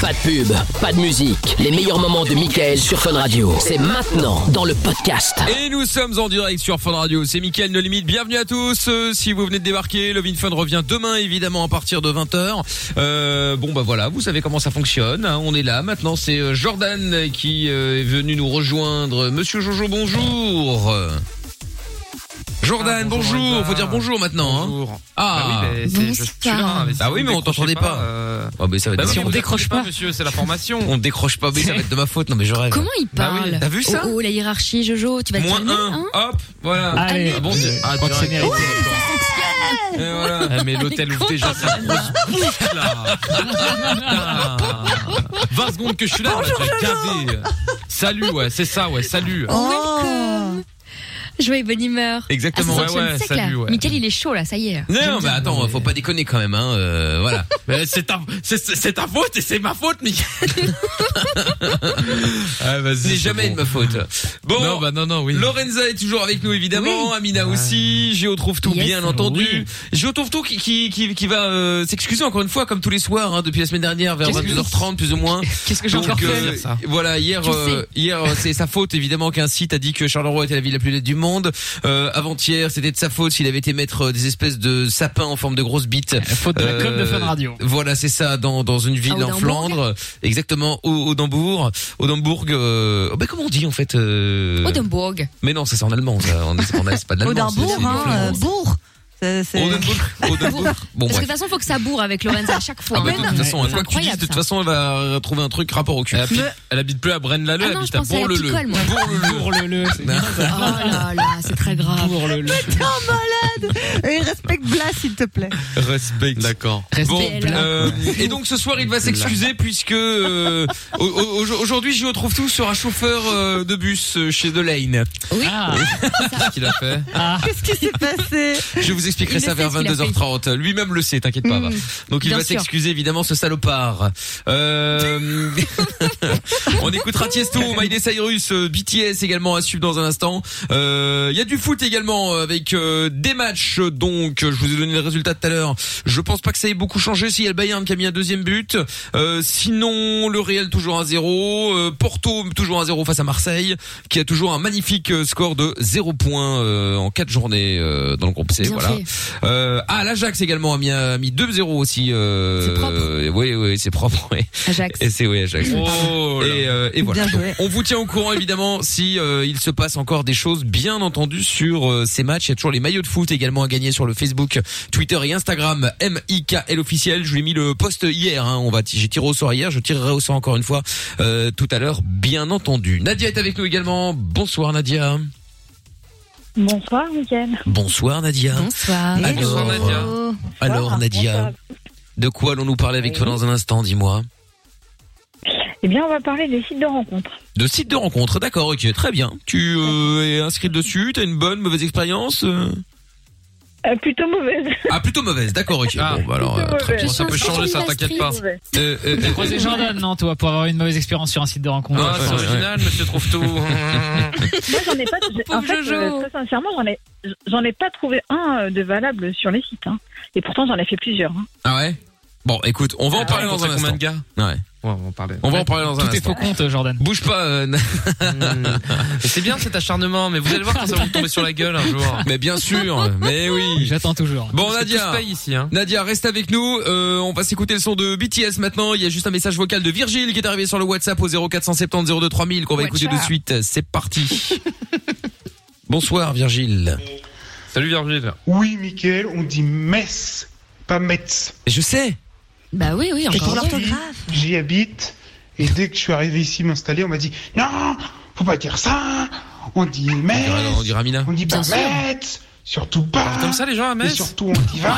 Pas de pub, pas de musique. Les meilleurs moments de Michael sur Fun Radio. C'est maintenant dans le podcast. Et nous sommes en direct sur Fun Radio. C'est Mickaël No Limite. Bienvenue à tous. Euh, si vous venez de débarquer, Love in Fun revient demain évidemment à partir de 20h. Euh, bon bah voilà, vous savez comment ça fonctionne. hein. On est là. Maintenant c'est euh, Jordan qui euh, est venu nous rejoindre. Monsieur Jojo, bonjour. Jordan, Ah, bonjour, bonjour. Elsa. Faut dire bonjour maintenant. Hein. Ah. Bah oui, mais c'est- je suis là, mais si Ah vous oui, mais on décrochez t'entendait pas. pas, euh, Ah, mais ça va être Bah de oui, ma mais faute. vous décrochez pas, monsieur, c'est la formation. On décroche pas, mais ça va être de ma faute. Non mais je rêve. Comment il Bah oui, parle t'as vu ça oh, oh, la hiérarchie, Jojo, tu vas te Moins calmer, un. hein Hop, voilà. Allez, Ah bon, c'est- ah, Quand c'est direct. mérité. Et voilà. Ah, mais l'hôtel où t'es, j'ai ça. 20 secondes que je suis là, je vais gaver. Salut, ouais, c'est ça, ouais, salut. Welcome Joyeux bonne humeur Ah, Oh. Exactement. ça ouais, sent le ouais, sec, salut, là. ouais. Mickaël, il est chaud, là, ça y est. Non, mais attends, faut pas déconner quand même, hein. euh, voilà. Mais C'est ta, c'est- c'est- c'est ta faute et c'est ma faute, Michael. ah, vas-y. Ce n'est jamais de ma faute. Bon, Non, bah non, non, oui. Lorenza est toujours avec nous évidemment, Amina aussi, Géo trouve tout Yes. bien entendu. Oui. Géo trouve tout qui qui qui, qui va euh, s'excuser encore une fois comme tous les soirs hein, depuis la semaine dernière vers Qu'est-ce que- 22h30 plus ou moins. Qu'est-ce que Donc euh, fait ça voilà, hier Tu le euh, sais. hier euh, c'est sa faute évidemment qu'un site a dit que Charleroi était la ville la plus laide du monde. Euh, avant-hier, c'était de sa faute s'il avait été mettre euh, des espèces de sapins en forme de grosses bites. Faute de la com de Fun Euh, Radio. Voilà, c'est ça, dans, dans une ville À en Audembourg. Flandre, exactement, au Audembourg. Audembourg, euh... oh, bah, comment on dit en fait euh, Odenburg. Mais non, ça c'est en allemand, ça, en, en- c'est pas de l'allemand. c'est- Odenbourg, c'est- hein, euh, bourg. C'est- c'est- Audembourg, Audembourg. Bon, Parce que de bref. toute façon, faut que ça bourre avec Lorenza à chaque fois. Ah bah, hein. de toute façon, C'est hein, quoi que tu dises, de incroyable, toute ça. façon, elle va trouver un truc rapport au cul. Elle habite, Mais- Ah, elle habite plus à Braine-l'Alleud, Ah elle non, habite je à pensais à la Bourg-le-Leu. picole, moi. Pour le le, c'est Oh là là, c'est très grave. pour le le. Et respecte Blas, s'il te plaît. Respect. D'accord. Bon, Respect, là. euh, et donc ce soir il va s'excuser puisque euh, au- au- aujourd'hui je retrouve tout sur un chauffeur euh, de bus euh, chez Delaine. Ah, Qu'est-ce qu'il a fait Qu'est-ce qui s'est passé Ah. Je vous expliquerai Il ça le sait, vers ce qu'il a Mm. 22h30. Lui-même le sait, t'inquiète pas. va. Donc il Bien va sûr. s'excuser évidemment ce salopard. Euh... On écoutera Tiesto, Miley Cyrus, euh, BTS également à suivre dans un instant. Euh, Il y a du foot également avec euh, des matchs. euh, Donc euh, je vous ai donné les résultats tout à l'heure. Je pense pas que ça ait beaucoup changé. S'il y a le Bayern qui a mis un deuxième but. Euh, sinon le Real toujours 1-0. Euh, Porto toujours 1-0 face à Marseille qui a toujours un magnifique euh, score de 0 points euh, en 4 journées euh, dans le groupe C. Bien voilà. fait. Euh, ah, l'Ajax également a mis, a mis 2-0 aussi. Euh, C'est propre. euh, Oui, oui, c'est propre. ouais. Ajax. Et c'est oui, Ajax. Oh là. Et, euh, et voilà. Bien Donc, joué. on vous tient au courant évidemment si euh, il se passe encore des choses bien entendu sur euh, ces matchs. Il y a toujours les maillots de foot également à gagner sur le Facebook, Twitter et Instagram. MIKL officiel. Je lui ai mis le post hier. hein. On va t- j'ai tiré au sort hier. Je tirerai au sort encore une fois euh, tout à l'heure. Bien entendu. Nadia est avec nous également. Bonsoir Nadia. Bonsoir, Mickaël. Bonsoir Nadia. Bonsoir. Alors, Bonsoir, Nadia. Jojo. Alors Nadia, de quoi allons-nous parler avec toi dans un instant Dis-moi. Eh bien, on va parler des sites de rencontres. De sites de rencontre, d'accord, ok, très bien. Tu euh, es inscrite dessus, t'as une bonne, mauvaise expérience euh Euh, plutôt mauvaise. Ah, plutôt mauvaise, d'accord, ok. Ah, bon, bah alors, euh, très bien. mauvaise. Ça peut changer, ça, t'inquiète pas. Mauvaise. Euh, euh, t'as euh, croisé Jordan, non, toi, pour avoir une mauvaise expérience sur un site de rencontre. Ah, Ouais, c'est ouais, original, monsieur Trouve-Tout. Moi, j'en ai pas. j'ai- en Pauvre fait, Jojo. euh, très sincèrement, j'en ai, j'en ai pas trouvé un euh, de valable sur les sites. hein. Et pourtant, j'en ai fait plusieurs. hein. Ah ouais Bon, écoute, on va en parler dans un Ah, combien instant. de gars Ouais, Ouais, on va en parler. on va en parler dans un Tout est faux instant. compte, Jordan. Bouge pas, euh, Na- Et C'est bien cet acharnement, mais vous allez voir quand ça va vous tomber sur la gueule un jour. mais bien sûr, mais oui. J'attends toujours. Bon, Parce que tout Nadia. se paye ici, hein. Nadia, reste avec nous. Euh, on va s'écouter le son de BTS maintenant. Il y a juste un message vocal de Virgile qui est arrivé sur le WhatsApp au 0470 02 3000 qu'on va écouter bah, de suite. euh, C'est parti. Bonsoir Virgile. Salut Virgile. Oui, Mickaël, on dit Metz, pas Metz. Je sais. Bah oui, oui, Et pour encore. heureux. l'orthographe J'y habite et dès que je suis arrivé ici m'installer, on m'a dit non, faut pas dire ça. On dit Metz. On dira Mina. On dit pas Bien sûr. Metz, surtout pas. Comme ça, les gens à et Metz. surtout on dit va.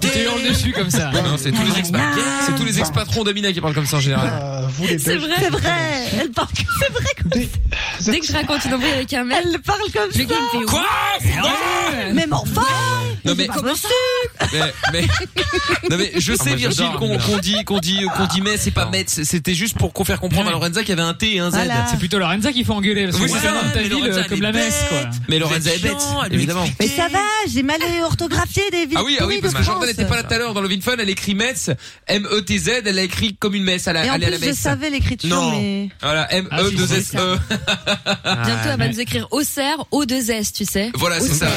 Tu te hurles dessus comme ça. Non, c'est tous Ah, les expats. C'est tous les ex-patrons d'Amina qui parlent comme ça en général. Euh, vous les C'est Belges, vrai. C'est vrai, elle parle, c'est vrai que- dès- Dès que je raconte une embrouille avec un mec, elle parle comme le gars ça. il me fait Quoi Mais mon enfant, Non mais, comment ça mais, mais- non mais Ah, je sais moi, Virgile j'adore, qu'on Amina. qu'on dit qu'on dit qu'on dit mais c'est pas Non. Metz, c'était juste pour qu'on faire comprendre à Lorenza qu'il y avait un T et un Z. Voilà. C'est plutôt Lorenza qui faut engueuler parce que Oui, c'est Jordan, ça. t'as Mais dit le- Lorenza, elle comme est la messe, quoi. Mais Lorenza est bête, bête, évidemment. Mais ça va, j'ai mal orthographié des villes Ah oui, ah oui, pourries parce de que Jordan France. n'était pas là tout à l'heure dans le Vin Fun, elle écrit Metz, M-E-T-Z, elle a écrit comme une messe, elle a, Et en elle est à la plus, je messe. savais l'écriture, Non. mais... Voilà, E Ah, M-E-2-S-E. Bientôt, elle va nous écrire Auxerre, O2S, tu sais. Ah, Voilà, c'est ça.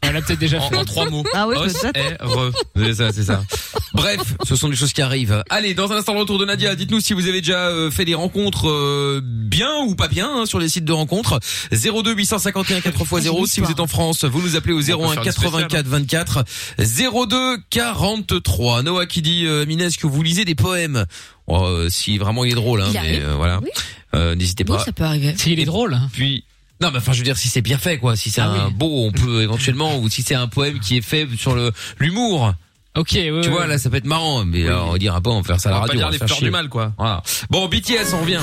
Elle a peut-être déjà En, en trois mots. Ah oui, Os, peut-être. et re. E. C'est ça, c'est ça. Bref, ce sont des choses qui arrivent. Euh, Allez, dans un instant, le retour de Nadia. Dites-nous si vous avez déjà euh, fait des rencontres euh, bien ou pas bien hein, sur les sites de rencontres. 02 851 4x0. Si vous êtes en France, vous nous appelez au On 01 peut faire du spécial. 84 24 02 43. Noah qui dit, euh, Amina, est-ce que vous lisez des poèmes Oh, euh, Si vraiment il est drôle, hein, Il mais arrive. euh, voilà. Oui. Euh, N'hésitez Oui, pas. ça peut arriver. S'il est drôle. hein. Puis non, mais enfin, je veux dire, si c'est bien fait, quoi, si Ah c'est un beau, on peut éventuellement, ou si c'est un poème qui est fait sur le l'humour, Ok, ouais, tu ouais. vois, là, ça peut être marrant, mais alors, on dira pas, on va faire ça à la On va pas radio, dire on va les faire fleurs chier. du mal, quoi. Voilà. Bon, BTS, on revient.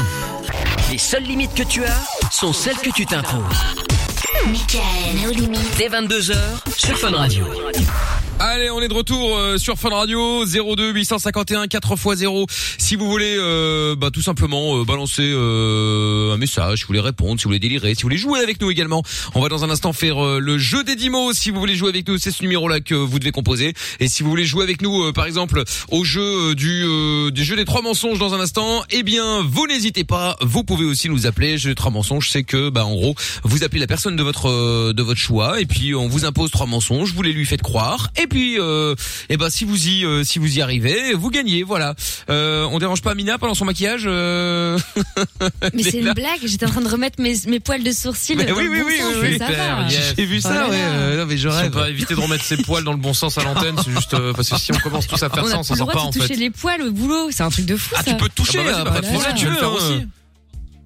Les seules limites que tu as sont celles que tu t'imposes. Michael, nos limites. Dès 22h sur Fun Radio. Allez, on est de retour euh, sur Fun Radio 02 851 4x0. Si vous voulez, euh, bah, tout simplement euh, balancer euh, un message, si vous voulez répondre, si vous voulez délirer, si vous voulez jouer avec nous également, on va dans un instant faire euh, le jeu des 10 mots. Si vous voulez jouer avec nous, c'est ce numéro-là que vous devez composer. Et si vous voulez jouer avec nous, euh, par exemple, au jeu euh, du, euh, du jeu des trois mensonges dans un instant, eh bien, vous n'hésitez pas. Vous pouvez aussi nous appeler. Jeu des trois mensonges, c'est que, bah, en gros, vous appelez la personne de votre euh, de votre choix et puis on vous impose trois mensonges, vous les lui faites croire et puis euh, eh ben si vous y euh, si vous y arrivez, vous gagnez voilà. Euh, on dérange pas Mina pendant son maquillage euh... Mais c'est là. une blague, j'étais en train de remettre mes, mes poils de sourcil. Mais dans oui, le oui, bon oui, sens, oui, mais oui, ça super, va. yes. J'ai vu ça Voilà. ouais. euh, non mais je Si on rêve. peut éviter de remettre ses poils dans le bon sens à l'antenne, c'est juste euh, parce que si on commence tous à faire On ça, a on plus s'en le sort pas droit en de toucher fait. les poils au boulot, c'est un truc de fou Ah ça. tu peux te toucher Ah bah vas-y, hein, bah, pas de voilà, problème, tu tu peux veux le faire hein. aussi.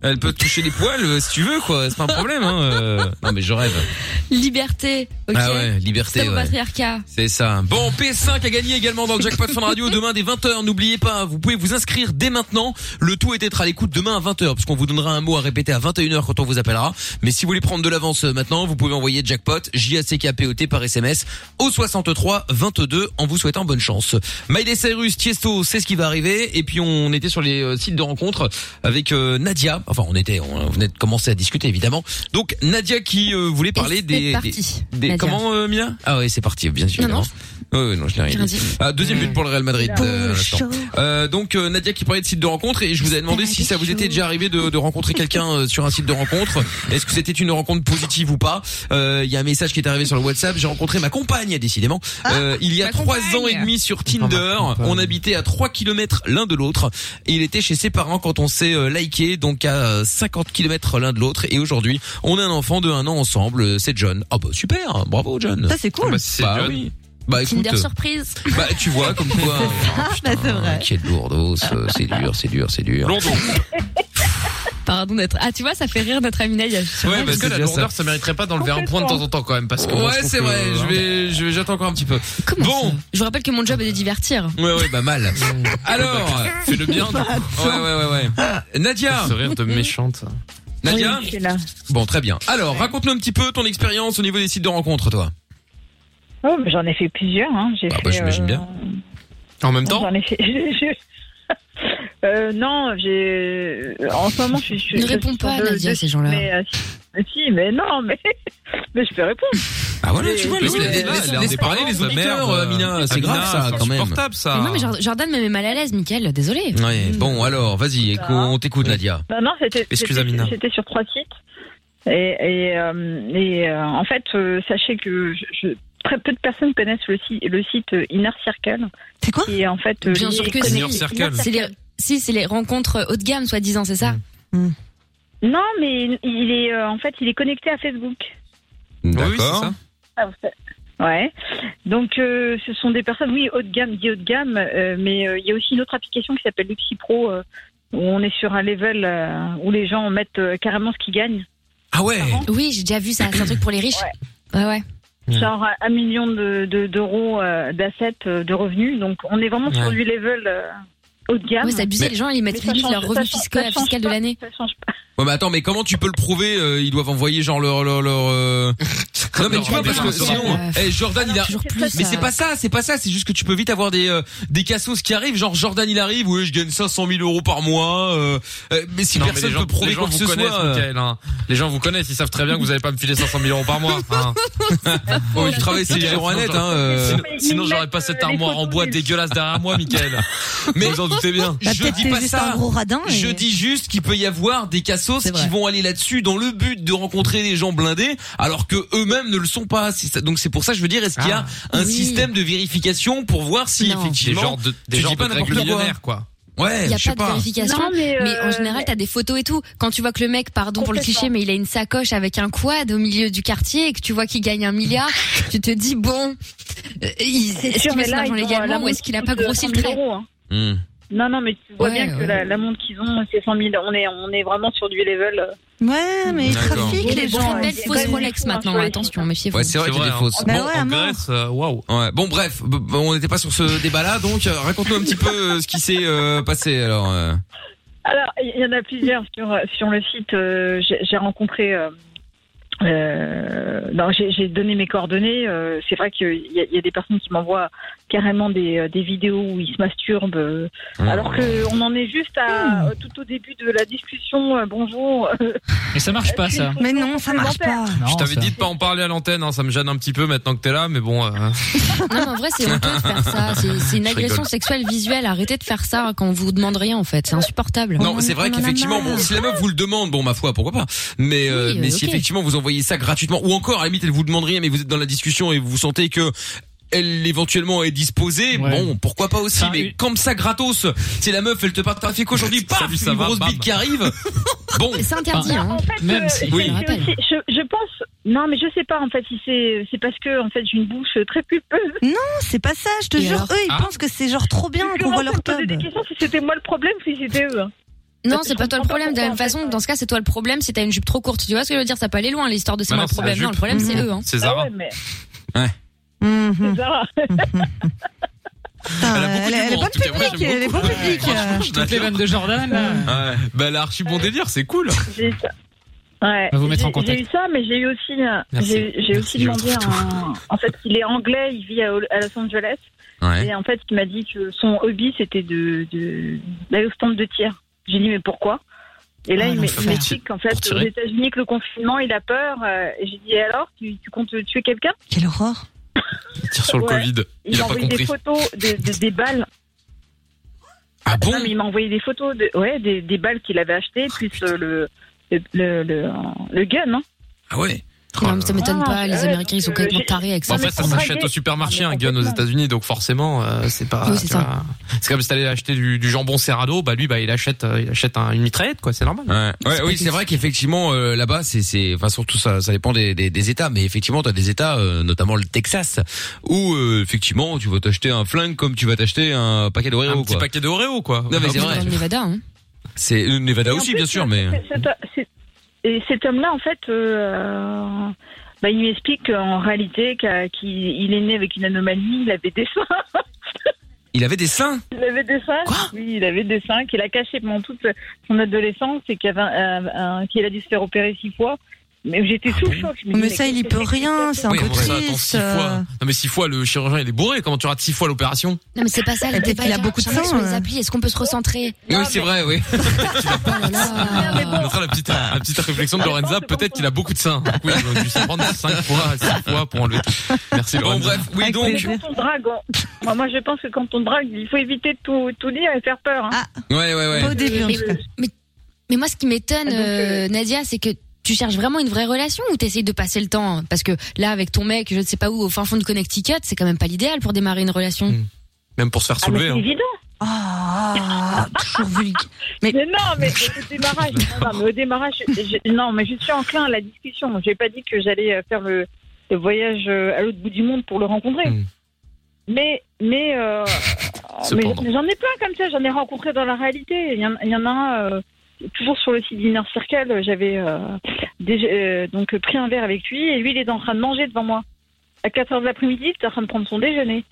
Elle peut te toucher les poils euh, si tu veux quoi, c'est pas un problème hein. euh. Non mais je rêve. hein. Liberté, ok. Ah ouais, liberté Stop au ouais. patriarcat. C'est ça. Bon, PS5 a gagné également dans le Jackpot Fun Radio demain dès 20h. N'oubliez pas, vous pouvez vous inscrire dès maintenant. Le tout est d'être à l'écoute demain à 20h, parce qu'on vous donnera un mot à répéter à 21h quand on vous appellera. Mais si vous voulez prendre de l'avance euh, maintenant, vous pouvez envoyer Jackpot, J-A-C-K-P-O-T par SMS au 63 22 en vous souhaitant bonne chance. Miley Cyrus, Tiesto, c'est ce qui va arriver. Et puis on était sur les euh, sites de rencontres avec euh, Nadia. Enfin, on était, on venait de commencer à discuter évidemment. Donc Nadia qui euh, voulait parler Et c'est des, des, parti, des- Nadia. comment euh, Mila Ah oui, c'est parti, bien sûr. Non, non. Oui, oui, non, je l'ai rien Rien dit. dit. Ah, deuxième but pour le Real Madrid. euh, à l'instant. Bonjour. Euh, donc euh, Nadia qui parlait de site de rencontre et je vous ai demandé si ça vous était déjà arrivé de, de rencontrer quelqu'un euh, sur un site de rencontre. Est-ce que c'était une rencontre positive ou pas Euh, Il y a un message qui est arrivé sur le WhatsApp. J'ai rencontré ma compagne, décidément. Euh, il y a Ah, ma trois compagne. ans et demi sur Tinder. On habitait à 3 kilomètres l'un de l'autre. Et Il était chez ses parents quand on s'est euh, liké, donc à euh, 50 kilomètres l'un de l'autre. Et aujourd'hui, on a un enfant de un an ensemble. euh, C'est John. Ah bah super, bravo John. Ça, c'est cool. Bah, si c'est Bah John, oui. Bah écoute, Tinder surprise. bah tu vois comme quoi. Ah, Oh, bah, c'est vrai. Qui est lourdos, euh, c'est dur, c'est dur, c'est dur. Blondon. Pardon d'être. Ah, tu vois, ça fait rire notre ami Nadia. je suis sûre. Ouais, parce que c'est la déjà ça. lourdeur, ça mériterait pas d'enlever un point de temps en temps quand même, parce que. moi, je Ouais, trouve c'est que- hein. vrai. Je vais, je vais, j'attends encore un petit peu. Comment Bon. ça Je vous rappelle que mon job est de divertir. Ouais, ouais, bah mal. Alors, Fais le bien. ouais, ouais, ouais, ouais. Nadia, Ce rire de méchante. Ah. Nadia. Oui, je suis là. Bon, très bien. Alors, raconte-nous un petit peu ton expérience au niveau des sites de rencontres, toi. Oh, mais j'en ai fait plusieurs. Hein. J'ai Ah bah, fait, j'imagine bien. En même temps, J'en ai fait. je- euh, non, j'ai. euh, En ce moment, je suis. je- Ne je suis réponds sur pas, deux- Nadia, à deux- ces gens-là. Mais, euh, si- si, mais non, mais. Mais je peux répondre. Ah voilà, tu tu vois, vois, laisse, les- laisse- les- laisse- les- laisse les- parler les les- auditeurs, euh, Mina. C'est grave ça, quand même. Portable ça. Mais non, mais Jor- Jordan me met mal à l'aise, Michael. Désolé. Mm. Ouais, bon, alors, vas-y, écoute, on t'écoute, Nadia. Bah Non, non, c'était Excuse, c'était- Amina. c'était sur trois sites. Et, et, euh, et, euh, en fait, euh, sachez que je, je- très peu de personnes connaissent le, si- le site euh, Inner Circle. C'est quoi Et en fait, euh, Bien les- sûr que Inner si. Circle. C'est les- Si, c'est les rencontres haut de gamme, soi-disant, c'est ça Mm. Mm. Non, mais il est euh, en fait, il est connecté à Facebook. Oui, oui, c'est D'accord. ça. Ah, vous savez. Ouais. Donc, euh, ce sont des personnes, oui, haut de gamme, dit haut de gamme, euh, mais euh, il y a aussi une autre application qui s'appelle Luxi Pro, euh, où on est sur un level euh, où les gens mettent euh, carrément ce qu'ils gagnent. Ah ouais. Oui, j'ai déjà vu ça. C'est un truc pour les riches. Bah Ouais, ouais. Mm. Genre un million d'euros de, d'euros euh, d'assets, euh, de revenus. Donc, on est vraiment sur Ouais. du level euh, haut de gamme. Ouais, c'est abusé. Mais- Les gens, ils mettent Mais ça limite change- leur revenu ça change- fiscal, ça change fiscal de pas. l'année. Ça change pas. Ouais, mais attends, mais comment tu peux le prouver euh, Ils doivent envoyer genre leur leur leur, euh, Non mais tu vois parce que Laurent, sinon, euh, eh, Jordan il a. plus, mais euh. c'est pas ça, c'est pas ça. C'est juste que tu peux vite avoir des euh, des cassos qui arrivent. Genre Jordan il arrive, ouais je gagne 500 000 euros par mois. euh, euh, mais si Non, mais personne les gens- peut prouver les gens quoi que vous ce soit. connaissent, euh, Mickaël, hein. Les gens vous connaissent, ils savent très bien que vous n'allez pas me filer 500 000 euros par mois. Hein. Oh, je travaille chez Mickaël, Leroy Net, sinon, hein, j'aurais- euh, sinon- mais ils Sinon mettent, j'aurais pas cette euh, armoire les en bois dégueulasse derrière moi, Michael. Mais vous en doutez bien. Bah, La je tête, dis t'es pas juste ça. un gros radin et- Je dis juste qu'il peut y avoir des cassos qui vont aller là-dessus dans le but de rencontrer des gens blindés, alors que eux-mêmes ne le sont pas. C'est ça- Donc c'est pour ça que je veux dire, est-ce qu'il y a Ah, un oui. système de vérification pour voir si Non. effectivement Des genres de- des tu genres dis pas de n'importe règles quoi. millionnaires, quoi. Ouais, Il n'y a je sais pas, pas. de vérification, Non, mais, mais, euh, en général, t'as des photos et tout. Quand tu vois que le mec, pardon pour le cliché, mais il a une sacoche avec un quad au milieu du quartier et que tu vois qu'il gagne un milliard, tu te dis bon, euh, il- C'est est-ce sûr, qu'il met mais son là, argent ils ont, euh, légalement la ou est-ce qu'il a pas montre de grossi le 100 000 trait euros, hein. Hmm. Non, non, mais tu vois bien que la, la montre qu'ils ont, c'est 100 000. On est, on est vraiment sur du level. euh. Ouais, mais ils D'accord. trafiquent Très les gens. belle ils fausse prennent- Rolex maintenant, attention, méfiez-vous. Ouais, c'est vrai hein. qu'il y a des fausses. Bah Bon, ouais, en hein. à Grèce, euh, waouh. Ouais. Bon, bref, b- b- on n'était pas sur ce débat-là, donc euh, raconte-nous un petit peu euh, ce qui s'est euh, passé. Alors, euh. Alors, il y en a plusieurs sur, euh, sur le site. euh, j'ai j'ai rencontré. euh, euh, non, j'ai j'ai donné mes coordonnées. euh, c'est vrai qu'il y, a- il y a des personnes qui m'envoient carrément des, euh, des vidéos où ils se masturbent, euh, alors qu'on en est juste à, euh, tout au début de la discussion. euh, bonjour. Mais ça marche pas, ça. Mais non, ça marche pas. je t'avais dit de pas en parler à l'antenne, hein, ça me gêne un petit peu maintenant que t'es là, mais bon. euh, Non, mais en vrai, c'est honteux de faire ça. C'est- C'est une Je agression rigole. sexuelle visuelle. Arrêtez de faire ça quand on vous demande rien, en fait. C'est insupportable. Non, c'est vrai qu'effectivement, bon, si la meuf vous le demande, bon, ma foi, pourquoi pas. Mais, euh, Oui, euh, mais si ok. effectivement vous envoyez ça gratuitement, ou encore, à la limite, elle vous demande rien, mais vous êtes dans la discussion et vous sentez que elle éventuellement est disposée, bon, pourquoi pas aussi, mais comme ça gratos, c'est la meuf, elle te parle, t'as fait quoi aujourd'hui, paf, Salut, ça une va, grosse bam. bite qui arrive. Bon. C'est interdit, hein. Euh, c'est- Oui. c'est aussi- je, je pense. Non, mais je sais pas en fait si c'est c'est parce que en fait j'ai une bouche très pulpeuse. Non, c'est pas ça. Je te Et jure, alors eux, ils Ah. pensent que c'est genre trop bien qu'on voit leur tub. des questions si c'était moi le problème, si c'était eux. hein. Non, Parce que c'est je pas toi le comprends problème. De la même façon, dans ce cas, c'est toi le problème si t'as une jupe trop courte. Tu vois ce que je veux dire Ça peut aller loin, l'histoire de c'est Bah moi non, le c'est la problème. jupe. Non, le problème, c'est Mhm. eux. Hein. C'est Zara. Ah ouais, mais- Mhm. Putain, Elle a beaucoup Elle elle est d'humour, en bonne tout cas, moi, public, j'aime elle est bonne beaucoup. public. euh. Toutes les vannes de Jordan, là. Ouais. Bah, elle a archi bon délire, c'est cool. J'ai eu ça. Ouais. On va vous mettre J'ai- en contact. J'ai eu ça, mais j'ai eu aussi, un- Merci. j'ai j'ai aussi Merci, je demandé retrouve un. En fait, il est anglais, il vit à, à Los Angeles. Ouais. Et en fait, il m'a dit que son hobby, c'était de de- d'aller au stand de tir. J'ai dit, mais pourquoi Et là, Ah, il m'a- l'enfer. il m'explique qu'en fait, aux tirer. États-Unis, que le confinement, il a peur. euh, et j'ai dit, et alors, tu, tu comptes tuer quelqu'un Quelle horreur Il tire sur le Ouais. Covid. Il, Il a m'a pas envoyé compris. des photos de- de- des balles. Ah bon mais Il m'a envoyé des photos de, ouais, des, des balles qu'il avait achetées, plus euh, le, le, le, le, le gun. Hein. Ah ouais. Non, mais ça m'étonne Ah, pas. Les ouais, Américains, ils sont donc, complètement euh, tarés avec Bon, ça. en fait, ça s'achète au supermarché un gun aux États-Unis, donc forcément, euh, c'est pas. Oui, c'est tu ça. vois. C'est comme si t'allais acheter du, du jambon Serrano, bah lui, bah il achète, euh, il achète un- une mitraillette, quoi. C'est normal. Ouais, ouais, oui, c'est vrai qu'effectivement euh, là-bas, c'est, c'est, enfin surtout ça, ça dépend des, des, des États, mais effectivement, t'as des États, euh, notamment le Texas, où euh, effectivement, tu vas t'acheter un flingue comme tu vas t'acheter un paquet de Un Oreo, petit quoi. paquet d'Oreo, quoi. Non, mais c'est vrai. Dans le Nevada, hein. C'est le Nevada Et en aussi, plus, bien sûr, mais. euh, C'est- c'est- c'est- Et cet homme-là, en fait, euh, bah, il m'explique qu'en réalité, qu'à- qu'il il est né avec une anomalie, il avait des seins. Il avait des seins Il avait des seins. oui, il avait des seins qu'il a cachés pendant toute son adolescence et qu'il avait un- un- un- qu'il a dû se faire opérer six fois. Mais j'étais sous le choc. Je me dis, Ah Mais ça, il y peut rien, c'est un Oui, peu comment ça, attends, triste. six fois. euh. Non, mais six fois, le chirurgien, il est bourré. Comment tu rates six fois l'opération Non, mais c'est pas ça. le Et puis, débat, il a là. beaucoup de J'aimerais sang, sur les euh. applis. Est-ce qu'on peut Ah, se recentrer oui, c'est vrai, oui. On fera la petite, la petite réflexion de Lorenza. Peut-être qu'il a beaucoup de seins. Du coup, il a dû s'en prendre cinq fois, six fois pour enlever tout. Merci, Bon, Lorenza. bref, oui, Mais donc. quand on drague, on- moi, moi, je pense que quand on drague, il faut éviter de tout, tout dire et faire peur. hein. Ah, Ouais, ouais, ouais. mais, mais- mais moi, ce qui ah, m'étonne, euh, Nadia, c'est que tu cherches vraiment une vraie relation ou t'essayes de passer le temps hein Parce que là, avec ton mec, je ne sais pas où, au fin fond de Connecticut, c'est quand même pas l'idéal pour démarrer une relation. Même Mmh. pour se Ah, faire soulever. hein. évident. Ah, toujours vulgaire. Mais, non, mais au démarrage, non, non, mais au démarrage, je- non, mais je suis enclin à la discussion. J'ai pas dit que j'allais euh, faire le, le voyage euh, à l'autre bout du monde pour le rencontrer. Mais, mais, euh, mais Cependant. j'en ai plein comme ça. J'en ai rencontré dans la réalité. Il y en, il y en a un. euh, Toujours sur le site d'Inner Circle, j'avais euh, déjà, euh, donc pris un verre avec lui et lui il est en train de manger devant moi. À 4h de l'après-midi, il était en train de prendre son déjeuner.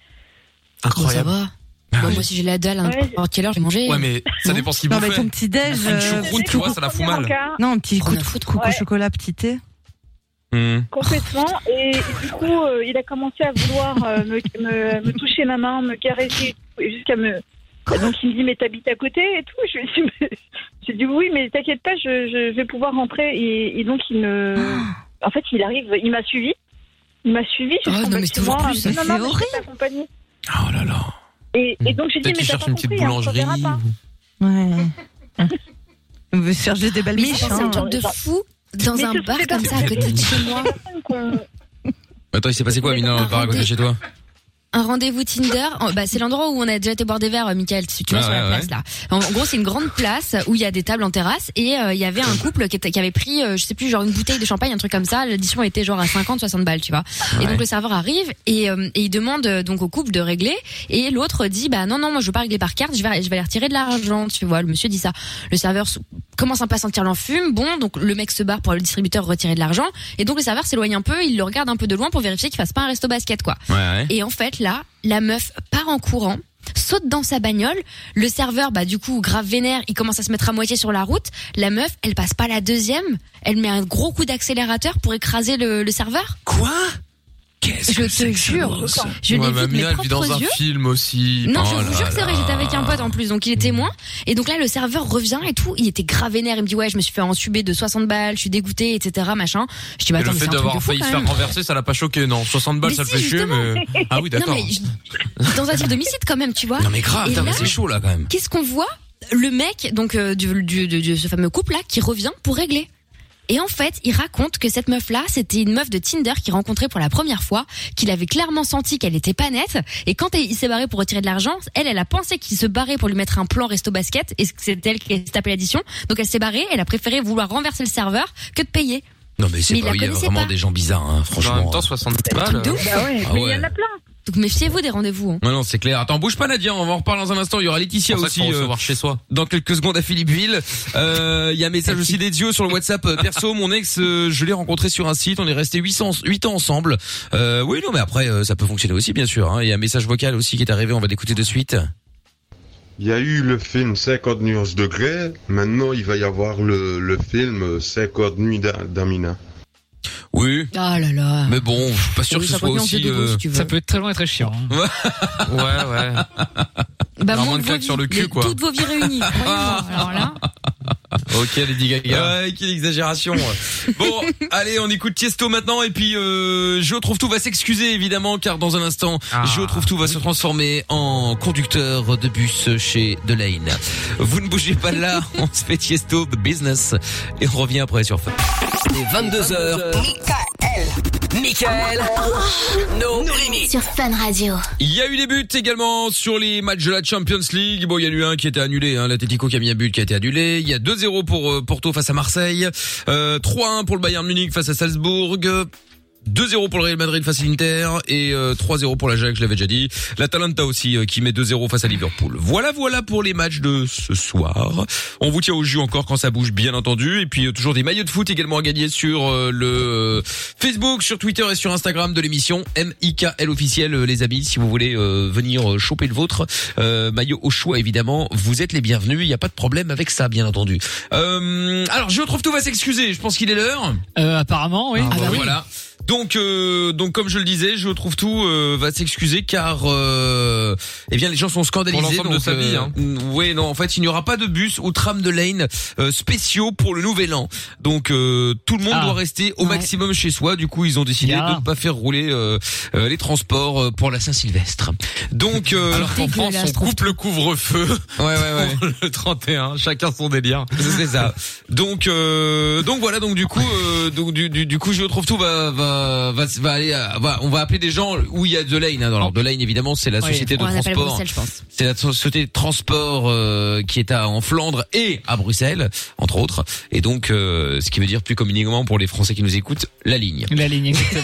Incroyable. Bon, ça va. Ah Bon, moi, si j'ai la dalle, à Ouais. n'importe quelle heure, j'ai mangé. Ouais, mais ça dépend ce qu'il Non, mais bouffait. ton petit déj. euh, Une choucroute, tu vois, ça la fout mal. Non, un petit coup de coucou au chocolat, petit thé. Hmm. Complètement. Et du coup, euh, il a commencé à vouloir euh, me, me- me toucher ma main, me caresser, jusqu'à me. Donc il me dit mais t'habites à côté et tout. Je lui ai dit, mais- j'ai dit oui mais t'inquiète pas, je, je vais pouvoir rentrer. Et, et donc il me. Ah. En fait, il arrive, il m'a suivi. Il m'a suivi. Ah, non, mais toujours plus, ça fait horrible. horrible. Oh là là. Et, et donc j'ai dit Peut-être mais qu'il t'as cherche pas une petite compris, hein, on boulangerie. verra pas. Ouais. On veut se chercher des belles Mais miches. ça, c'est un hein. truc de fou dans Mais un ce bar serait comme pas ça à côté de chez moi. Attends, il s'est passé quoi, Mina, dans le bar à côté de chez toi Un rendez-vous Tinder, en- bah, c'est l'endroit où on a déjà été boire des verres, euh, Michael, si tu vas Ah, sur la ouais, place ouais. là. En, en gros, c'est une grande place où il y a des tables en terrasse et euh, il y avait un couple qui, était- qui avait pris, euh, je sais plus, genre une bouteille de champagne, un truc comme ça. L'addition était genre à 50, 60 balles, tu vois. Et donc le serveur arrive et, euh, et il demande euh, donc au couple de régler et l'autre dit bah non non, moi je veux pas régler par carte, je vais je vais aller retirer de l'argent, tu vois. Le monsieur dit ça. Le serveur s- commence un peu à sentir l'enfume. Bon, donc le mec se barre pour le distributeur retirer de l'argent et donc le serveur s'éloigne un peu, il le regarde un peu de loin pour vérifier qu'il fasse pas un resto basket quoi. Ouais, ouais. Et en fait, là, la meuf part en courant, saute dans sa bagnole. Le serveur, bah, du coup, grave vénère, il commence à se mettre à moitié sur la route. La meuf, elle passe pas la deuxième. Elle met un gros coup d'accélérateur pour écraser le, le serveur. Quoi Qu'est-ce Je te jure, je l'ai Ouais, vu mais de mes Amina, elle vit dans propres un yeux. film aussi. Non, je Oh vous là jure que c'est vrai, là. j'étais avec un pote en plus, donc il est témoin. Et donc là, le serveur revient et tout, il était grave vénère, il me dit ouais, je me suis fait ensuber de 60 balles, je suis dégoûté, etc. Machin. Je dis bah Et attends, le mais fait c'est un truc de d'avoir fou failli quand se faire même. renverser, ça l'a pas choqué, non. 60 Bah, balles, Mais ça le si, fait chier, justement. mais. Ah oui, Non d'accord. mais je- dans un type d'homicide quand même, tu vois. Non, mais grave, Et putain, mais là- c'est chaud là quand même. qu'est-ce qu'on voit Le mec, donc euh, du, du- du- de ce fameux couple là, qui revient pour régler. Et en fait, il raconte que cette meuf-là, c'était une meuf de Tinder qu'il rencontrait pour la première fois, qu'il avait clairement senti qu'elle était pas nette, et quand il s'est barré pour retirer de l'argent, elle, elle a pensé qu'il se barrait pour lui mettre un plan resto basket, et que c'est elle qui s'est tapée l'addition, donc elle s'est barrée, elle a préféré vouloir renverser le serveur que de payer. Non, mais Mais c'est il pas, la oui, il y a connaissait vraiment pas. des gens bizarres, hein, En même franchement. temps, 60 Truc balles. de ouf. Bah ouais, Ah mais il ouais. y en a plein. Donc méfiez-vous des rendez-vous. hein. Non, non, c'est clair. Attends, bouge pas Nadia, on va en reparler dans un instant. Il y aura C'est Laetitia pour ça qu'il aussi faut euh, recevoir chez soi. dans quelques secondes à Philippeville. Euh, Il y a un message aussi d'Ezio sur le WhatsApp euh, perso. Mon ex, euh, je l'ai rencontré sur un site. On est resté 800, 8 ans ensemble. Euh, oui, non, mais après, euh, ça peut fonctionner aussi, bien sûr. hein. Il y a un message vocal aussi qui est arrivé. On va l'écouter de suite. Il y a eu le film 50 nuances de Grey, maintenant il va y avoir le, le film 50 nuits d'A- d'Amina. Oui. Ah là là. Mais bon, je suis pas sûr Oui, que ce ça soit peut bien, c'est aussi. de beau, euh, si tu veux. Ça peut être très long et très chiant. hein. Ouais, ouais. Bah, Vraiment monde une claque vos sur vies, le cul, les- quoi. Toutes vos vies réunies. croyez-moi. Alors là. Ok, Lady Gaga. Ouais, quelle exagération. bon, allez, on écoute Tiesto maintenant et puis euh, Jo trouve tout va s'excuser évidemment car dans un instant, Ah. Jo trouve tout va se transformer en conducteur de bus chez Delaine. Vous ne bougez pas de là, on se fait Tiesto the business et on revient après sur Fun. Dès 22h, Michael. No limites. Sur Fun Radio. Il y a eu des buts également sur les matchs de la Champions League. Bon, il y en a eu un qui était annulé, hein, l'Atlético qui a mis un but qui a été annulé. Il y a 2-0 pour euh, Porto face à Marseille, euh, 3-1 pour le Bayern Munich face à Salzbourg. 2-0 pour le Real Madrid face à l'Inter et euh, 3-0 pour la Jacques, je l'avais déjà dit. L'Atalanta aussi euh, qui met 2-0 face à Liverpool. Voilà, voilà pour les matchs de euh, ce soir. On vous tient au jus encore quand ça bouge, bien entendu. Et puis euh, toujours des maillots de foot également à gagner sur euh, le Facebook, sur Twitter et sur Instagram de l'émission MIKL officiel, euh, les amis. Si vous voulez euh, venir euh, choper le vôtre, euh, maillot au choix évidemment, vous êtes les bienvenus. Il n'y a pas de problème avec ça, bien entendu. Euh, alors, je retrouve tout va s'excuser. Je pense qu'il est l'heure. Euh, apparemment, oui. Ah, bah, Voilà. Donc, euh, donc comme je le disais, je trouve tout euh, va s'excuser car, euh, eh bien, les gens sont scandalisés. Pour l'ensemble donc, de sa vie, hein. Oui, non, en fait, il n'y aura pas de bus ou tram de lane euh, spéciaux pour le Nouvel An. Donc, euh, tout le monde Ah. doit rester au Ouais. maximum chez soi. Du coup, ils ont décidé Bien. de ne pas faire rouler euh, euh, les transports euh, pour la Saint-Sylvestre. Donc, euh, Alors qu'en France, dégueulasse, on je trouve coupe le couvre-feu ouais, ouais, ouais. pour le 31. Chacun son délire. C'est ça. Donc euh, donc voilà donc du coup euh, donc du, du, du coup je trouve tout va va va, va aller à- va- on va appeler des gens où il y a de lane hein. alors de lane évidemment c'est la Oui. société de On appelle transport Bruxelles, je pense. c'est la société de transport euh, qui est à en Flandre et à Bruxelles entre autres et donc euh, ce qui veut dire plus communiquement pour les Français qui nous écoutent la ligne. La ligne, exactement.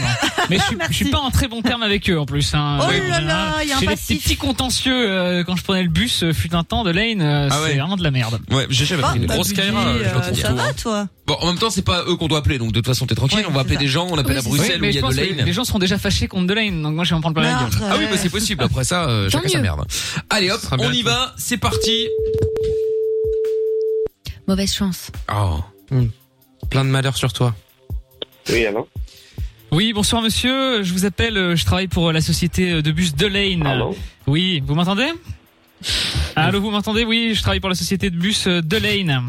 Mais je suis, je suis pas en très bon terme avec eux en plus. Hein. Oh Euh, là en là, général, il y a un J'ai des passif. petits petits contentieux euh, quand je prenais le bus, euh, fut un temps de lane, euh, Ah c'est ouais. vraiment de la merde. Ouais, j'ai jamais Ah, pris une t'as grosse budget, carrière. euh, je retrouve ça tout, va, hein. toi Bon, en même temps, c'est pas eux qu'on doit appeler, donc de toute façon, t'es tranquille. Ouais, on va c'est appeler ça. des gens, on appelle Oui, à c'est Bruxelles Oui, où mais il y je a de pense que lane. les gens seront déjà fâchés contre de lane, donc moi je vais en prendre plein la gueule. Ah oui, bah c'est possible. possible. Après ça, euh, Tant chacun sa mieux. merde. Allez hop, Ce sera bien on y tout. va, c'est parti. Mauvaise chance. Oh. Ah, Hmm. Plein de malheur sur toi. Oui, alors Oui, bonsoir monsieur, je vous appelle, euh, je travaille pour euh, la société de bus Delane. Oui, vous m'entendez Allô, vous m'entendez Oui, je travaille pour la société de bus euh, Delane.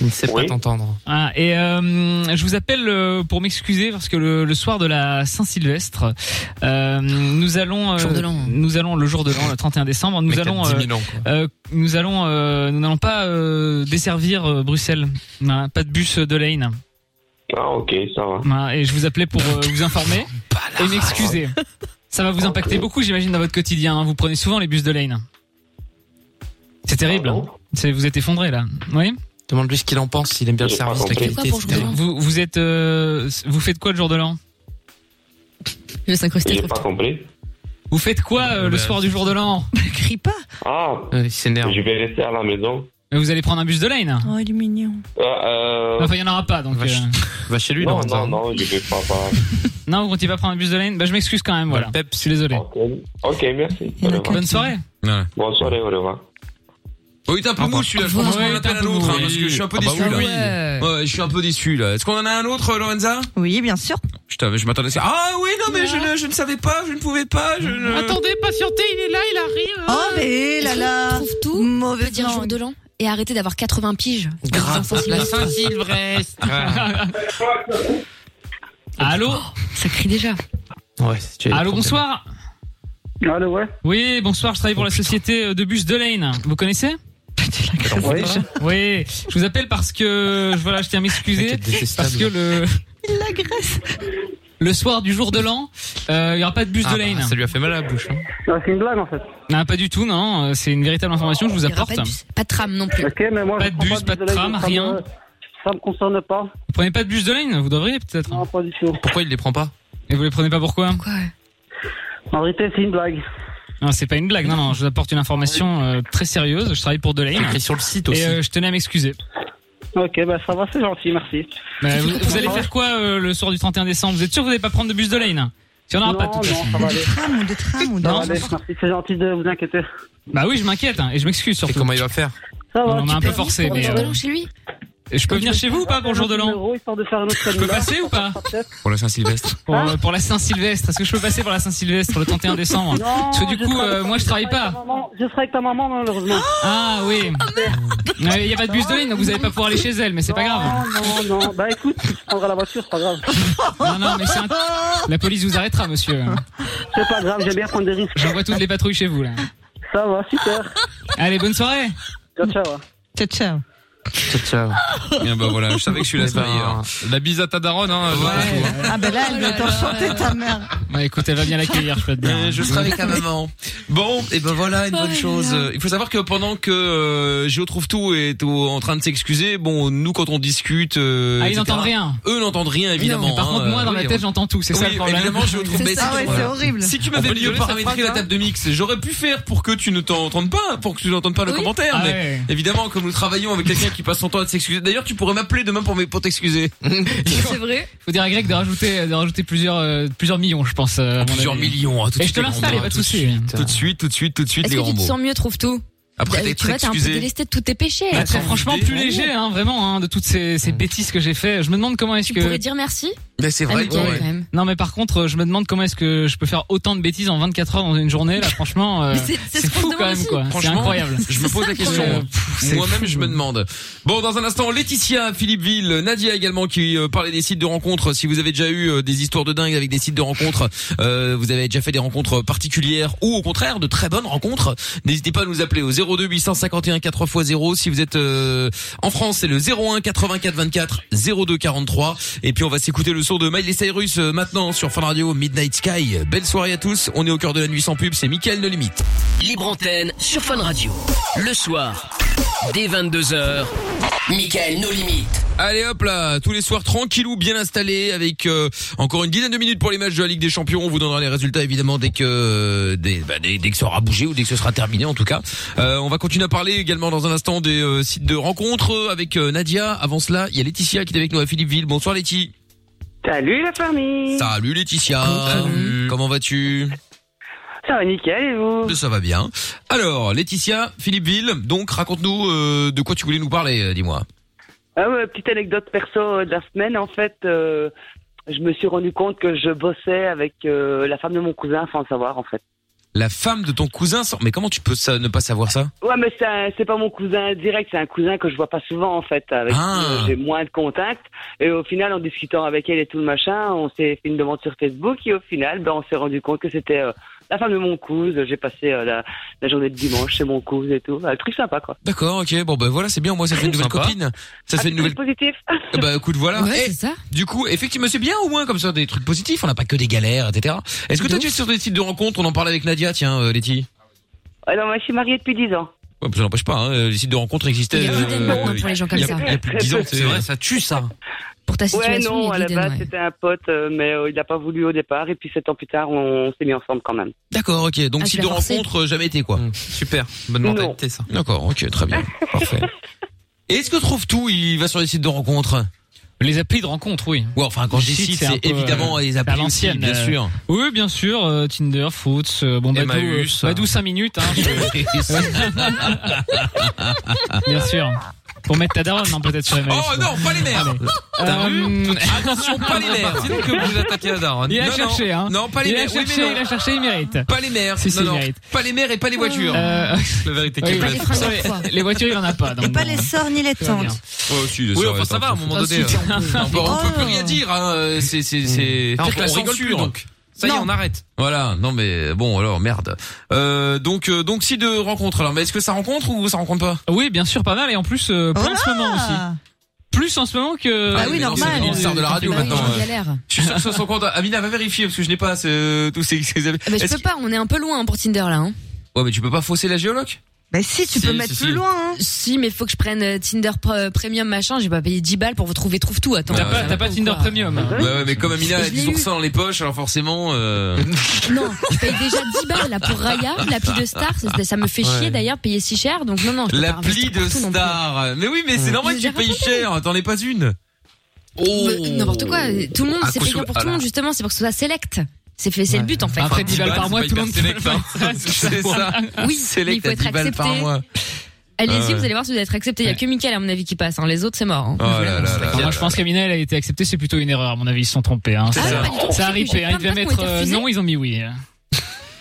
Il ne sait pas t'entendre. Ah, et euh, je vous appelle euh, pour m'excuser parce que le, le soir de la Saint-Sylvestre, euh, nous allons, euh, Jour de l'an. nous allons le jour de l'an, le 31 décembre, nous Mec a allons, 10 000 ans, euh, nous allons, euh, nous n'allons pas euh, desservir euh, Bruxelles. Voilà, pas de bus de Lane. Ah, ok, ça va. Voilà, et je vous appelais pour euh, vous informer et m'excuser. Ça va vous impacter beaucoup, j'imagine, dans votre quotidien. hein. Vous prenez souvent les bus de Lane. C'est terrible. hein. C'est- Vous êtes effondré là. Oui. Demande-lui ce qu'il en pense, s'il aime bien le service, la qualité, etc. Vous, vous êtes, euh, vous faites quoi le jour de l'an Je vais s'incruster. J'ai pas compris. Vous faites quoi Ah, euh, le Bah, soir du jour de l'an Ah, il s'énerve. Je vais rester à la maison. Mais Vous allez prendre un bus de Lane. Oh, il est mignon. Ah, euh... Enfin, il y en aura pas donc. euh, Va chez lui, non Lorenzo. hein. Non, non, je vais pas. pas. Non, vous continuez pas à prendre un bus de Lane. Bah, je m'excuse quand même. Voilà. je suis désolé. Ok, merci. Au revoir. Bonne soirée. Bonne soirée, au revoir. Oh, il est un peu mou celui-là, je Ouais, pense qu'on il en est appelle un un peu mou, autre, hein, parce que je suis un peu oui. déçu Ah là. bah Ouais, je suis un peu déçu là. Est-ce qu'on en a un autre, Lorenza Oui, bien sûr. Je, je m'attendais à ça. Ah oui, non mais je, ne, je ne savais pas, je ne pouvais pas, je ne... patientez, il est là, il arrive. Oh, mais là là. trouve tout. Mauvais peut dire jour de l'an et arrêtez d'avoir 80 piges. Grave. La Saint-Sylvestre. Ah, Allô Oh, Ça crie déjà. Ouais, Allô, bonsoir. Allô, ouais. Oui, bonsoir. Je Oh, travaille pour la société euh, de bus de Lane. Vous connaissez Ouais. Oui, je vous appelle parce que je- voilà, je tiens à m'excuser parce que le Il l'agresse. le soir du jour de l'an, euh, il y aura pas de bus Ah de bah, Lane. ça lui a fait mal à la bouche. hein. Non, Ah, c'est une blague en fait. Non, pas du tout, non. euh, C'est une véritable information que je vous Il y aura apporte. hein. Pas de, bus- pas de tram non plus. Ok, mais moi, Pas de bus, pas de tram, rien. Ça me concerne pas. Vous prenez pas de bus de Lane Vous devriez peut-être. Non, pas du tout. Pourquoi il les prend pas Et vous les prenez pas pourquoi En vérité, c'est une blague. Non, c'est pas une blague. Non, non, je vous apporte une information euh, très sérieuse. Je travaille pour Delane. écrit sur le site aussi. Et euh, je tenais à m'excuser. Ok, bah ça va, c'est gentil, merci. Bah, vous, vous allez faire quoi euh, le soir du 31 décembre Vous êtes sûr que vous n'allez pas prendre de bus de Lane Si on aura Non, pas de toute non, façon. ça va aller. Tram ou de tram ou de. Ça va aller, merci, c'est gentil de vous inquiéter. Bah oui, je m'inquiète hein, et je m'excuse surtout. Et comment il va faire Ça va, On tu a un peux peu forcé, venir mais. euh, pour le jour de l'an chez lui Je peux venir chez vous ou pas pour le jour de l'an Numéro, histoire de faire une autre Je peux celle-là. passer ou pas Pour la Saint-Sylvestre. pour, euh, pour la Saint-Sylvestre, est-ce que je peux passer pour la Saint-Sylvestre le 31 décembre Non, hein. Parce que du je coup, travaille euh, moi je travaille pas. Maman, Je serai avec ta maman, malheureusement. Ah oui. Euh, Il n'y a pas de bus de ligne, donc vous allez pas pouvoir aller chez elle, mais c'est pas grave. Non, non, non. Bah écoute, tu prendras la voiture, c'est pas grave. Non, non, mais c'est un... La police vous arrêtera, monsieur. C'est pas grave, j'aime bien prendre des risques. J'envoie toutes les patrouilles chez vous, là. Ça va, super. Allez, bonne soirée. Ciao, ciao. Ciao, ciao. Ciao, ciao. Bien, bah voilà, je savais que je suis la Eh ben, meilleure. La bise à ta daronne, hein. Ah, ben là, elle doit t'enchanter, ta mère. Bah écoute, elle va bien l'accueillir, je peux te dire. Euh, je serai avec la maman. Bon, et ben voilà une bonne Oh, chose. Euh, Il faut savoir que pendant que euh, Géo trouve tout est au- en train de s'excuser, bon, nous quand on discute, euh, Ah, ils etc., n'entendent rien. Eux n'entendent rien évidemment. Non, mais par hein, contre, moi, euh, dans oui, ma on- tête, j'entends tout. C'est ça Oui, le problème. Évidemment, Géo trouve. mais si- voilà. Si tu m'avais mieux paramétré la table de mix, j'aurais pu faire pour que tu ne t'entendes pas, pour que tu n'entendes pas le commentaire. Ah mais ouais. évidemment, comme nous travaillons avec quelqu'un qui passe son temps à s'excuser. D'ailleurs, tu pourrais m'appeler demain pour mes- pour t'excuser. C'est vrai. Faut dire à Greg de rajouter, de rajouter plusieurs, euh, plusieurs millions, je pense. euh, à mon Plusieurs avis. millions. hein, tout de Et je suite, te les l'installe, grands y a pas de mots, souci. Tout de suite, tout de suite, tout de suite, Est-ce les que grands tu te mots. sens mieux, trouve tout Bah, Après, t'es tu vois, t'es un peu excusé. délesté de tous tes péchés. Bah, très franchement, plus léger, hein, vraiment, hein, de toutes ces, ces bêtises que j'ai fait. Je me demande comment est-ce Tu que. pourrais dire merci. Mais Bah, c'est vrai, Ah, Mickaël, ouais. quand même. Non, mais par contre, euh, je me demande comment est-ce que je peux faire autant de bêtises en 24 heures dans une journée. Là, franchement, euh, Mais c'est- c'est ce c'est qu'on fou se quand demande même, aussi. quoi. C'est Franchement, incroyable. je me pose la question. Euh, pff, c'est Moi-même, fou. je me demande. Bon, dans un instant, Laetitia, Philippeville, Nadia également qui euh, parlait des sites de rencontres. Si vous avez déjà eu euh, des histoires de dingue avec des sites de rencontres, euh, vous avez déjà fait des rencontres particulières ou au contraire de très bonnes rencontres, n'hésitez pas à nous appeler au 02 851 4x0. Si vous êtes euh, en France, c'est le 01 84 24 02 43. Et puis on va s'écouter le son de Miley Cyrus euh, maintenant sur Fun Radio Midnight Sky. Belle soirée à tous. On est au cœur de la nuit sans pub. C'est Mickaël de Limite. Libre antenne sur Fun Radio. Le soir, dès 22h, Michael nos limites. Allez hop là, tous les soirs tranquillou, bien installé, avec euh, encore une dizaine de minutes pour les matchs de la Ligue des Champions. On vous donnera les résultats évidemment dès que euh, dès, bah, dès, dès que ça aura bougé ou dès que ce sera terminé en tout cas. Euh, on va continuer à parler également dans un instant des euh, sites de rencontres euh, avec euh, Nadia. Avant cela, il y a Laetitia qui est avec nous à Philippeville. Bonsoir Laetitia. Salut la famille. Salut Laetitia. Salut. Comment vas-tu Ça va nickel et vous Ça va bien. Alors Laetitia, Philippeville, donc raconte-nous euh, de quoi tu voulais nous parler, euh, dis-moi. Ah ouais, petite anecdote perso euh, de la semaine en fait. euh, je me suis rendu compte que je bossais avec euh, la femme de mon cousin sans le savoir en fait. La femme de ton cousin, sans- mais comment tu peux ça, ne pas savoir ça Ouais, mais c'est un- c'est pas mon cousin direct, c'est un cousin que je vois pas souvent en fait, avec Ah. qui euh, j'ai moins de contact. Et au final, en discutant avec elle et tout le machin, on s'est fait une demande sur Facebook et au final, ben, on s'est rendu compte que c'était euh, la femme de mon cousin. J'ai passé euh, la, la journée de dimanche chez mon cousin et tout. Un truc sympa quoi. D'accord, ok. Bon, ben voilà, c'est bien. Moi, ça fait une nouvelle copine. Ça fait une nouvelle. Positif. Ah Bah, écoute, voilà. Ouais, Eh, c'est ça. Du coup, effectivement, c'est bien au moins comme ça des trucs positifs. On n'a pas que des galères, etc. Est-ce que toi, tu es sur des sites de rencontres On en parlait avec Nadia, tiens, euh, Letty. Alors, moi, je suis mariée depuis 10 ans. Ouais, ça n'empêche pas. hein, les sites de rencontres existaient. Il y euh, a plus d'aide maintenant pour les gens comme il y a- ça. Il y a plus de 10 ans, c'est vrai. Ça tue ça. Pour ta Ouais, situation, non, il à est la vide, base, ouais. c'était un pote, euh, mais euh, il n'a pas voulu au départ. Et puis, sept ans plus tard, on, s'est mis ensemble quand même. D'accord, ok. Donc, Ah, tu sites l'as de forcé. rencontres, euh, jamais été quoi. Mmh. Super. Bonne Non. mentalité, ça. D'accord, ok, très bien. Parfait. Et Est-ce que trouve tout Il va sur les sites de rencontres. Les applis de rencontres, oui. Ouais, enfin, quand je dis sites, un c'est peu, évidemment euh, les à applis aussi, l'ancienne, bien euh, sûr. Oui, bien sûr. euh, Tinder, Foots, euh, bon, Badou, Emmaüs, euh, Badou 5 minutes. Hein, bien sûr. Pour mettre ta daronne, non, peut-être sur Emmaüs. Oh non, pas les nerfs Euh, T'as vu Attention, pas les nerfs Sinon que vous attaquez la daronne. Il a Non, non. cherché, hein. Non, pas les il nerfs, A oui, mais cherché, non. Il a cherché, il mérite. Pas les mères, Si, si, non, il non. mérite. Pas les mères et pas les voitures. Euh, La vérité oui, qu'elle les, reste. voitures, les- les voitures, il en a pas. donc Et pas bon. les sorts ni les Tout va bien. tentes. Ouais, aussi, Oui, ça enfin, va, ça va, à un moment ça donné, suffit. euh, on, peut, hein. on peut plus rien dire, hein. euh, C'est, c'est, c'est. Ah, on- pire que la on rigole censure. plus, donc. Ça y est, Non. on arrête. Voilà. Non, mais bon, alors merde. Euh, donc, euh, donc si de rencontre. Alors, mais est-ce que ça rencontre ou ça rencontre pas Oui, bien sûr, pas mal. Et en plus, euh, plein en ce moment aussi. Plus en ce moment que. Ah oui, normal. c'est Il sort de la radio Bah oui, maintenant, j'en euh. galère. Je suis sûr que sur son compte. Amina va vérifier parce que je n'ai pas ce- tous ces. ces- Ah bah, je Est-ce peux pas, on est un peu loin hein, pour Tinder là. Hein. que- Ouais, mais tu peux pas fausser la géologue. Bah si, tu Si, peux si, mettre si. plus loin, hein. Si, mais faut que je prenne euh, Tinder Pre- Premium machin. J'ai pas payé 10 balles pour vous trouver trouve tout. Attends. T'as ça pas- va t'as pas ou Tinder quoi Premium. hein. Ouais, ouais, mais comme Amina Je a l'ai 10 eu. oursins dans les poches, alors forcément. Euh... Non, je paye déjà 10 balles là pour Raya, l'appli de Star. Ça, ça me fait Ouais. chier d'ailleurs, payer si cher. Donc non, non. je peux pas L'appli investir de partout non plus. star. Mais oui, mais Ouais. c'est normal Je que vous tu ai payes raconté. cher. T'en es pas une. Mais N'importe quoi. Tout le monde, Oh. Ah, c'est cause- payant pour ah, tout le là. monde justement. C'est pour que ce soit select. C'est fait, c'est le but en fait. Après 10 balles par mois, tout le monde peut select, hein. le faire. C'est ça. Oui, mais il Select faut à être 10 balles par accepté. mois. Allez-y, Ah ouais. vous allez voir si vous allez être accepté. Il y a que Mickaël à mon avis qui passe. hein. Les autres, c'est mort. hein. Oh là là là là. Moi, je pense qu'Amina, elle a été acceptée, c'est plutôt une erreur, à mon avis, ils se sont trompés. Hein. Ah, Ça- pas du tout. Ça a J'ai ripé, plein hein. ils de devaient mecs qui ont mettre été euh, refusés. non, ils ont mis oui.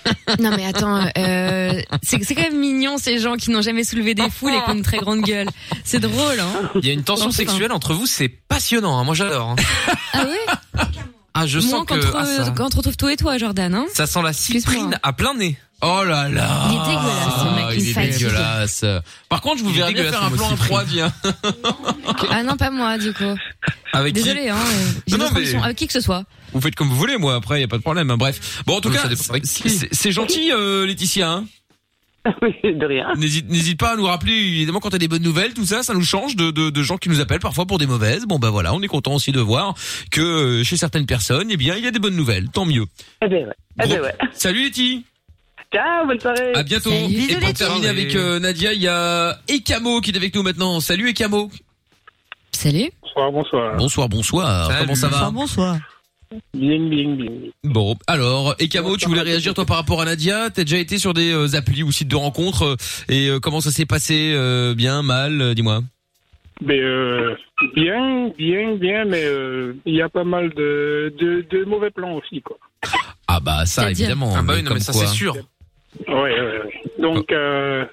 Non mais attends, euh, c'est c'est quand même mignon ces gens qui n'ont jamais soulevé des foules et qui ont une très grande gueule. C'est drôle, hein Il y a une tension Enfin. sexuelle entre vous, c'est passionnant. hein. Moi, j'adore. hein. Ah ouais Ah, je Moins sens que qu'entre euh, ah, ça, qu'entre toi et toi, Jordan, hein ça sent la cyprine à plein nez. Oh là là. Il est dégueulasse, ce mec, Ah, il il est fatigue. dégueulasse. Par contre, je vous Il est verrais bien dégueulasse, faire un le mot plan à cyprine. trois, viens. Ah non, pas moi, du coup. Avec qui Désolé, hein. euh, J'ai Non, d'autres non, mais- ambitions. Avec qui que ce soit. Vous faites comme vous voulez, moi. Après, y a pas de problème. hein. Bref. Bon, en tout Ça cas, dépend avec c'est- c'est c'est gentil, euh, Laetitia. hein. de rien. N'hésite, n'hésite pas à nous rappeler, évidemment, quand t'as des bonnes nouvelles, tout ça, ça nous change de, de, de gens qui nous appellent parfois pour des mauvaises. Bon, bah voilà, on est content aussi de voir que euh, chez certaines personnes, eh bien, il y a des bonnes nouvelles. Tant mieux. Eh ben ouais. Eh ben Gros- ouais. Salut Letty. Ciao, bonne soirée. À bientôt. Et pour terminer avec euh, Nadia, il y a Ekamo qui est avec nous maintenant. Salut Ekamo. Salut. Bonsoir, bonsoir. Bonsoir, bonsoir. Salut. Comment ça va Bonsoir, bonsoir. Bing, bing, bing. Bon, alors, Ekamo, tu voulais réagir toi par rapport à Nadia T'as déjà été sur des euh, applis ou sites de rencontres euh, et euh, comment ça s'est passé euh, Bien, mal euh, Dis-moi. Mais euh, bien, bien, bien, mais euh, il y a pas mal de, de, de mauvais plans aussi, quoi. Ah bah ça, évidemment. Ah bah oui, mais non, comme mais ça, quoi. c'est sûr. Oh. Ouais, ouais, ouais. Donc, euh,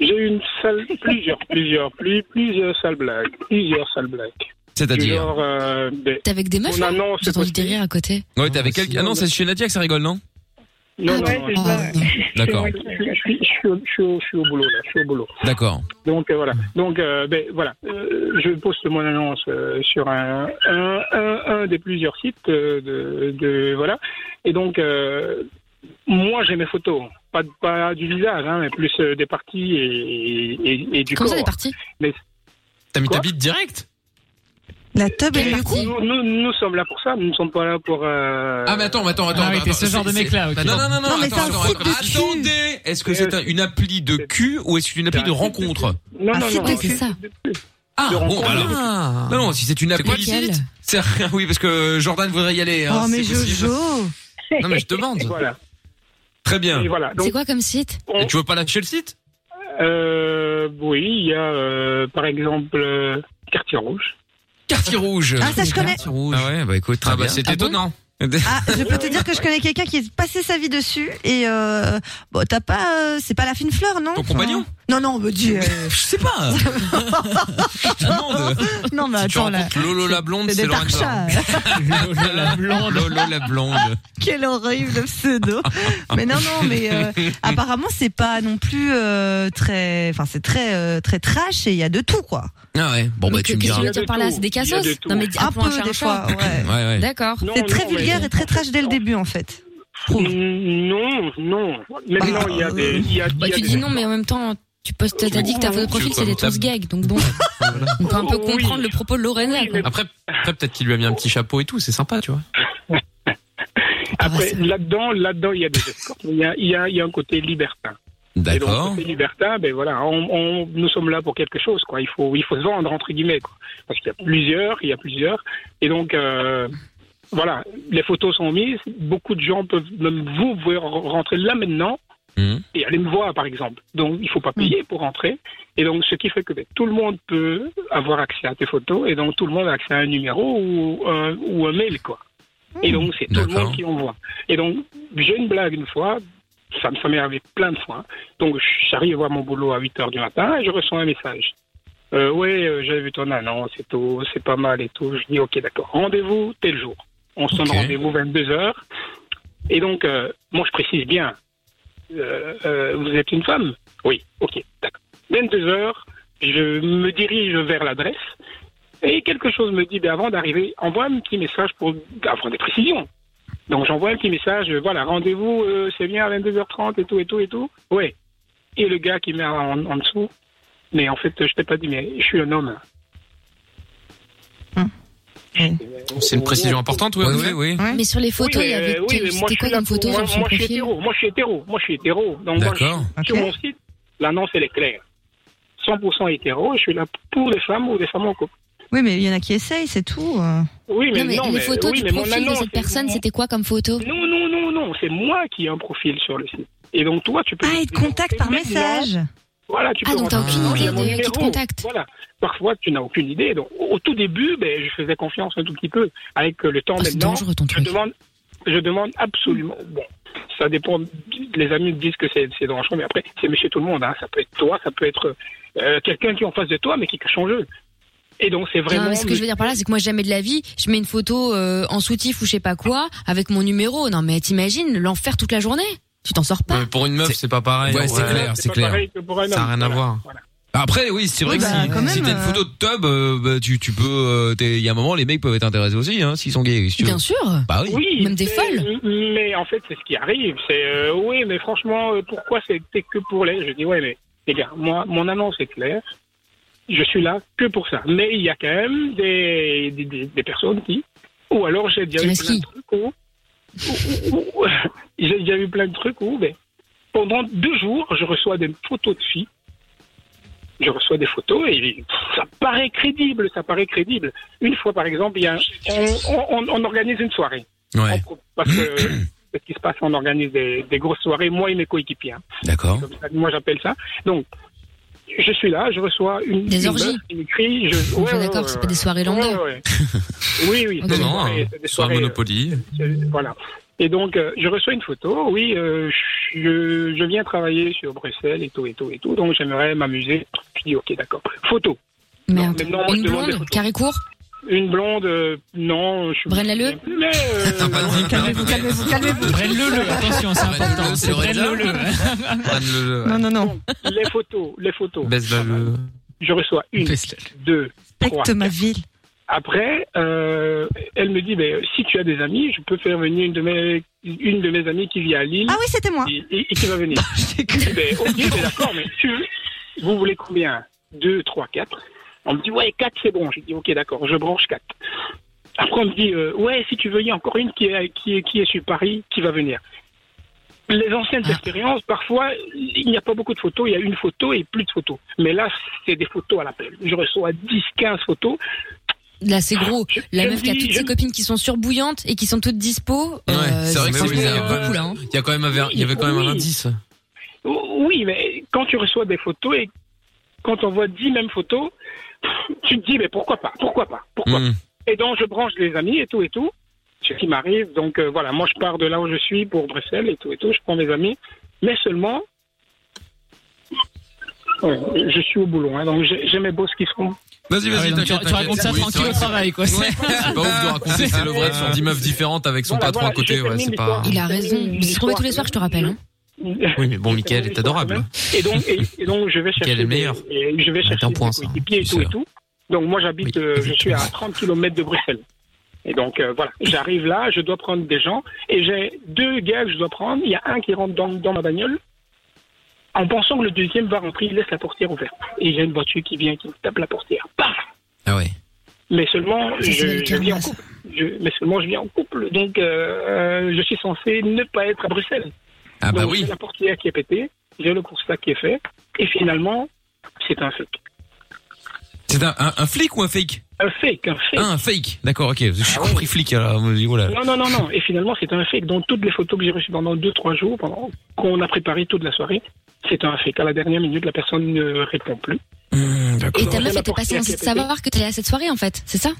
j'ai eu une sale, plusieurs, plusieurs, plus, plusieurs sales blagues, plusieurs sales blagues. C'est-à-dire Genre, euh, des- T'es avec des meufs, On là annonce J'ai entendu des rires à côté. Ouais, t'es avec quelqu'un. Ah non, c'est chez Nadia que ça rigole, non Ah Non, non, non, non, non. D'accord. Je suis- je suis- je suis au- je suis au- je suis au boulot, là, je suis au boulot. D'accord. Donc euh, voilà. Donc euh, ben, voilà. Euh, je poste mon annonce euh, sur un, un, un, un des plusieurs sites euh, de, de- voilà. Et donc euh, moi j'ai mes photos, pas de- pas du visage, hein, mais plus euh, des parties et, et, et du Comment ça, corps. des parties Mais t'as mis ta bite direct. La teub et nous, nous, nous sommes là pour ça, nous ne sommes pas là pour. euh, Ah mais attends, mais attends, attends. Ah oui, attends, t'es attends, ce genre c'est- de mec c'est- là, ok. Bah Non, non, non, Non, mais attends, c'est un attends, site de attends. cul. Attendez, est-ce que c'est un- une appli de cul ou est-ce une appli de rencontre Non, non, non. Ah, De bon, rencontre. alors. Ah. Non, non, si c'est une appli. quoi le site C'est rien, oui, parce que Jordan voudrait y aller. Hein, Oh, mais c'est possible. Non, mais je demande. Voilà. Très bien. Et voilà. C'est Donc, quoi comme site on- Ah. Et tu veux pas lâcher le site Euh, oui, il y a euh, par exemple euh, Quartier Rouge. Quartier rouge. Ah, ça, je connais. Quartier rouge. Ah bah, ouais, bah écoute, très Ah bah, bien. c'est Ah bon étonnant. Ah, je peux te dire que je connais quelqu'un qui est passé sa vie dessus et euh, bon, t'as pas, euh, c'est pas la fine fleur, non Ton compagnon Non, non, bah, dis, euh, Je sais pas. non, mais Si tu Bah, attends là. rencontres Lolo la blonde, c'est c'est des Lorenzo. tarchas. Lolo la blonde. Lolo la blonde. Quel horrible pseudo. Mais non, non, mais euh, apparemment c'est pas non plus euh, très, enfin c'est très euh, très trash et il y a de tout quoi. Ah ouais. Bon, bah, tu Qu'est-ce que me diras. tu veux dire par là C'est des Il y a cassos de tout. Non, mais Un appelons peu, chat des un fois, chat. ouais. Ouais, ouais. D'accord. C'est très non, vulgaire mais- et très trash dès le début en fait. Mm, Non, non. Même non, il y a des. il Y a, Bah, il y a tu des- dis non, mais en même temps, tu postes, t'as dit que ta photo de profil, c'est des tous gags, donc bon. On peut un peu comprendre le propos de Lorena. quoi. Après, après peut-être qu'il lui a mis un petit chapeau et tout, c'est sympa, tu vois. Après, là-dedans, là-dedans, il y a des escortes. Il y a, il y a, il y a un côté libertin. Et donc, D'accord. côté libertin, ben voilà, on, on- nous sommes là pour quelque chose, quoi. Il faut, il faut se vendre entre guillemets, quoi. Parce qu'il y a plusieurs, il y a plusieurs, et donc. euh, voilà, les photos sont mises. Beaucoup de gens peuvent, même vous, vous pouvez re- rentrer là maintenant et aller me voir, par exemple. Donc, il faut pas payer pour rentrer. Et donc, ce qui fait que ben, tout le monde peut avoir accès à tes photos et donc tout le monde a accès à un numéro ou, un- ou un mail, quoi. Et donc, c'est tout le monde qui envoie. Et donc, j'ai une blague une fois, ça me ça m'est arrivé plein de fois. Donc, j'arrive à mon boulot à 8 heures du matin et je reçois un message. Euh, ouais, euh, j'avais vu ton annonce et tout, c'est pas mal et tout. Je dis, ok, d'accord, rendez-vous tel jour. On se donne rendez-vous 22 heures. Et donc, euh, moi, je précise bien, euh, euh, vous êtes une femme Oui, ok, d'accord. 22 heures, je me dirige vers l'adresse et quelque chose me dit, ben, avant d'arriver, envoie un petit message pour avoir des précisions. Donc j'envoie un petit message, euh, voilà, rendez-vous, euh, c'est bien à 22h30 et tout et tout et tout. Ouais. Et le gars qui met en, en dessous, mais en fait, je t'ai pas dit, mais je suis un homme. C'est une précision importante, oui. Ouais, oui, oui. Mais sur les photos, Oui, il y mais- avait. oui, mais moi, C'était je quoi suis là comme pour- photo moi, sur son moi, je suis profil hétéro. Moi, je suis hétéro. Moi, je suis hétéro. Donc, moi, je- D'accord. sur mon site, l'annonce, elle est claire. 100% hétéro, je suis là pour les femmes ou les femmes en couple. Oui, mais il y en a qui essayent, c'est tout. euh. Oui, Non, mais non, mais les mais- photos oui, du mais mon profil de annonce, cette personne, c'est- c'était quoi comme photo Non, non, non, non, c'est moi qui ai un profil sur le site. Et donc, toi, tu peux. Ah, il te contacte par message. Voilà, tu Ah, peux donc t'as rentrer aucune dans idée le de qui te numéro. contacte. Voilà. Parfois, tu n'as aucune idée. Donc, au au tout début, ben, je faisais confiance un tout petit peu. Avec euh, le Oh, temps maintenant, je demande, je demande absolument. Bon, ça dépend. Les amis me disent que c'est c'est dangereux, mais après, c'est monsieur tout le monde. hein. Ça peut être toi, ça peut être euh, quelqu'un qui est en face de toi, mais qui cache en jeu. Et donc, c'est Non, vraiment. mais ce que je veux dire par là, c'est que moi jamais de la vie, je mets une photo euh, en soutif ou je sais pas quoi avec mon numéro. Non, mais t'imagines l'enfer toute la journée Tu t'en sors pas. Ouais, Euh, pour une meuf, c'est pas pareil. Ouais, c'est clair, c'est clair. Ça n'a rien à voir. Après, oui, c'est vrai Oui, que bah, si- quand si, même, t'as une photo de tub, euh, bah, tu, tu peux. euh, t'es- Il y a un moment, les mecs peuvent être intéressés aussi, hein, s'ils sont gays. si tu veux. Bien sûr. Bah oui. Même des mais- folles. Mais en fait, c'est ce qui arrive. C'est euh, oui, mais franchement, euh, pourquoi c'était que pour les Je dis ouais, mais les gars, moi, mon annonce est claire. Je suis là que pour ça. Mais il y a quand même des des, des- des personnes qui, ou alors j'ai déjà eu plein de trucs où, où- où- où- j'ai déjà eu plein de trucs où, ben, pendant deux jours, je reçois des photos de filles. Je reçois des photos et ça paraît crédible, ça paraît crédible. Une fois, par exemple, il y a, on- on- on organise une soirée parce que ce qui se passe, on organise des, des grosses soirées, moi et mes coéquipiers. hein. D'accord. Comme ça, Moi, j'appelle ça. Donc, je suis là, je reçois une. Des une orgies. meuf qui m'écrit, je. On est d'accord, c'est pas des soirées lambda. Oui, oui. hein. c'est des Non, soirées- non, c'est des soit soirées, Monopoly. euh, voilà. Et donc, euh, je reçois une photo. Oui, euh, je, je viens travailler sur Bruxelles et tout, et tout, et tout. Donc, j'aimerais m'amuser. Je dis, ok, d'accord. Photo. Merde. mais non, moi, une je demande des blonde, photos. carré court. Une blonde, euh, non, je suis. Brenne Lalleux Mais. euh, Calmez-vous, calmez-vous, calmez-vous. Brenne-le-le, attention, c'est important. C'est brenne-le-le. Brenne-le. Non, non, non. les photos, les photos. Baisse-la Euh, le. Je reçois une, deux, trois. Respecte ma quatre. ville. Après, euh, elle me dit, ben, si tu as des amis, je peux faire venir une de mes, une de mes amies qui vit à Lille. Ah oui, c'était moi. Et, et- et qui va venir. Je dis, ben, ok, ben, d'accord, mais tu veux- vous voulez combien Deux, trois, quatre. On me dit, ouais, quatre, c'est bon. Je dis, ok, d'accord, je branche quatre. Après, on me dit, euh, ouais, si tu veux, il y a encore une qui est, qui, est, qui est sur Paris, qui va venir. Les anciennes expériences, parfois, il n'y a pas beaucoup de photos, il y a une photo et plus de photos. Mais là, c'est des photos à l'appel. Je reçois 10, 15 photos. Là, c'est gros. La Ah, je meuf qui a dis- toutes ses copines qui sont surbouillantes et qui sont toutes dispo. Ouais, euh, c'est vrai que c'est c'est bizarre. vraiment beaucoup, là, hein. Il y a quand même un ver- il y avait quand même un Oui. indice. Oui, mais quand tu reçois des photos et quand on voit 10 mêmes photos, tu te dis, mais pourquoi pas Pourquoi pas Pourquoi Et donc, je branche les amis et tout et tout. Ce qui m'arrive. Donc, euh, voilà, moi, je pars de là où je suis pour Bruxelles et tout et tout. Je prends mes amis. Mais seulement, Ouais, je suis au boulot, hein, donc j'ai j'ai mes boss qui font. Vas-y, vas-y, Ah ouais, donc t'inquiète, tu- tu t'inquiète. racontes ça Oui, c'est tranquille vrai au que c'est- travail, quoi. Ouais. C'est pas ouf de raconter, c'est le vrai sur 10 meufs différentes avec son Voilà, patron à voilà, côté, je ouais, termine c'est pas. Il a raison. Il se trouvait tous les soirs, je te rappelle. hein. Oui, mais bon, Michael est adorable. Et donc, et, et donc je vais chercher. Quel est le meilleur des- et Je vais chercher un des point, ça, coéquipiers et tout et tout. Donc moi j'habite, euh, je suis à 30 km de Bruxelles. Et donc euh, voilà, j'arrive là, je dois prendre des gens et j'ai deux gars que je dois prendre. Il y a un qui rentre dans, dans ma bagnole en pensant que le deuxième va rentrer, il laisse la portière ouverte. Et il y a une voiture qui vient qui me tape la portière. Paf Mais seulement Ça, c'est je, le je vis en karma, ça. couple. Je- mais seulement je vis en couple, donc euh, euh, je suis censé ne pas être à Bruxelles. Ah bah oui. La portière qui est pétée, j'ai le constat qui est fait, et finalement, c'est un fake. C'est un, un, un flic ou un fake Un fake, un fake. Ah, un fake, d'accord, ok. J'ai compris flic, alors, on me dit, voilà. Non, non, non, non. Et finalement, c'est un fake. Donc, toutes les photos que j'ai reçues pendant 2-3 jours, pendant qu'on a préparé toute la soirée, c'est un fake. À la dernière minute, la personne ne répond plus. Hmm, Et ta J'ai meuf la était pas portière qui censée a pété. savoir que t'allais à cette soirée, en fait. C'est ça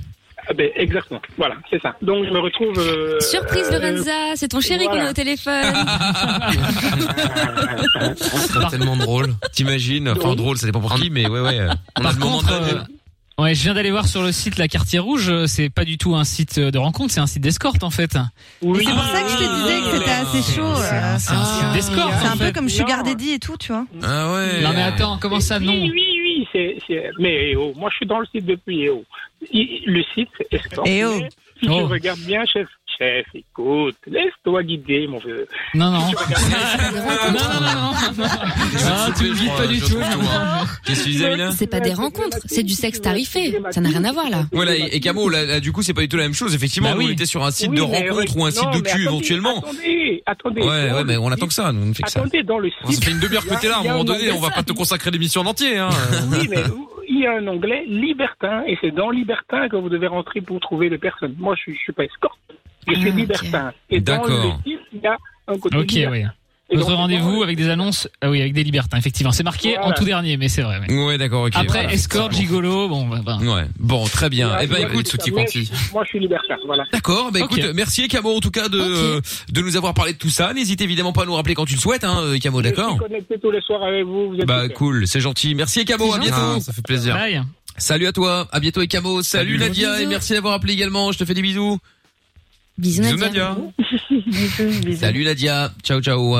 Ah, ben, exactement. Voilà, c'est ça. Donc, je me retrouve. euh, Surprise, euh, Lorenza. C'est ton chéri qu'on a au téléphone. C'est tellement drôle. T'imagines Enfin, drôle, ça dépend pour qui, mais ouais, ouais. On a Par le moment contre, euh, ouais, je viens d'aller voir sur le site la Quartier Rouge. euh, C'est pas du tout un site euh, de rencontre, c'est un site d'escorte en fait. C'est pour ça que je te disais que c'était assez chaud. euh, C'est un site d'escorte. C'est en un fait. peu comme Sugar Daddy et tout, tu vois. Ah ouais. Non mais attends, comment ça non Oui, oui, oui, c'est, c'est- mais eh oh, moi je suis dans le site depuis eh oh. I- Le site est sorti, Eh oh. mais Si Oh. tu regardes bien, chef, chef, écoute, laisse-toi guider, mon vieux. Non non. Ah, tu me pas du tout. hein. Qu'est-ce que tu disais, Mina C'est pas des rencontres, c'est du sexe tarifé. Ça n'a rien à voir là. Voilà, et et Camo, là, là, du coup, c'est pas du tout la même chose. Effectivement, Bah nous, on oui. était sur un site Oui, de mais rencontre ouais, ou un site non, de mais cul attendez, éventuellement. Attendez, attendez. Ouais, dans ouais, le mais on site- attend que ça, nous, on ne fait que ça. Attendez, dans le Ça site, fait une demi-heure il y a- que t'es là, à un il y a moment donné, onglet- on va pas te consacrer l'émission en entier, hein. Oui, mais il y a un onglet libertin, et c'est dans libertin que vous devez rentrer pour trouver les personnes. Moi, je, suis- je suis pas escorte, je suis libertin. Et dans le D'accord. site, il y a un côté Ok, libertin. oui. Et Notre donc, rendez-vous avec des annonces, ah oui, avec des libertins, effectivement. C'est marqué en Voilà. tout dernier, mais c'est vrai. ouais. Ouais, d'accord, ok. Après, voilà. escort, gigolo, bon, bah, bah. Ouais. Bon, très bien. Eh ben, Voilà, écoute, c'est ça. Souti Quanti. Moi, je suis libertin, voilà. D'accord, bah écoute, merci Camo en tout cas de de nous avoir parlé de tout ça. N'hésite évidemment pas à nous rappeler quand tu le souhaites, hein, euh, Camo, Je d'accord suis connecté tous les soirs avec vous. vous êtes Bah super. cool, c'est gentil. Merci Camo, C'est à bientôt. gentil. Ah, ça fait plaisir. Bye. Salut à toi, à bientôt Camo. Salut, Salut. Nadia Bisous. et merci d'avoir appelé également. Je te fais des bisous. Bisous Nadia. Salut Nadia, ciao ciao.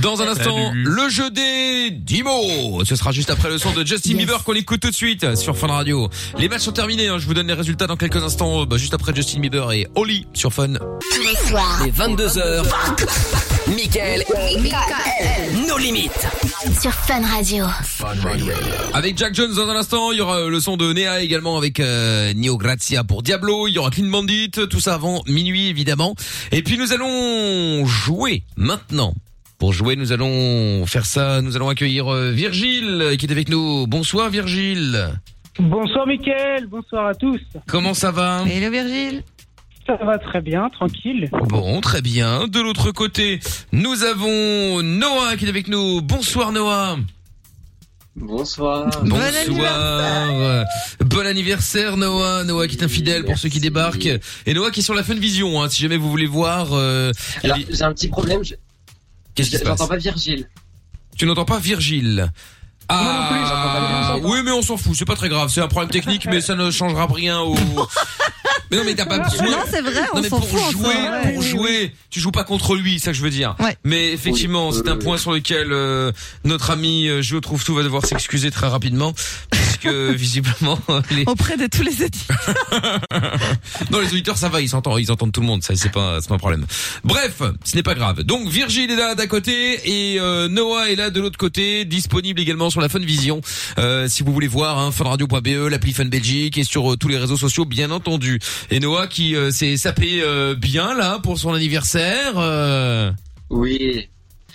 Dans un instant, le jeu des 10 mots. Ce sera juste après le son de Justin Bieber qu'on écoute tout de suite sur Fun Radio. Les matchs sont terminés, hein. je vous donne les résultats dans quelques instants, euh, bah, juste après Justin Bieber et Oli sur Fun. Tous les soirs. Les 22h. Michael. Nos limites. Sur Fun Radio. Avec Jack Jones dans un instant, il y aura euh, le son de Néa également avec euh, Neo Grazia pour Diablo, il y aura Clean Bandit, tout ça avant minuit évidemment. Et puis nous allons jouer maintenant. Pour jouer, nous allons faire ça, nous allons accueillir euh, Virgile euh, qui est avec nous. Bonsoir Virgile. Bonsoir Mickaël, bonsoir à tous. Comment ça va Hello Virgile. Ça va très bien, tranquille. Bon, très bien. De l'autre côté, nous avons Noah qui est avec nous. Bonsoir Noah. Bonsoir. Bonsoir. Bon anniversaire Noah. Noah qui est infidèle pour ceux qui débarquent. Et Noah qui est sur la Funvision. Hein, si jamais vous voulez voir. euh, Alors, il- j'ai un petit problème. je- Qu'est-ce qui se passe J'entends pas Virgile. Tu n'entends pas Virgile. Ah j'entends pas. oui mais on s'en fout. C'est pas très grave. C'est un problème technique mais ça ne changera rien au. Mais non mais t'as pas besoin. Non, c'est vrai, on mais s'en pour fout. en jouer, soi, ouais. pour jouer, tu joues pas contre lui, c'est ça que je veux dire. Ouais. Mais effectivement, c'est un point sur lequel euh, notre ami euh, Je trouve tout va devoir s'excuser très rapidement parce que visiblement euh, les Auprès de tous les auditeurs. non, les auditeurs, ça va, ils s'entendent, ils entendent tout le monde, ça, c'est pas, c'est pas un problème. Bref, ce n'est pas grave. Donc, Virgile est là d'un côté et euh, Noah est là de l'autre côté, disponible également sur la Fun Vision. Euh, si vous voulez voir, hein, funradio.be, l'appli Fun Belgique et sur euh, tous les réseaux sociaux, bien entendu. Et Noah qui euh, s'est sapé euh, bien là pour son anniversaire. euh, Oui.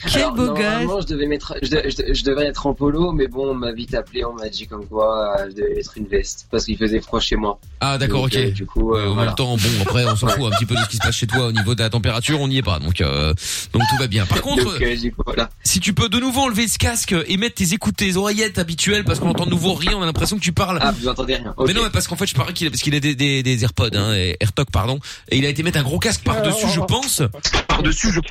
Quel Alors, beau normalement, gosse. je devais mettre, je, de- je de- je devais être en polo, mais bon, on m'a vite appelé, on m'a dit comme quoi euh, je devais mettre une veste parce qu'il faisait froid chez moi. Ah d'accord, Donc, ok. euh, du coup, euh, en voilà. même temps, bon, après, on s'en fout un petit peu de ce qui se passe chez toi au niveau de la température, on n'y est pas, donc euh, donc tout va bien. Par contre, Donc, euh, du coup, voilà. si tu peux de nouveau enlever ce casque et mettre tes écoutes, tes oreillettes habituelles, parce qu'on entend de nouveau rien, on a l'impression que tu parles. Ah, vous entendez rien. ok. Mais non, mais parce qu'en fait, je parie qu'il a, parce qu'il a des, des, des AirPods, hein, et- AirTalk, pardon, et il a été mettre un gros casque par-dessus, je pense. Par-dessus, je...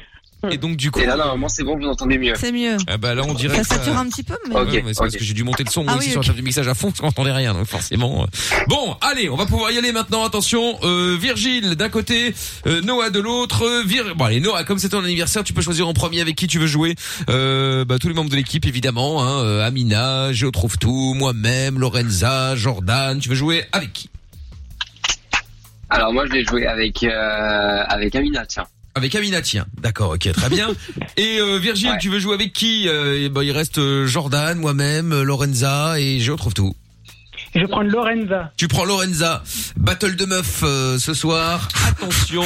Et donc, du coup... Et là, normalement, c'est bon, vous entendez mieux. C'est mieux. Ah bah là, on dirait Ça que sature un petit peu, mais. Ouais, mais c'est parce que j'ai dû monter le son Ah aussi oui, sur ok. la table du mixage à fond, parce qu'on n'entendait rien, donc forcément. euh. Bon, allez, on va pouvoir y aller maintenant. Attention, euh, Virgile d'un côté, euh, Noah de l'autre. euh, Vir... Bon, allez, Noah, comme c'est ton anniversaire, tu peux choisir en premier avec qui tu veux jouer. Euh, bah, tous les membres de l'équipe, évidemment. Hein, euh, Amina, Géo trouve tout, moi-même, Lorenza, Jordan. Tu veux jouer avec qui Alors moi, je vais jouer avec euh, avec Amina, tiens. Avec Amina, tiens. D'accord, ok, très bien. Et euh, Virgile, tu veux jouer avec qui Euh, eh ben, Il reste euh, Jordan, moi-même, euh, Lorenza et Géo trouve tout. Je prends Lorenza. Tu prends Lorenza. Battle de meufs euh, ce soir. Attention.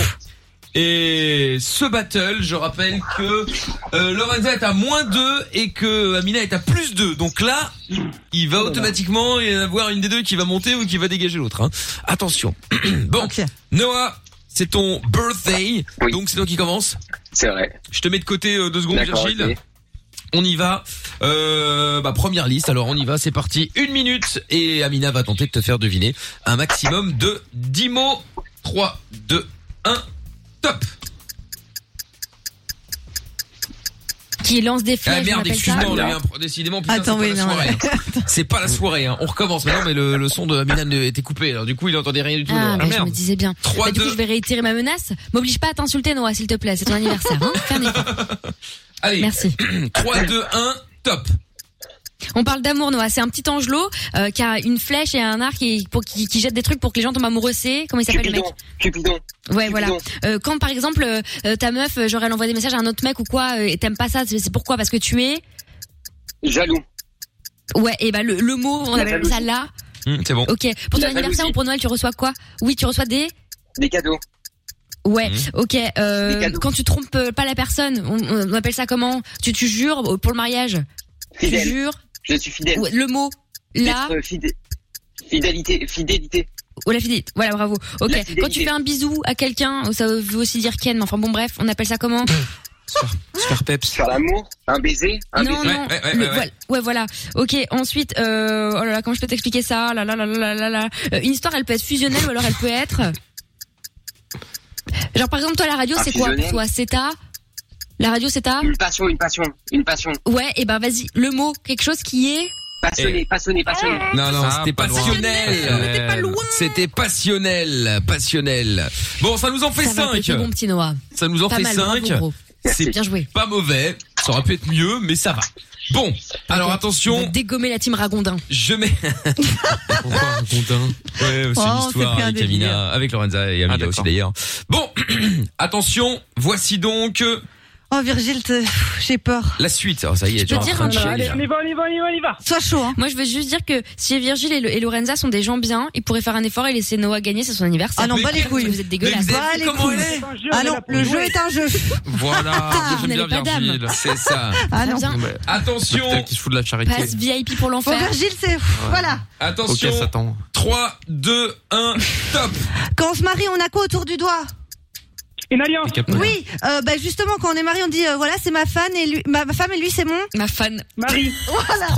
Et ce battle, je rappelle que euh, Lorenza est à moins 2 et que Amina est à plus 2. Donc là, il Oh va automatiquement y en avoir une des deux qui va monter ou qui va dégager l'autre. hein. Attention. bon, Noah, c'est ton birthday. Donc c'est toi qui commence. C'est vrai. Je te mets de côté euh, deux secondes, D'accord, Virgile. ok. On y va. Euh, bah, première liste. Alors on y va. C'est parti. Une minute et Amina va tenter de te faire deviner un maximum de 10 mots. 3, 2, 1. Top. Qui lance des flèches. Ah merde, on appelle excuse-moi, ça. on a eu un pro- décidément putain, Attends, c'est oui, pas non, la soirée. hein. C'est pas la soirée. hein. On recommence. Mais non, mais le, le son de Amina ne- était coupé. Alors du coup, il entendait rien du tout. Ah, Ah, bah, je merde. me disais bien. Trois, Bah, du coup, deux. je vais réitérer ma menace. M'oblige pas à t'insulter, Noah, s'il te plaît. C'est ton anniversaire. Hein Fais un effort. Allez. Merci. 3, 2, 1. Top. On parle d'amour, Noah. C'est un petit angelot euh, qui a une flèche et un arc et pour, qui, qui jette des trucs pour que les gens tombent amoureux. C'est comment il s'appelle le mec Cupidon. Ouais, voilà. Euh, quand par exemple euh, euh, ta meuf, euh, genre elle envoie des messages à un autre mec ou quoi, euh, et t'aimes pas ça, c'est c'est pourquoi Parce que tu es. Jaloux. Ouais, et bah le, le mot, on La appelle jalousie. ça là. Hum, c'est bon. Ok. Pour ton La anniversaire jalousie. ou pour Noël, tu reçois quoi Oui, tu reçois des. Des cadeaux. Ouais, Mhm. ok. euh, Des cadeaux. quand tu trompes euh, pas la personne, on, on appelle ça comment tu, tu jures euh, pour le mariage Tu Fidèle. jures Je suis fidèle. Ouais, Le mot là Être fidé- Fidélité. Fidélité. Oh la fidélité, voilà bravo. Ok, La quand tu fidélité. fais un bisou à quelqu'un, ça veut aussi dire Ken, mais enfin bon bref, on appelle ça comment Super peps. Faire l'amour. Un baiser. Un Non, baiser. non, le- voilà, ouais, voilà. Ok, ensuite, euh, oh là là, comment je peux t'expliquer ça Oh là là là là là là là. Euh, Une histoire, elle peut être fusionnelle ou alors elle peut être... euh, Genre par exemple, toi la radio, Ah, c'est quoi pour fusionnelle. toi C'est ta... La radio, c'est ta... Une passion. Une passion. Une passion. Ouais, et ben vas-y, le mot, quelque chose qui est... Passionné. Passionné. Passionné. Non, non, Ah, c'était pas loin. passionnel. C'était passionnel, passionnel. Bon, ça nous en fait Ça va, t'es 5. bon petit Noah. Ça nous en Pas fait mal, 5. bravo, gros. C'est Bien joué. Pas mauvais. Ça aurait pu être mieux, mais ça va. Bon, alors attention, Dégommer la team Ragondin. je mets. Pourquoi un contin Oh, Oh, Ouais, c'est on une s'est histoire fait un avec délire. Amina, avec Lorenza et Amina aussi d'ailleurs. Bon, attention, voici donc euh, Oh, Virgile, t'es- pff, j'ai peur. la suite. Alors ça y est, tu es en train de chialer, va, là. on y va, on y va, on y va. Sois chaud. hein. Moi, je veux juste dire que si Virgile et, le- et Lorenza sont des gens bien, ils pourraient faire un effort et laisser Noah gagner, c'est son anniversaire. Ah non, pas bas les couilles. Vous êtes dégueulasse. Mais vous avez Bas vu les comment couilles. elle est Ah non, le jeu est un jeu. Voilà, Vous j'aime n'avez bien pas d'âme. Virgile. C'est ça. Bah, Ah non. Ouais. Attention. Peut-être qu'il se fout de la charité. Passe VIP pour Pour l'enfer. Oh, Virgile, c'est. Voilà. Attention. Ok, Satan. 3, 2, 1, top. Quand on se marie, on a quoi autour du doigt Une alliance. Oui, euh, bah justement, quand on est marié, on dit euh, voilà, c'est ma fan et lui, ma, ma femme et lui, c'est mon. Ma fan. Marie. Voilà.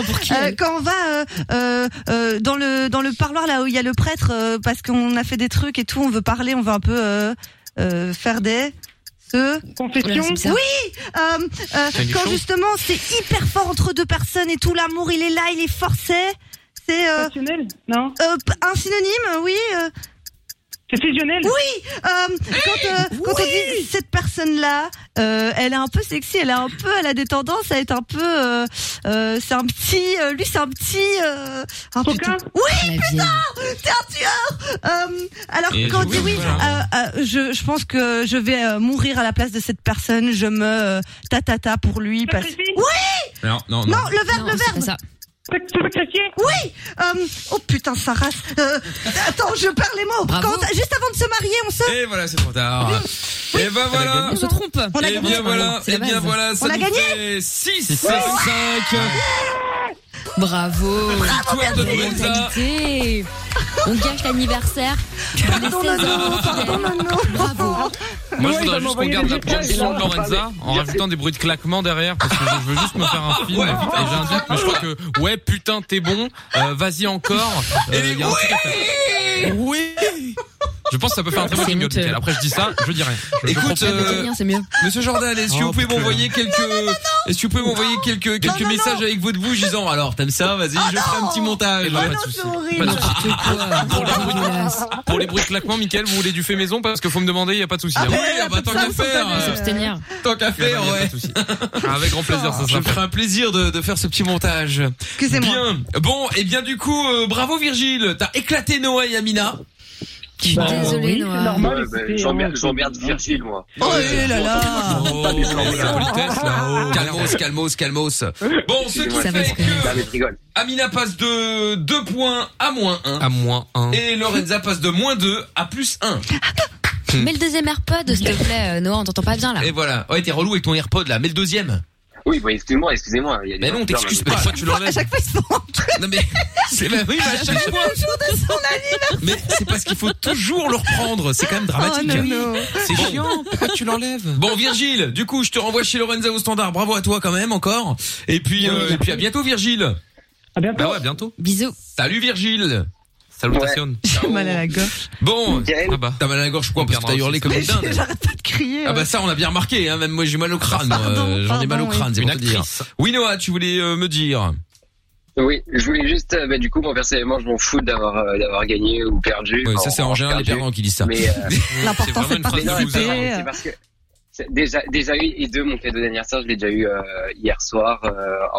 Euh, quand on va euh, euh, euh, dans le dans le parloir là où il y a le prêtre euh, parce qu'on a fait des trucs et tout, on veut parler, on veut un peu euh, euh, faire des ce Confession. Oui. euh, euh, T'as une quand chose justement c'est hyper fort entre deux personnes et tout, l'amour il est là, il est forcé. C'est euh, non euh, p- Un synonyme, oui. euh, C'est fusionnel. oui, euh, quand, euh, quand on dit cette personne-là, euh, elle est un peu sexy, elle est un peu, elle a des tendances à être un peu, euh, euh, c'est un petit, euh, lui c'est un petit, euh, un putain. Oui, putain, t'es un tueur. Euh, alors Et quand on je- dit oui, oui, voilà. euh, euh, je, je pense que je vais euh, mourir à la place de cette personne, je me euh, tatata pour lui. Parce... Oui, Non, non, non. non, le verbe, le verbe. Tu veux Oui euh, Oh putain, sa race Euh, Attends, je perds les mots Bravo. Quand- Juste avant de se marier, on se... Et voilà, c'est trop tard. Et ben voilà. On se trompe On a et bien voilà, et bien voilà, ça On a nous gagné fait 6 Ouais. 5. Bravo. Victoire de Lorenza. Mentalité. On gâche l'anniversaire. Pardon, pardon, Bravo. Moi, je Ouais, il va voudrais juste qu'on m'envoyer garde des la messages, proposition là. de Lorenza en rajoutant des bruits de claquement derrière parce que je veux juste me faire un film. et j'ai un doute, mais je crois que ouais, putain, t'es bon. euh, Vas-y encore. Euh, il y a un truc à faire. Oui. Je pense que ça peut faire un très bon C'est jingle. honteux. Mickaël. Après, je dis ça, je dis rien. Je- je Écoute, propose- euh, Monsieur Jordan, est-ce que Oh, vous pouvez putain. m'envoyer quelques, est-ce que vous pouvez m'envoyer quelques quelques messages avec votre bouche disant alors t'aimes ça, vas-y, je ferai un petit montage. Eh ben, Pas de soucis. Pas de soucis. Pour les bruits- Ah, Pour les bruits de claquement, Mickaël, vous voulez du fait maison parce que faut me demander, il y a pas de souci. Ah hein. oui, Eh, ah bah, tant qu'à faire. hein. S'abstenir. Tant qu'à faire, Eh ben, Il y a pas ouais. de souci. Avec grand plaisir, ça Je sera me ferai un plaisir de, de faire ce petit montage. Excusez-moi. Bien. Bon, et bien du coup, euh, bravo Virgile, t'as éclaté Noah et Amina. Qui... Bah, Désolé, oui, c'est normal, Ouais, ben, j'emmerde- J'emmerde Virgile, moi. Oh là là Oh, Calmos, calmos, calmos. Bon, ce qui fait que Amina passe de 2 points à moins 1. À moins 1. Et Lorenza passe de moins 2 à plus 1. Mets le deuxième AirPod, s'il te plaît, euh, Noah, on t'entend pas bien là. Et voilà. Ouais, t'es relou avec ton AirPod là. Mets le deuxième. Oui, bah, excuse-moi, excusez-moi. il y a des Mais non, auditeurs, t'excuses mais- pas. Pourquoi tu l'enlèves À chaque fois, ils se font Non, mais. C'est bah oui, bah, à chaque fois. Mais c'est parce qu'il faut toujours le reprendre. C'est quand même dramatique. Hein. Oh, Nono. C'est Bon. chiant. Pourquoi tu l'enlèves Bon, Virgile, du coup, je te renvoie chez Lorenza au standard. Bravo à toi quand même encore. Et puis, euh, et puis à bientôt, Virgile. À bientôt. Bah ouais, à bientôt. Bisous. Salut, Virgile. Salutations. J'ai mal à la gorge. Bon, ah bah, t'as mal à la gorge quoi Parce que t'as hurlé comme Mais une j'ai- dinde. J'arrête pas de crier. Ah bah ouais. ça on l'a bien remarqué hein, même moi j'ai mal au crâne moi, euh, j'en ai mal au pardon, oui. crâne c'est Une pour te dire. Oui Noah, tu voulais euh, me dire. Oui, je voulais juste, euh, bah, du coup, moi personnellement, je m'en fous d'avoir euh, d'avoir gagné ou perdu. Ouais, Enfin, ça c'est en avoir général les perdu. parents qui disent ça. Mais, euh, L'important, vraiment c'est une pas phrase de participer. loser, hein, c'est parce que c'est déjà déjà eu et deux mon cadeau d'anniversaire, je l'ai déjà eu euh, hier soir euh,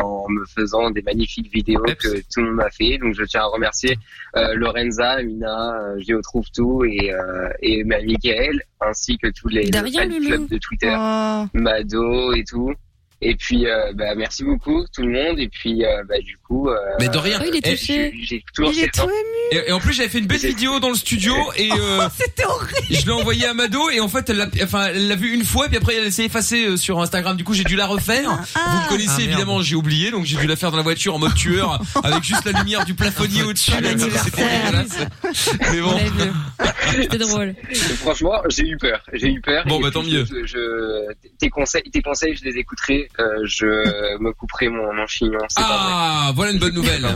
en me faisant des magnifiques vidéos que tout le monde m'a fait. Donc je tiens à remercier euh, Lorenza, Mina, euh, Géo trouve tout et euh, et ma Michael ainsi que tous les le Derrière, fan Loulou. club de Twitter, Oh. Mado et tout. Et puis euh, bah, merci beaucoup tout le monde et puis euh, bah, du coup euh, Mais de Oh, rien. eh, j'ai- j'ai toujours ces gens- Et, et en plus j'avais fait une belle vidéo dans le studio et Oh, euh, je l'ai envoyée à Mado et en fait elle l'a enfin elle l'a vu une fois et puis après elle s'est effacée euh, sur Instagram du coup j'ai dû la refaire. Ah, Vous Ah. me Ah, connaissez évidemment j'ai oublié donc j'ai dû la faire dans la voiture en mode tueur avec juste la lumière du plafonnier au-dessus. C'était dégueulasse. Mais bon. C'était drôle. Franchement, j'ai eu peur. J'ai eu peur. Bon, bah tant mieux. Je, je- tes conseils, tes conseils, je les écouterai. euh, je me couperai mon, mon chignon. c'est Ah, voilà une bonne nouvelle.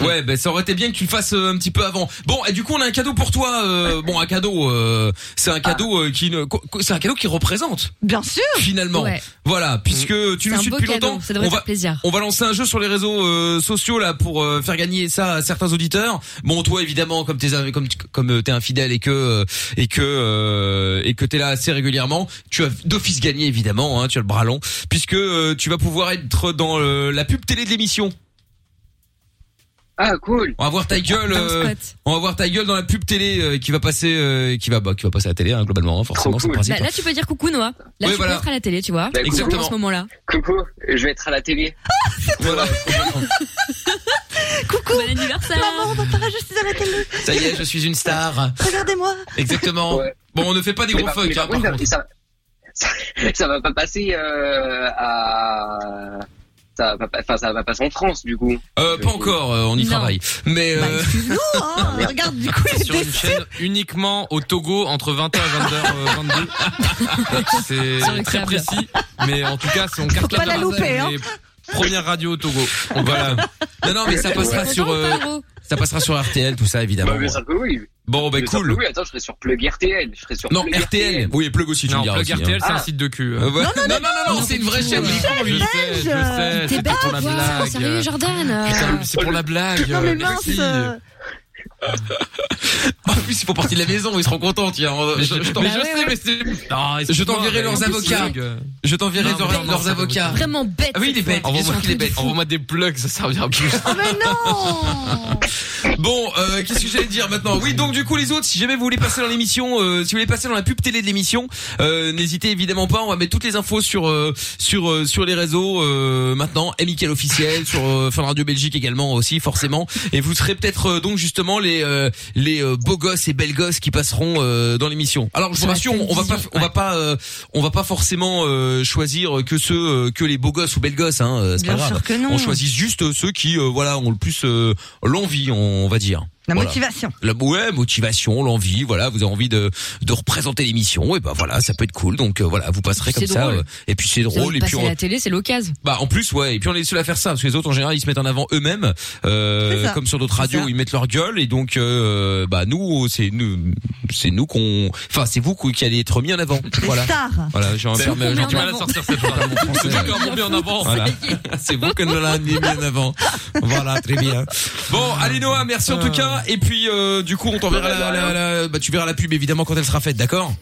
ouais, ben ça aurait été bien que tu le fasses euh, un petit peu avant. Bon, et du coup, on a un cadeau pour toi. euh, bon, un cadeau, euh, c'est un Ah. cadeau euh, qui ne, co- co- c'est un cadeau qui représente. Bien sûr. Finalement, Ouais. Mm. voilà, puisque tu C'est nous un suis beau depuis cadeau, longtemps. ça devrait on va, faire plaisir. on va lancer un jeu sur les réseaux euh, sociaux là pour euh, faire gagner ça à certains auditeurs. Bon, toi évidemment, comme t'es un- comme comme euh, t'es infidèle et que euh, et que euh, et que t'es là assez régulièrement, tu as d'office gagné évidemment. Hein, tu as le bras long puisque euh, tu vas pouvoir être dans euh, la pub télé de l'émission. Ah cool. On va voir ta gueule. Dans le euh, spot. on va voir ta gueule dans la pub télé euh, qui va passer, euh, qui va bah, qui va passer à la télé hein, globalement hein, forcément. c'est le principe. Bah, là, tu peux dire coucou, Noah. Là, Oui, tu voilà. peux être à la télé, tu vois. Bah, Exactement. À ce moment-là. Coucou, je vais être à la télé. Ah, Voilà. Coucou. Bon anniversaire. Maman, papa, je suis à la télé. Ça y est, je suis une star. Regardez-moi. Exactement. Bon, on ne fait pas des Mais gros par- fuck. mais par hein, contre, par ça- contre. ça, ça- ça va pas passer euh, à. Ça va pas, enfin, ça va passer en France du coup. Euh, pas encore, euh, on y Non. travaille. Mais Bah, euh, Non, hein, regarde, du coup, il Sur une chaîne uniquement au Togo entre 20h et 22h22. C'est euh, C'est très incroyable. précis. Mais en tout cas, c'est on carte pas la louper, hein. Première radio au Togo. On voilà. Non, non, mais ça passera Ouais. sur, euh, ça passera sur RTL, tout ça évidemment. Bah, bien sûr que oui. Bon, bah Bien sûr que cool. Oui, attends, je serai sur Plug RTL. Je serai sur Non, Plug RTL. Oui, et Plug aussi, tu Non, me diras Plug aussi, RTL, c'est hein. un site de cul. Euh, ouais. Non, Non, non, non, non, c'est une vraie chaîne. Je sais, je sais. T'es C'était bête, pour la toi. blague. Sérieux, Jordan. euh, Putain, C'est pour la blague. Non, mais merci. mince, euh, En plus, ils font partie de la maison, ils seront contents, tiens. Mais je- mais je sais, mais c'est. Non, je excuse-moi, t'enverrai mais leurs en plus, avocats. c'est- Je t'enverrai Non, leurs, vraiment, leurs c'est avocats. Vraiment bête. Ah oui, il est bête. Envoie-moi Envoie-moi qu'il est bête. Envoie-moi des plugs, ça servira plus. Bon, euh, qu'est-ce que j'allais dire maintenant Oui, donc du coup les autres, si jamais vous voulez passer dans l'émission, euh, si vous voulez passer dans la pub télé de l'émission, euh, n'hésitez évidemment pas. On va mettre toutes les infos sur euh, sur euh, sur les réseaux euh, maintenant. Et Mickaël officiel sur euh, Fun Radio Belgique également aussi forcément. Et vous serez peut-être euh, donc justement les euh, les euh, beaux gosses et belles gosses qui passeront euh, dans l'émission. Alors je vous Ça va rassure, être on va pas vision, on va pas euh, on va pas forcément euh, choisir que ceux euh, que les beaux gosses ou belles gosses. Hein, euh, c'est pas Bien grave. sûr que non. On choisit juste euh, ceux qui euh, voilà ont le plus euh, l'envie, on va dire. La Voilà. motivation. La ouais, motivation, l'envie, voilà, vous avez envie de, de représenter l'émission, et ben voilà, ça peut être cool, donc euh, voilà, vous passerez C'est comme ça, drôle. euh, et puis c'est Vous avez drôle, et puis passé à on, la télé, c'est l'occasion. bah en plus ouais, et puis on est les seuls à faire ça, parce que les autres en général ils se mettent en avant eux-mêmes, euh, C'est ça. comme sur d'autres radios, ils mettent leur gueule, et donc euh, bah nous c'est nous c'est nous qu'on, enfin c'est vous qui allez être mis en avant, voilà. stars. Voilà, j'ai un C'est j'ai vous qu'on met du en mal à avant. sortir cette phrase. Mon français, C'est vous ouais. qu'on met en avant. Voilà. C'est vous que nous l'avons mis en avant. Voilà, très bien. Bon, allez Noah, merci en tout cas. Et puis, euh, du coup, on t'enverra la, la- la- bah, tu verras la pub évidemment quand elle sera faite, d'accord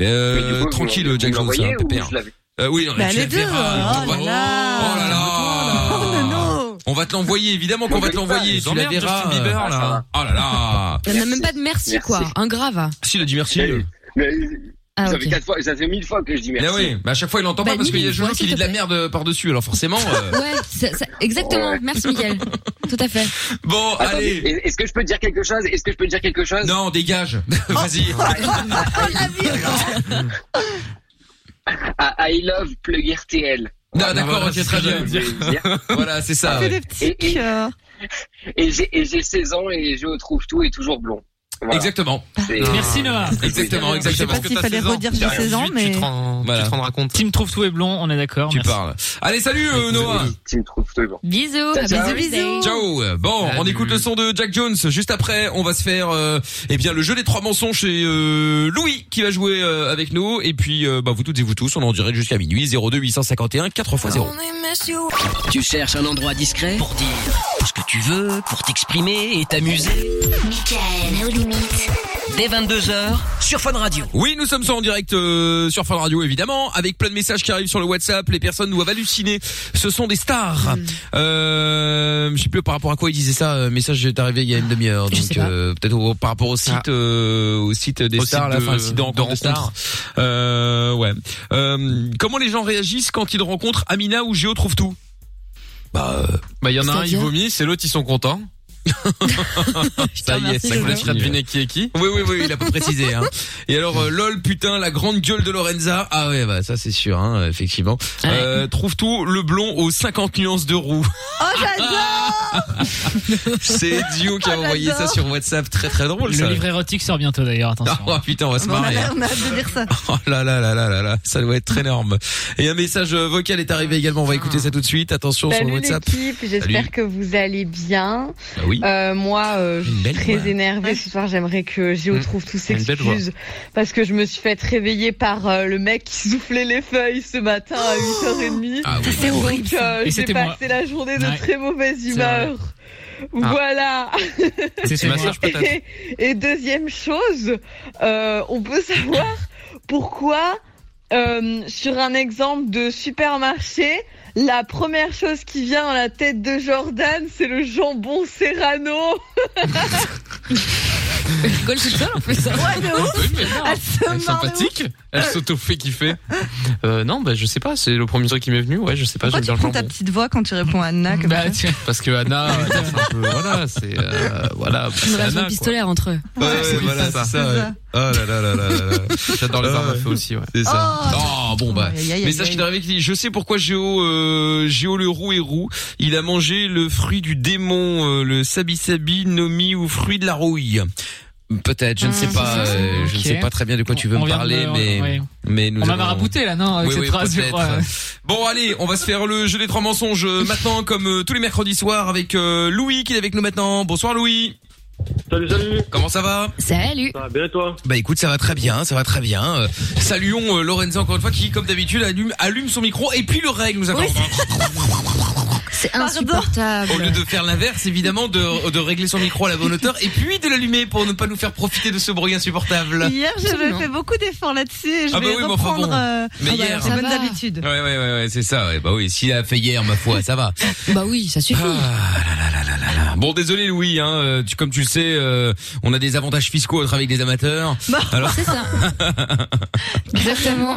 Mais du euh, coup, Tranquille, vous- Jack vous Jones, l'envoyez hein, ou pépère. je l'avais Euh, oui, non, Bah, tu les la deux, verras, oh tu la verras. Oh là ah. là. On va te l'envoyer, évidemment qu'on va te l'envoyer. Tu la J'emmerde verras. Justin Bieber, euh, là. Oh là là. Il n'y en a même pas de merci, Merci. quoi. Un grave. Si, il a dit merci. Mais, Ah, ça, ok. fait quatre fois, ça fait mille fois que je dis merci. Mais oui, mais à chaque fois il l'entend Bah, pas parce dis-lui, qu'il y a Jojo ouais, qui dit de la merde par-dessus, alors forcément. euh, Ouais, ça- ça- exactement. Ouais. Merci, Miguel. Tout à fait. Bon, allez. Est-ce que je peux dire quelque chose Est-ce que je peux dire quelque chose Oh, Non, dégage. Vas-y. Ah, I love plug RTL. Ah, d'accord, ok, très bien. Voilà, c'est ça. Ah ouais. Et, et- et j'ai et j'ai 16 ans et je trouve tout et toujours blond. Voilà. Ah. Exactement. Euh, C'est- Merci, Noah. Exactement, Je sais exactement. pas s'il fallait redire j'ai 16 ans, mais- Voilà. Team trouve tout est blond, on est d'accord. Ah. Tu parles. Allez, salut euh, Noah. Bisous. Ciao, ciao. Oh, bah, Bisous, bisous. Ciao. Bon, on écoute le son de Jack Jones. Juste après, on va se faire euh, eh bien le jeu des trois mensonges chez euh, Louis qui va jouer euh, avec nous. Et puis euh, bah, vous toutes et vous tous, on est en direct jusqu'à minuit 02 851 4 x 0. Tu cherches un endroit discret pour dire ce que tu veux, pour t'exprimer et t'amuser. Michael, nos limites. Dès 22h sur Fun Radio. Oui, nous sommes en direct euh, sur Fun Radio évidemment, avec plein de messages qui arrivent sur le WhatsApp. Les personnes doivent halluciner. Ce sont des stars. Euh, je sais plus par rapport à quoi ils disaient ça. euh, Message est arrivé il y a une demi-heure. Donc euh, peut-être au- par rapport au site, euh, au site des Au site stars, la de- fin, site de de rencontre des stars. rencontres. Euh, ouais. Euh, comment les gens réagissent quand ils rencontrent Amina ou Géo trouve tout Bah, bah il y en a un, il C'est-à-dire vomit, c'est l'autre, ils sont contents. ça y est, ça je vous continue. laisserai deviner qui est qui. Oui, oui, oui, il a pas précisé. Hein. Et alors, euh, lol, putain, la grande gueule de Lorenza. Ah ouais, bah ça c'est sûr, hein, effectivement. Euh, trouve tout le blond aux 50 nuances de roux. Oh, j'adore c'est Dio qui a Oh, envoyé ça j'adore. sur WhatsApp, très très drôle Le ça. livre érotique sort bientôt d'ailleurs, attention. Oh putain, on va se marrer. hein. On a hâte de dire ça. Oh là là là là là là, ça doit être très énorme. Et un message euh, vocal est arrivé également, on va écouter ça tout de suite. Attention sur Salut le WhatsApp. l'équipe, j'espère Salut. que vous allez bien. Bah oui. Euh, moi, euh, je Une suis belle très voix. énervée ce soir. J'aimerais que Géo Mm. trouve tous Une belle voix. s'excuse parce que je me suis fait réveiller par euh, le mec qui soufflait les feuilles ce matin à 8h30. Ah oui. Donc, horrible, Oh ça. euh, Et J'ai c'était passé moi. la journée de Ouais. très mauvaise C'est vrai. humeur. Ah. Voilà. C'est ce massage, peut-être. Et, et deuxième chose, euh, on peut savoir pourquoi euh, sur un exemple de supermarché, la première chose qui vient dans la tête de Jordan, c'est le jambon serrano. Gaulle tout seul en plus. Ouais, de ouf. Oui, mais non. Elle se marre Elle de est sympathique. Elle s'auto-fait kiffer. Euh, non, bah, je sais pas, c'est le premier truc qui m'est venu. Ouais, je sais pas, Pourquoi j'aime tu bien le prends jambon. ta petite voix quand tu réponds à Anna comme Bah, ça Parce que Anna, euh, c'est un peu, voilà, c'est, euh, voilà. bah, Une c'est relation Anna, quoi. pistolaire entre eux. Ouais, ouais, voilà, c'est ça. ouais. Oh là là là là là là. J'adore les armes à Ouais. feu aussi, ouais. C'est ça. Oh. Oh, bon bah. Aïe, aïe, aïe, Message aïe. qui est arrivé qui dit je sais pourquoi Géo euh, Géo le roux est roux. Il a mangé le fruit du démon, euh, le sabi sabi nomi ou fruit de la rouille. Peut-être, je ne sais Ah, pas, c'est ça. euh, je ne Ok. sais pas très bien de quoi tu veux On me vient de- parler, mais ouais. mais nous On m'a avons- marabouté là, non hein, Avec Oui, cette oui, phrase, je peut-être. crois. Bon allez, on va se faire le jeu des trois mensonges euh, maintenant comme euh, tous les mercredis soirs avec euh, Louis qui est avec nous maintenant. Bonsoir Louis. Salut salut. Comment ça va Salut. Ça va bien et toi Bah écoute, ça va très bien, ça va très bien. Euh, saluons euh, Lorenzo encore une fois qui, comme d'habitude, allume, allume son micro et puis le règle nous accorde. C'est insupportable. Au lieu de faire l'inverse, évidemment, de, de régler son micro à la bonne hauteur et puis de l'allumer pour ne pas nous faire profiter de ce bruit insupportable. Hier, j'avais fait beaucoup d'efforts là-dessus et je Ah bah vais oui, mais enfin reprendre bon. euh, Mais ah bah, hier- mes Ça bonnes va. habitudes. Ouais, ouais, ouais, ouais, c'est ça. Ouais, bah oui, s'il a fait hier, ma foi, ça va. Bah oui, ça Ah, suffit. Bon, désolé Louis, hein, euh, tu, comme tu le sais, euh, on a des avantages fiscaux à travailler avec des amateurs. Alors- C'est ça. Exactement.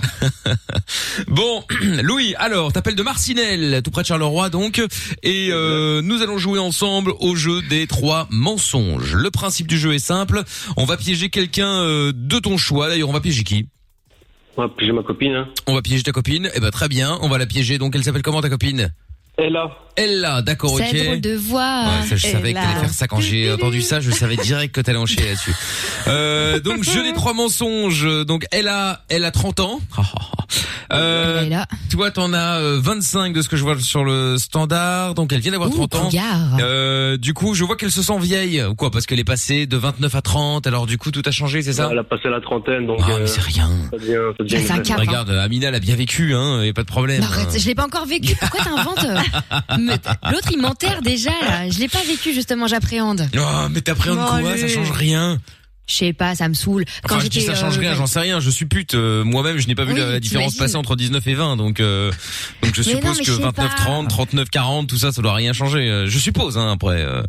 Bon, Louis, alors, t'appelles de Marcinelle, tout près de Charleroi donc, et euh, nous allons jouer ensemble au jeu des trois mensonges. Le principe du jeu est simple, on va piéger quelqu'un euh, de ton choix, d'ailleurs on va piéger qui On va piéger ma copine. Hein. On va piéger ta copine, eh ben très bien, on va la piéger, donc elle s'appelle comment ta copine Ella. Ella, d'accord, ok. C'est drôle de voix. Ouais, ça, je savais que t'allais faire ça quand j'ai entendu ça. Je savais direct que t'allais enchaîner là-dessus. Euh, donc je les trois mensonges. Donc elle a, elle a 30 ans. Euh, Toi t'en as euh, 25 de ce que je vois sur le standard. Donc elle vient d'avoir 30 ans. cougar. Euh, du coup je vois qu'elle se sent vieille. Ou quoi Parce qu'elle est passée de 29 à 30. Alors du coup tout a changé, c'est ça Elle a passé la trentaine, donc. euh, Ah, mais c'est rien. Ça devient, ça devient Ah, c'est un une cap, hein. Regarde, Amina elle a bien vécu, hein. Y a pas de problème. Arrête, je l'ai pas encore vécu. Pourquoi t'inventes euh, Ah. me- L'autre, il m'enterre déjà là. Je l'ai pas vécu justement. J'appréhende. Oh, mais t'appréhendes Bon, quoi Ça allez. change rien. Je sais pas, ça me saoule. Quand Enfin, je dis j'étais, ça change euh, rien, j'en sais rien. Je suis pute. euh, Moi-même, je n'ai pas vu Oui, la, la différence t'imagines. passer entre 19 et 20. Donc, euh, donc je Mais non, suppose mais que je sais 29, pas. 30, 39, 40, tout ça, ça doit rien changer. euh, Je suppose, hein, après. euh.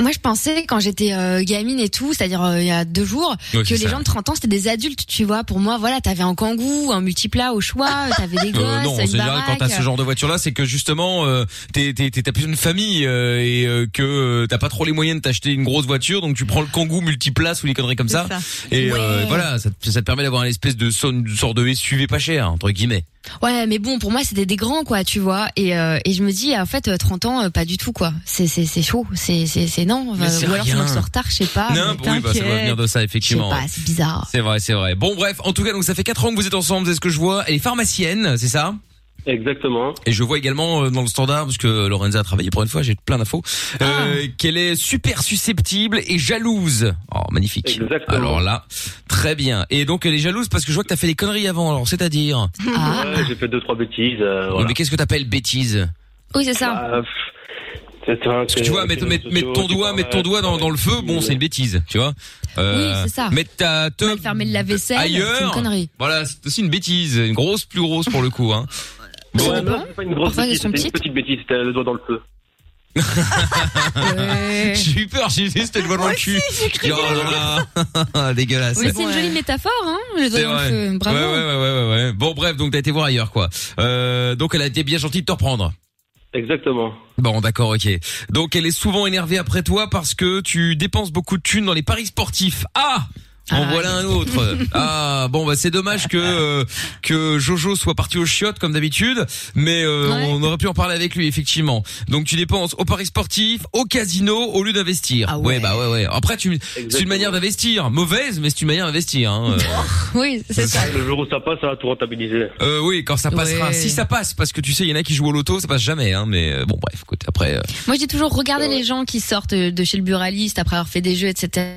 Moi, je pensais quand j'étais euh, gamine et tout, c'est-à-dire euh, il y a deux jours, Ouais, que c'est les ça. gens de 30 ans c'était des adultes, tu vois. Pour moi, voilà, t'avais un kangou, un multiplat au choix, t'avais des Euh, gosses, non, une c'est général quand baraque. t'as ce genre de voiture-là, c'est que justement, euh, t'es- t'es- t'es- t'as plus une famille euh, et euh, que euh, t'as pas trop les moyens de t'acheter une grosse voiture, donc tu prends le Kangoo multiplace ou les conneries comme ça. C'est ça. Et euh, Ouais. voilà, ça, te- ça te permet d'avoir une espèce de son- une sorte de SUV pas cher entre guillemets. Ouais, mais bon, pour moi, c'était des grands, quoi, tu vois. Et, euh, et je me dis, en fait, euh, 30 ans, euh, pas du tout, quoi. C'est, c'est, c'est chaud, c'est, c'est, c'est non. Mais Euh, c'est ou alors, c'est rien. en retard, je sais pas. non, mais oui, bah, ça doit t'inquiète. venir de ça Je sais effectivement. pas, c'est bizarre. C'est vrai, c'est vrai. Bon, bref, en tout cas, donc ça fait 4 ans que vous êtes ensemble, c'est ce que je vois. Elle est pharmacienne, c'est ça Exactement. Et je vois également euh, dans le standard, parce que Lorenza a travaillé pour une fois, j'ai plein d'infos, euh, Ah. qu'elle est super susceptible et jalouse. Oh, magnifique. Exactement. Alors là, très bien. Et donc elle est jalouse parce que je vois que t'as fait des conneries avant, alors c'est-à-dire... Ah. Ouais, j'ai fait deux trois bêtises. euh, Oui, voilà. Mais qu'est-ce que t'appelles bêtise Oui, c'est Bah, ça. Ah, pff, c'est- c'est un- hein. Parce que tu vois, c'est- mettre, c'est- mettre- c'est- mettre ton tu doigt, parles, mettre ton doigt dans, dans le feu, bon, c'est une bêtise, tu vois. Euh, oui, c'est ça. Mettre ta teub Mal fermer le lave-vaisselle, c'est une ailleurs. connerie. Voilà, c'est aussi une bêtise, une grosse, plus grosse pour le coup. Hein. Ouais, non, c'est pas une grosse Parfois, elles bêtise, sont c'était une petite bêtise, c'était le doigt dans le feu. J'ai eu peur, j'ai juste le doigt dans le cul. cru Oh là là. Dégueulasse. Mais c'est une jolie métaphore, hein. Le doigt Ah, C'est dans le vrai. feu. Bravo. Ouais, ouais, ouais, ouais, ouais, ouais. Bon, bref, donc t'as été voir ailleurs, quoi. Euh, donc elle a été bien gentille de te reprendre. Exactement. Bon, d'accord, ok. Donc elle est souvent énervée après toi parce que tu dépenses beaucoup de thunes dans les paris sportifs. Ah en Ah. voilà un autre. Ah bon bah c'est dommage que euh, que Jojo soit parti aux chiottes comme d'habitude, mais euh, Ouais. on aurait pu en parler avec lui effectivement. Donc tu dépenses au paris sportif, au casino au lieu d'investir. ouais. bah ouais ouais. Après tu c'est une manière d'investir, mauvaise mais c'est une manière d'investir hein. euh. Oui, c'est ça. Le jour où ça passe, ça va tout rentabiliser. Euh, oui, quand ça passera. Ouais. Si ça passe, parce que tu sais, il y en a qui jouent au loto, ça passe jamais. Hein, mais euh, bon, bref, écoute, après. euh, Moi, je dis toujours, regardez les gens qui sortent de chez le buraliste après avoir fait des jeux, etc.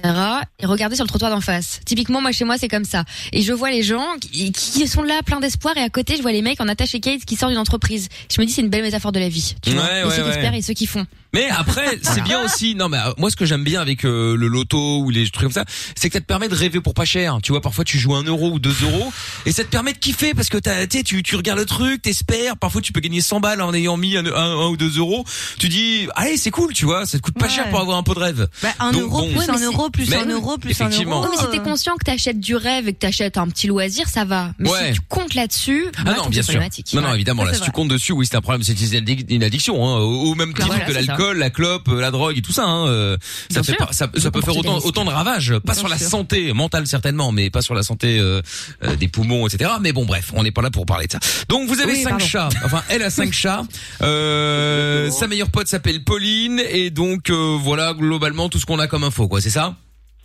Et regardez sur le trottoir d'en face. Typiquement, moi, chez moi, c'est comme ça. Et je vois les gens qui, qui sont là, pleins d'espoir, et à côté, je vois les mecs en attaché Kate qui sortent d'une entreprise. Je me dis, c'est une belle métaphore de la vie. Tu vois, Ouais, et ouais, ceux qui ouais. espèrent et ceux qui font. Mais après, c'est bien aussi. Non, mais euh, moi, ce que j'aime bien avec euh, le loto ou les trucs comme ça, c'est que ça te permet de rêver pour pas cher. Tu vois, parfois tu joues un euro ou deux euros, et ça te permet de kiffer parce que t'as- tu sais, tu tu regardes le truc, t'espères. Parfois, tu peux gagner 100 balles en ayant mis un, un- un ou deux euros. Tu dis, allez, c'est cool, tu vois, ça te coûte pas cher pour avoir un peu de rêve. Bah, un euro plus un mais euro plus mais un euro plus un euro. Euh. effectivement. Non, mais si t'es conscient que t'achètes du rêve et que t'achètes un petit loisir, ça va. Mais Ouais. si tu comptes là-dessus, Ah moi, non, c'est bien sûr. problématique. Non, non, évidemment. Ça, Là, c'est si tu vrai. comptes dessus, oui, c'est un problème. C'est une addic- une addiction, hein, au au même titre Voilà, que c'est ça. l'alcool, la clope, euh, la drogue et tout ça. Hein, euh, ça Bien fait sûr. pas- ça, Je ça peut comprends faire tout à autant, fait. autant de ravages. Pas Bien sur la sûr. santé mentale certainement, mais pas sur la santé euh, euh, des poumons, etc. Mais bon, bref, on n'est pas là pour parler de ça. Donc, vous avez Oui, cinq pardon. chats. Enfin, elle a cinq chats. Euh, sa meilleure pote s'appelle Pauline, et donc euh, voilà globalement tout ce qu'on a comme info, quoi. C'est ça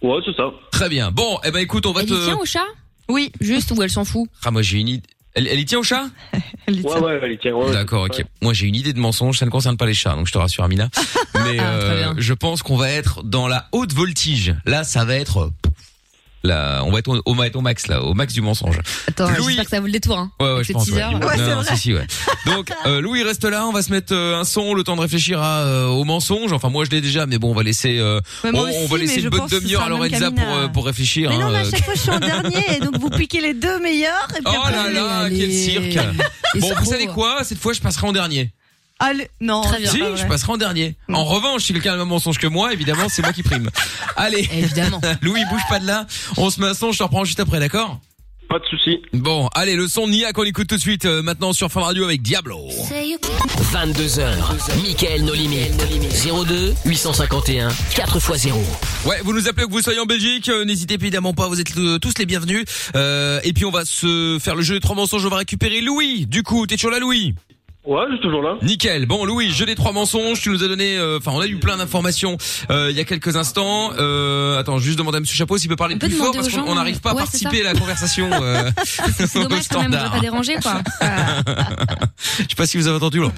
Ouais, c'est ça. Très bien. Bon, eh ben écoute, on va Elle te. y tient au chat Oui. Juste ou elle s'en fout Ah, moi j'ai une idée. Elle, elle y tient au chat Ouais, ouais, elle y tient. ouais, ouais. D'accord, ok. Moi j'ai une idée de mensonge, ça ne concerne pas les chats, donc je te rassure Amina. Ah, Mais euh, je pense qu'on va être dans la haute voltige. Là, ça va être... la, on va être au, on va être au max là, au max du mensonge. Attends, Louis, j'espère que ça vaut le détour. Hein, ouais, ouais, avec je ce pense. ouais. teaser. Non, non, si, si, ouais. Donc euh, Louis reste là, on va se mettre euh, un son, le temps de réfléchir à, euh, au mensonge. Enfin moi je l'ai déjà, mais bon on va laisser, euh, Ouais, on, moi on aussi, va laisser mais une je bonne pense que ce demi-heure à sera le même Lorenza pour, Camina. euh, pour réfléchir. Mais non, hein, mais à euh, chaque fois, je suis en dernier, et donc vous piquez les deux meilleurs. Et puis Oh après, là vous- là, quel cirque Bon, vous savez quoi Cette fois, je passerai en dernier. Allez, non. si, je passerai en dernier. En revanche, si quelqu'un a le même mensonge que moi, évidemment, c'est moi qui prime. Allez. Évidemment. Louis, bouge pas de là. On se met un son, je te reprends juste après, d'accord Pas de souci. Bon, allez, le son de Nia qu'on écoute tout de suite euh, maintenant sur Fun Radio avec Diablo. 22h, Mickaël No Limit. 02 851 4x0. Ouais, vous nous appelez que vous soyez en Belgique, euh, n'hésitez évidemment pas, vous êtes euh, tous les bienvenus. Euh, et puis on va se faire le jeu des trois mensonges, on va récupérer Louis. Du coup, t'es toujours là Louis Ouais, je suis toujours là. Nickel. Bon, Louis, jeu des trois mensonges. Tu nous as donné, euh, enfin, on a eu plein d'informations euh, il y a quelques instants. Euh, attends, juste demander à Monsieur Chapeau s'il peut parler peut plus fort demander parce aux gens, hein. qu'on n'arrive pas à ouais, c'est participer à ça. la conversation. euh, C'est au dommage quand même, on standard. va pas déranger quoi. Je sais pas si vous avez entendu. là.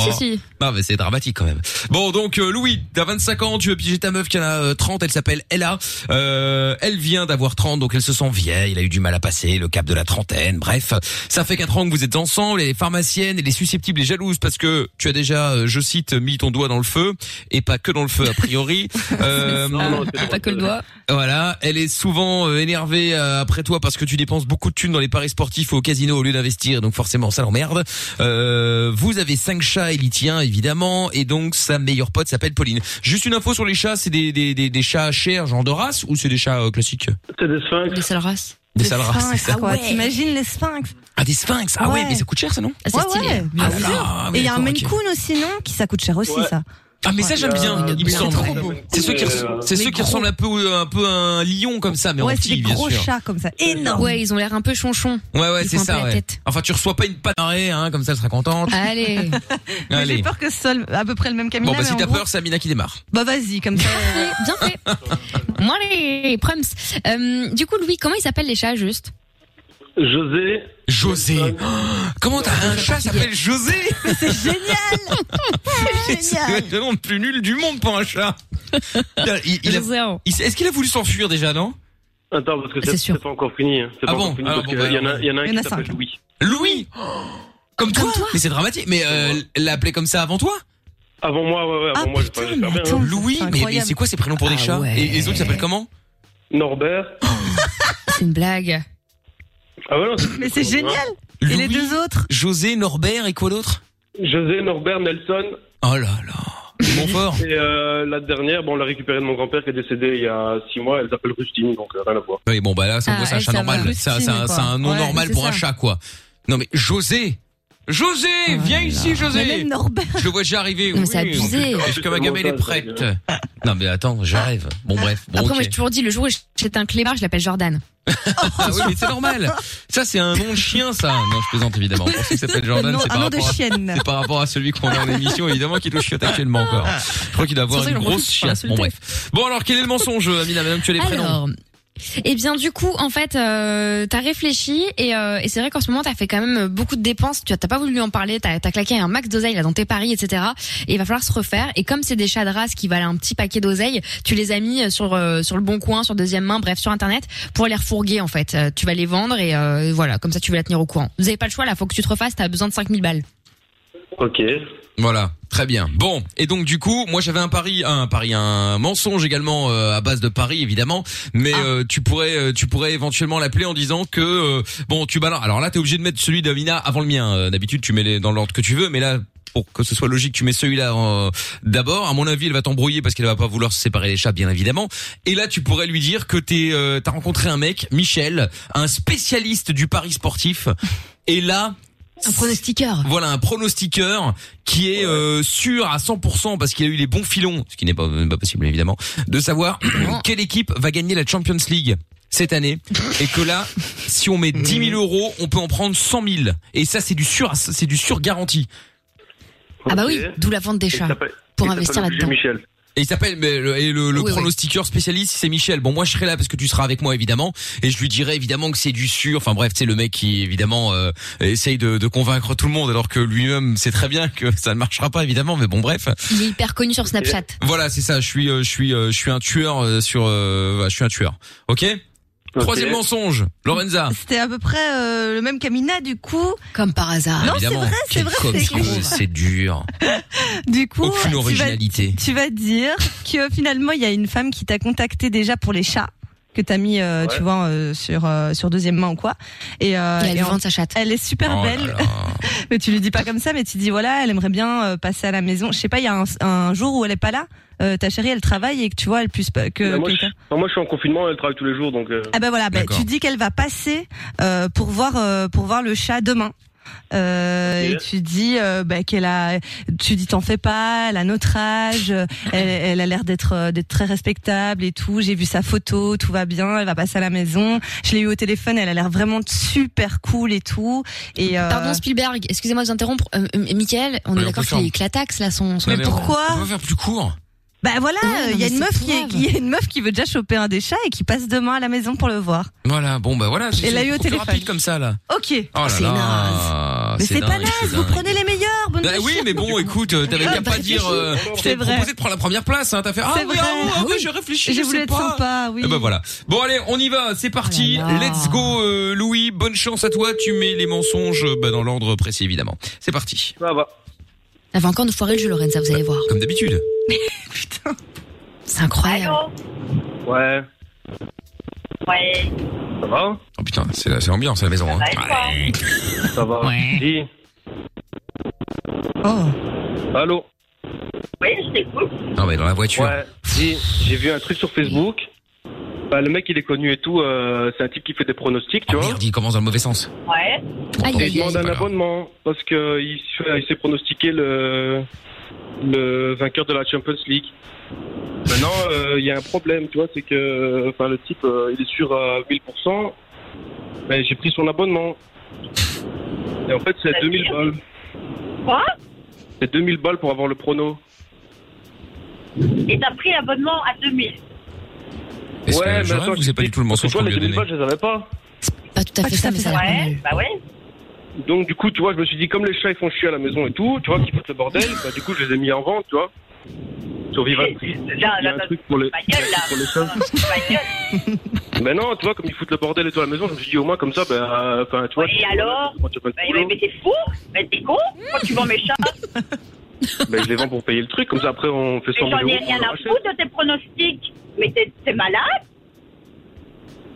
Si, si. Non, mais c'est dramatique quand même. Bon, donc euh, Louis, t'as 25 ans, tu veux piger ta meuf qui en a euh, 30, elle s'appelle Ella. Euh, elle vient d'avoir 30, donc elle se sent vieille, elle a eu du mal à passer le cap de la trentaine. Bref, ça fait 4 ans que vous êtes ensemble, elle est pharmacienne, elle est susceptible et jalouse parce que tu as déjà, euh, je cite, mis ton doigt dans le feu, et pas que dans le feu a priori. Euh, Ah, pas que le doigt. voilà, elle est souvent euh, énervée euh, après toi parce que tu dépenses beaucoup de thunes dans les paris sportifs ou au casino au lieu d'investir, donc forcément ça l'emmerde. Euh, vous avez cinq chats, il y tient évidemment, et donc sa meilleure pote s'appelle Pauline. Juste une info sur les chats, c'est des, des, des, des chats chers, genre de race, ou c'est des chats euh, classiques C'est des sphinx. Des sales races. Des sales races, c'est ça quoi. ah T'imagines les sphinx Ah des sphinx, ah ouais, mais ça coûte cher ça non Ah, c'est Ouais, stylé. ouais, bien Ah là sûr. là, mais Et il y a un d'accord, Maine ok. Coon aussi, non Qui Oh ça coûte cher aussi, Ouais. ça. Ah mais ça j'aime bien, il me semble. C'est ceux qui Euh, c'est ceux qui ressemblent un peu euh, un peu à un lion comme ça mais Ouais, en c'est petit des bien gros sûr. chats comme ça, énormes. Ouais, ils ont l'air un peu chonchons. Ouais ouais Ils c'est font un peu ça la ouais. tête. Enfin tu reçois pas une patte d'arrêt hein comme ça elle sera contente. Allez. Mais Allez. J'ai peur que ce soit le- à peu près le même Camina. Bon bah mais si en t'as gros- peur c'est Amina qui démarre. Bah vas-y, comme ça. euh. Bien fait. Moi les proms. Euh, du coup Louis, comment ils s'appellent les chats juste José. José. Comment t'as un chat s'appelle José C'est génial. C'est le nom le plus nul du monde pour un chat. Il- il- il a- il- Est-ce qu'il a voulu s'enfuir déjà non Attends, parce que c'est c'est pas encore fini. hein. C'est Ah pas bon encore fini, Alors, parce bon, qu'il bah, y, en a- il y en a un Ah, il y en qui a s'appelle cinq. Louis. Louis Oh, Comme toi Mais c'est dramatique mais euh, l'appeler comme ça avant toi Avant moi, ouais, ouais, avant moi, j'espère j'espère bien. hein. Louis Ah, mais, mais c'est quoi ces prénoms pour des Ah chats ouais. Et les autres ils s'appellent comment Norbert. C'est une blague. Ah ouais, non, Mais c'est génial. Et les deux autres José, Norbert et quoi d'autre José, Norbert, Nelson. Oh là là. Bon fort. Et euh, la dernière, bon, on l'a récupérée de mon grand-père qui est décédé il y a six mois. Elle s'appelle Rustine, donc euh, rien à voir. Oui, bon, bah là, c'est en Ah, gros, c'est un elle, chat ça va. normal. Rustine, Ça, C'est un, quoi. c'est un nom Ouais, normal c'est pour un ça. chat, quoi. Non, mais José José Eh Viens ici, José Mais même Norbert. Oh Je le vois déjà arriver. Non, mais c'est Oui, abusé. Est-ce que ma gamelle est prête Non, mais attends, je rêve. Bon, bref. Bon, Après ok. moi j'ai toujours dit le jour où j'étais un clébard, je l'appelle Jordan. Ah oui, mais c'est normal. Ça, c'est un nom de chien, ça. Non, je plaisante, évidemment. Pour ceux qui s'appellent Un Jordan, nom- c'est un par, nom de rapport à- chienne. c'est par rapport à celui qu'on a en émission, évidemment, qui est au chiotte actuellement encore. Je crois qu'il doit avoir C'est pour ça une que j'en grosse profite pour chiasse. Bon, bref. Bon, alors, quel est le mensonge, euh, Amina, madame, tu as les prénoms? Alors, eh bien du coup, en fait, euh, t'as réfléchi et, euh, et c'est vrai qu'en ce moment t'as fait quand même beaucoup de dépenses. Tu as- t'as pas voulu lui en parler. T'as as claqué un max d'oseille là dans tes paris, etc. Et il va falloir se refaire. Et comme c'est des chats de race qui valent un petit paquet d'oseille, tu les as mis sur euh, sur le bon coin, sur deuxième main, bref, sur internet pour les refourguer en fait. Euh, tu vas les vendre et euh, voilà, comme ça tu vas la tenir au courant. Vous avez pas le choix là, faut que tu te refasses. T'as besoin de 5000 balles. Ok. Voilà, très bien. Bon, et donc du coup, moi j'avais un pari, un pari, un mensonge également euh, à base de pari évidemment, mais euh, tu pourrais, euh, tu pourrais éventuellement l'appeler en disant que euh, bon, tu balances. Alors là, t'es obligé de mettre celui d'Amina avant le mien. Euh, D'habitude, tu mets les dans l'ordre que tu veux, mais là. Pour que ce soit logique, tu mets celui-là euh, d'abord. À mon avis, elle va t'embrouiller parce qu'elle va pas vouloir se séparer des chats, bien évidemment. Et là, tu pourrais lui dire que t'es, euh, t'as rencontré un mec, Michel, un spécialiste du pari sportif. Et là, Un pronostiqueur. voilà un pronostiqueur qui est euh, sûr à 100% parce qu'il a eu les bons filons, ce qui n'est pas, pas possible évidemment, de savoir quelle équipe va gagner la Champions League cette année et que là, si on met 10 000 euros, on peut en prendre 100 000 et ça c'est du sûr, c'est du sûr garanti. Ah bah oui, d'où la vente des chats pour investir là-dedans. Michel. Et il s'appelle mais le, et le, le pronostiqueur spécialiste, c'est Michel. Bon, moi je serai là parce que tu seras avec moi évidemment, et je lui dirai évidemment que c'est du sûr. Enfin bref, c'est le mec qui évidemment euh, essaye de, de convaincre tout le monde, alors que lui-même sait très bien que ça ne marchera pas évidemment. Mais bon, bref. Il est hyper connu sur Snapchat. Voilà, c'est ça. Je suis, euh, je suis, euh, je suis un tueur euh, sur. euh, voilà, je suis un tueur. Ok. Troisième mensonge, Lorenza. C'était à peu près euh, le même Camina du coup. Comme par hasard. Non, c'est Ah, Évidemment. vrai, c'est Quel vrai. con, c'est ce que c'est dur. Du coup, Aucune tu vas- originalité. Tu vas, dire que finalement il y a une femme qui t'a contacté déjà pour les chats que t'as mis, euh, tu vois, euh, sur euh, sur deuxième main ou quoi. Et, euh, Et elle lui en- vend sa chatte. Elle est super Oh là belle. mais tu lui dis pas comme ça, mais tu dis voilà, elle aimerait bien euh, passer à la maison. Je sais pas, il y a un, un jour où elle est pas là, euh, ta chérie, elle travaille et que tu vois, elle puisse pas que. Bah, moi, je, quelqu'un- enfin, moi, je suis en confinement, elle travaille tous les jours, donc. euh, Ah ben voilà, ben, D'accord. tu dis qu'elle va passer euh, pour voir euh, pour voir le chat demain. Euh, Ok. Et tu dis euh, ben, qu'elle a, tu dis t'en fais pas, elle a notre âge, euh, elle, elle a l'air d'être euh, d'être très respectable et tout. J'ai vu sa photo, tout va bien, elle va passer à la maison. Je l'ai eu au téléphone, elle a l'air vraiment super cool et tout. Et euh, Pardon Spielberg, excusez-moi de vous interrompre. Euh, euh, Michael, on Oui, est on d'accord peut qu'il est faire. éclataxe là son. son Mais pourquoi On va faire plus court. bah voilà, Ouais, il y mais a une c'est meuf qui, est- il y a une meuf qui veut déjà choper un des chats et qui passe demain à la maison pour le voir. Voilà. Bon bah voilà. c'est- Elle l'a eu au faut faire téléphone. rapide comme ça là. Ok. Oh là là. Mais c'est pas dingue, naze, Ah, c'est vous dingue. prenez les meilleurs. Bonne Bah oui, mais bon, écoute, euh, t'avais Ah, qu'à bah, pas dire. euh, je c'est t'avais vrai. proposé de prendre la première place, hein. T'as fait ah C'est oui, vrai. ah, oui, ah oui, Ah oui. je réfléchis. J'ai je voulu sais être pas. sympa, oui. Eh ben voilà. Bon allez, on y va, Oh c'est parti. Let's go, euh, Louis. Bonne chance à toi. Tu mets les mensonges euh, bah, dans l'ordre précis, évidemment. C'est parti. Elle va encore nous foirer le jeu Lorenza, vous allez voir. Comme d'habitude. C'est incroyable. Ouais. Ouais. Ça va Oh putain, c'est la- c'est l'ambiance à la maison. Hein. Ça va. Dis. Oh. Allô Oui, je t'écoute. Non mais dans la voiture. Ouais. Dis, j'ai vu un truc sur Facebook. Bah, le mec, il est connu et tout. euh, c'est un type qui fait des pronostics, tu vois. Oh, Merde, il commence dans le mauvais sens. Ouais. Et il demande un abonnement parce que il, se- il s'est pronostiqué le, le vainqueur de la Champions League. Maintenant, euh, il y a un problème, tu vois, c'est que enfin, le type, euh, il est sûr à 1000%, mais j'ai pris son abonnement. Et en fait, c'est 2000 balles. Quoi C'est 2000 balles pour avoir le prono. Et t'as pris l'abonnement à 2000. Est-ce que Jorem vous savez pas du tout le mensonge Tu vois, qu'on les lui a 2000 donné balles, je les avais pas. Pas tout à Ah, fait ça, mais ça. Ouais, bah ouais. Donc, du coup, tu vois, je me suis dit, comme les chats, ils font chier à la maison et tout, tu vois, qu'ils foutent le bordel, bah, du coup, je les ai mis en vente, tu vois. Sur Vivatrice, il y Là, a là, un là, truc pour les, ma gueule, là. pour les chats. Mais non, tu vois, comme ils foutent le bordel et tout à la maison, je me suis dit, au moins, comme ça, ben, euh, enfin, tu vois. Et alors quand tu prends le Bah, boulot, mais t'es fou Mais t'es con Quand tu vends mes chats, ben, je les vends pour payer le truc, comme ça, après, on fait mais 100 000 j'en ai euros. rien à foutre de tes pronostics. Mais t'es t'es malade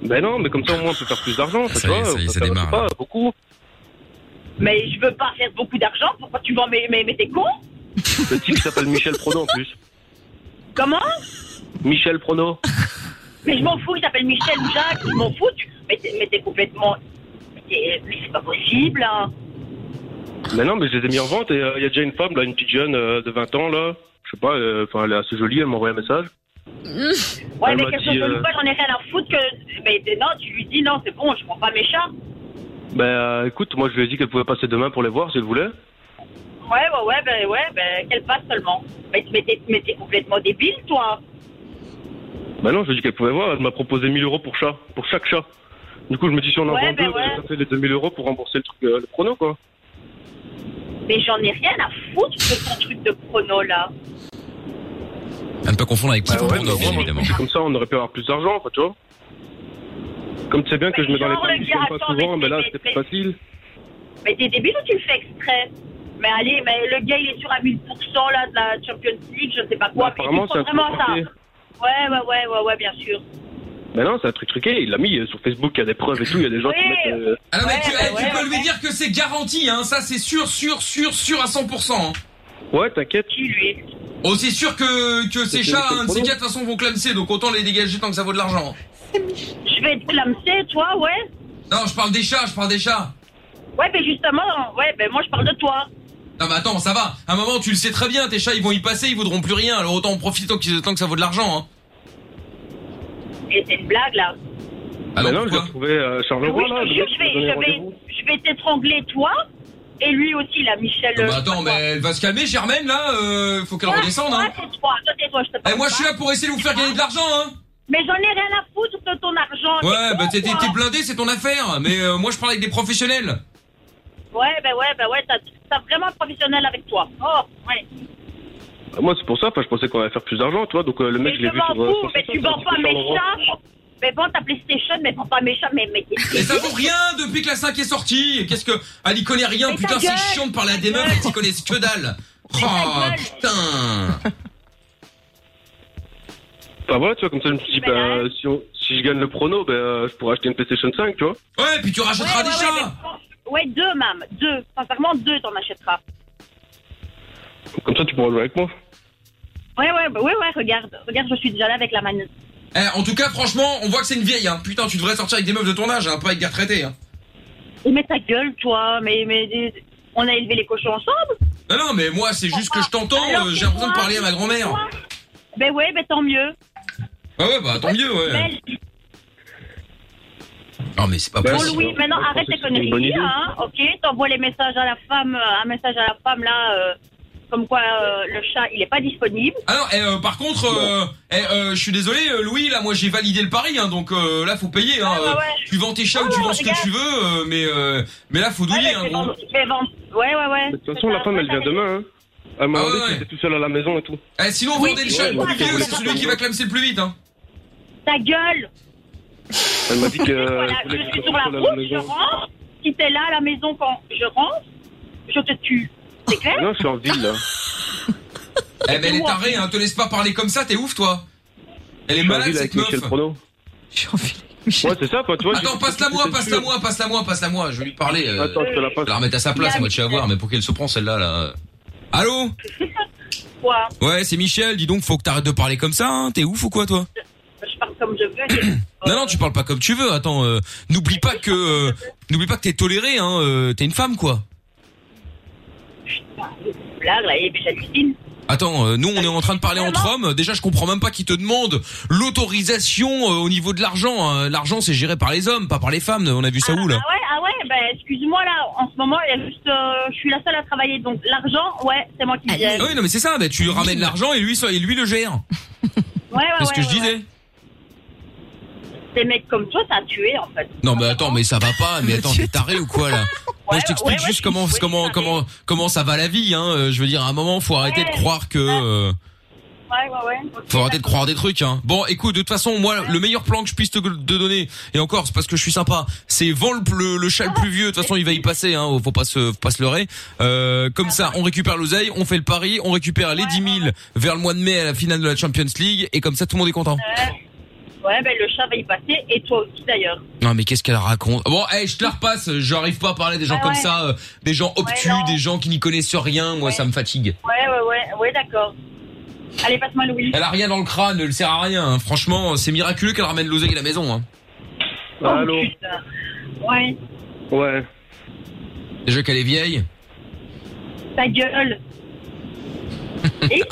Ben non, mais comme ça, au moins, on peut faire plus d'argent, ça, tu vois. Ça, ça démarre. Pas beaucoup. Mais je veux pas faire beaucoup d'argent. Pourquoi tu vends mes... Mais, mais t'es con Le type s'appelle Michel Prono, en plus. Comment Michel Prono. Mais je m'en fous, il s'appelle Michel ou Jacques, je m'en fous. Tu- Mais t'es mais t'es complètement... mais t'es- mais c'est pas possible, hein. Mais non, mais je les ai mis en vente et euh, il y a déjà une femme, là, une petite jeune euh, de 20 ans, là. Je sais pas, euh, enfin, elle est assez jolie, elle m'a envoyé un message. Ouais, Elle mais m'a quelque dit, chose de euh, nouveau, j'en ai rien à foutre que... Mais non, tu lui dis, non, c'est bon, je prends pas mes chats. Ben euh, écoute, moi je lui ai dit qu'elle pouvait passer demain pour les voir si elle voulait. Ouais, ouais, ouais, ben, ouais, ben, qu'elle passe seulement. Mais, mais t'es, mais t'es complètement débile, toi. Ben non, je lui ai dit qu'elle pouvait voir, elle m'a proposé 1000 euros pour chat, pour chaque chat. Du coup, je me dis si on en Ouais, vend ben deux, ben, ouais. ça fait les 2000 euros pour rembourser le truc, euh, le prono quoi. Mais j'en ai rien à foutre de ton truc de prono, là. À ne pas confondre avec petit Ben ouais, Fourneau, mais au bien moins, évidemment. Comme ça, on aurait pu avoir plus d'argent, quoi, tu vois. Comme tu sais bien que je mets dans les genre, paris, le je gagne gars, pas attends, souvent, mais mais là c'est- c'était plus facile. Mais t'es débile ou tu le fais exprès Mais allez, mais le gars, il est sur à 1000% là, de la Champions League, je sais pas quoi. mais Bah, apparemment, il c'est faut un truc vraiment ça. truqué. Ouais, ouais, ouais, ouais, ouais, bien sûr. Ben non, c'est un truc truqué, il l'a mis euh, sur Facebook, il y a des preuves et tout, il y a des gens qui Oui. mettent. euh, Alors tu, bah eh, tu peux lui dire que c'est garanti, hein. Ça, c'est sûr, sûr, sûr, sûr à 100%. hein. Ouais, t'inquiète. Oh, c'est sûr que, que ces C'est chats, Michel un de ces Prono. quatre, de toute façon, vont clamser, donc autant les dégager tant que ça vaut de l'argent. hein. Je vais te clamser, toi, ouais Non, je parle des chats, je parle des chats. Ouais, mais justement, ouais, ben moi, je parle de toi. Non, mais attends, ça va. À un moment, tu le sais très bien, tes chats, ils vont y passer, ils voudront plus rien. Alors autant en profiter tant que, tant que ça vaut de l'argent, hein. Et c'est une blague, là. Bah Alors, non, je l'ai retrouvé euh, à Oui, Charleroi, je là. te le jure, mec, je il m'a donné vais, je vais, rendez-vous. je vais t'étrangler toi Et lui aussi, là, Michel. Bah, attends, mais elle va se calmer, Germaine, là. euh, faut qu'elle redescende, hein. Toi, toi, tais-toi, je te Et parle moi, pas. je suis là pour essayer de vous faire gagner de l'argent, hein. Mais j'en ai rien à foutre de ton argent. Ouais, con, bah t'es toi. t'es blindé, c'est ton affaire. Mais euh, moi, je parle avec des professionnels. Ouais, bah ouais, bah ouais, t'as t'as vraiment un professionnel avec toi. Oh, ouais. Bah, Moi, c'est pour ça. Enfin, je pensais qu'on allait faire plus d'argent, tu vois. Donc, euh, le mec, je l'ai Je vu m'en sur. euh, fous, sur mais Facebook, tu vends c'est pas Charles mes Laurent. chats. Mais vends ta PlayStation, mais vends pas mes chats, mais mais. Mais ça vaut rien depuis que la 5 est sortie. Qu'est-ce que. Elle y connaît rien, Mais ta putain, gueule. c'est chiant de parler à des meufs qui connaissent que dalle. Mais Oh ta gueule. putain. Enfin, voilà, tu vois, comme ça, je me suis dit, bah, hein. euh, si, on- si je gagne le prono, bah, euh, je pourrais acheter une PlayStation 5, tu vois. Ouais, puis tu rachèteras ouais, ouais, mais- Ouais, deux, même. Deux. Sincèrement, deux, t'en achèteras. Comme ça, tu pourras jouer avec moi. Ouais, ouais, bah ouais, ouais, regarde. Regarde, je suis déjà là avec la manette. Eh, en tout cas, franchement, on voit que c'est une vieille. Hein. Putain, tu devrais sortir avec des meufs de ton âge, hein, pas avec des retraités. Hein. Et mets ta gueule, toi. Mais, mais, on a élevé les cochons ensemble. Non, non, mais moi, c'est juste que je t'entends. Alors, euh, c'est J'ai l'impression de toi, parler à ma c'est grand-mère. toi. Ben ouais, ben tant mieux. Ouais, ouais, bah tant mieux, ouais. Belle. Non, mais Bah, c'est pas Bon, possible. Louis, maintenant arrête tes une bonne conneries, idée. hein, ok T'envoies les messages à la femme, euh, un message à la femme là, euh, comme quoi euh, le chat il est pas disponible. Ah non, eh, euh, par contre, euh, eh, euh, je suis désolé, euh, Louis, là, moi, j'ai validé le pari, hein, donc euh, là, faut payer. Hein, ouais, bah euh, ouais. Tu vends tes chats ou tu Ouais, vends ce que regarde. tu veux, euh, mais euh, mais là, faut douiller. Ouais, hein, mais gros. vendre- mais vendre- ben, ouais, ouais, ouais. De toute façon, la femme, elle vient demain, hein. Elle m'a Ah demandé ouais, si j'étais tout seul à la maison et tout. Eh, sinon, Oui, vendez le ouais, chat le ouais, plus vieux, ouais, c'est ouais. celui qui va clamser le plus vite. Hein. Ta gueule Elle m'a dit que. euh, Voilà, elle voulait je que suis je sur la sois route, je rentre. Si t'es là à la maison quand je rentre, je te tue. C'est clair Non, je suis en ville, là. Eh, mais elle est tarée, hein, te laisse pas parler comme ça, t'es ouf, toi. Elle est Je suis en malade, ville cette avec meuf. Michel Prono. Ouais, c'est ça, enfin, tu vois. Attends, j'ai- passe-la moi, c'est passe-la sûr. moi, passe-la moi, passe-la moi. Je vais lui parler. euh, Attends, je te la passe. vais la remettre à sa place, moi, tu vas voir, mais pour qu'elle se prend celle-là, là. Allô Quoi Ouais, c'est Michel, dis donc, faut que t'arrêtes de parler comme ça, hein. T'es ouf ou quoi, toi Je pars comme je veux. Non, non, tu parles pas comme tu veux. Attends, euh, n'oublie pas que, euh, n'oublie pas que t'es toléré, hein. euh, t'es une femme, quoi. Là, là, et puis j'hallucine. Attends, euh, nous on est en train de parler entre hommes. Déjà, je comprends même pas qui te demande l'autorisation euh, au niveau de l'argent. hein. L'argent, c'est géré par les hommes, pas par les femmes. On a vu ça où là Ah ouais, ah ouais, ben excuse-moi là, en ce moment, il y a juste, euh, je suis la seule à travailler, donc l'argent, ouais, c'est moi qui le gère. Ah Oui, non, mais c'est ça. bah, tu ramènes l'argent et lui, ça- et lui le gère. Ouais, Ah ouais, C'est ce que ouais, je ouais, disais. ouais. Des mecs comme toi, t'as tué en fait. Non mais attends mais ça va pas mais attends t'es taré ou quoi là Moi je t'explique juste comment comment comment comment ça va la vie hein Euh, je veux dire à un moment faut arrêter de croire que euh, Ouais, ouais, ouais. faut arrêter de croire des trucs hein. Bon écoute de toute façon moi le meilleur plan que je puisse te, te donner et encore c'est parce que je suis sympa c'est vends le, le, le chat le plus vieux de toute façon il va y passer hein faut pas se faut pas se leurrer euh, comme ça on récupère l'oseille on fait le pari on récupère les 10 000 vers le mois de mai à la finale de la Champions League et comme ça tout le monde est content. Ouais, ben le chat va y passer, et toi aussi d'ailleurs. Non mais qu'est-ce qu'elle raconte Bon, eh, je te la repasse. J'arrive pas à parler des gens Ah comme ouais. ça, euh, des gens obtus, des gens qui n'y connaissent rien. Moi, ça me fatigue. Ouais, ouais, ouais, ouais, d'accord. Allez, passe-moi Louis. Elle a rien dans le crâne, elle sert à rien. hein. Franchement, c'est miraculeux qu'elle ramène l'oseille à la maison. Hein. Oh, putain. Ouais, Ouais. Déjà qu'elle est vieille. ta gueule.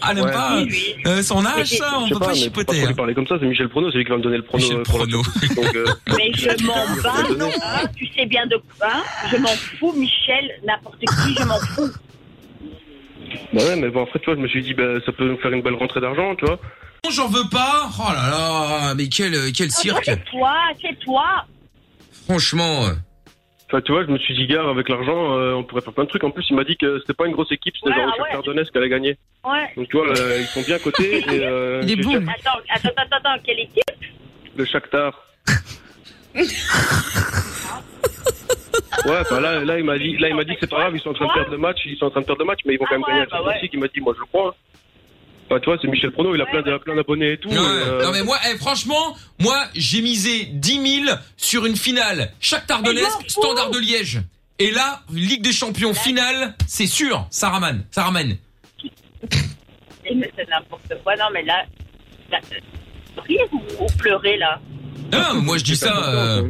Ah, elle aime pas euh, euh, son âge, ça. On Je sais peut pas, mais faut chipoter. hein. Pas lui parler comme ça, c'est Michel Prono, c'est lui qui va me donner le prono. euh, pour la suite, donc, euh, Mais je m'en je vais bats, Ah, te donner. hein, tu sais bien de quoi. Je m'en fous, Michel, n'importe qui, je m'en fous. Bah ouais, mais bon, après, tu vois, je me suis dit, bah, ça peut nous faire une belle rentrée d'argent, tu vois. Non, J'en veux pas. Oh là là, mais quel quel cirque. C'est toi, c'est toi. Franchement. Enfin, tu vois, je me suis dit, gars, avec l'argent, euh, on pourrait faire plein de trucs. En plus, il m'a dit que c'était pas une grosse équipe, c'était Ouais, genre ah ouais. Richard Cardones qui allait gagner. Ouais. Donc, tu vois, euh, ils sont bien cotés. et, euh, je sais- Attends, attends, attends, attends, quelle équipe Le Shakhtar. ouais, bah là, là, il m'a dit, là, il m'a dit, c'est pas grave, ils sont en train de perdre le match, ils sont en train de perdre le match, mais ils vont quand même ouais, gagner la bah Champions ouais. League. Il m'a dit, moi, je le crois. Bah, tu vois, c'est Michel Prono, il a plein, bah- de- plein d'abonnés et tout. et, euh, Non mais moi, eh, franchement, moi j'ai misé 10 000 sur une finale. Chaque Tardonesque, Standard de Liège. Et là, Ligue des Champions finale, c'est sûr, ça ramène, ça ramène. Eh, mais C'est n'importe quoi, non, mais là. là, euh, Rire ou, ou pleurer, là Ah, moi je dis ça, euh,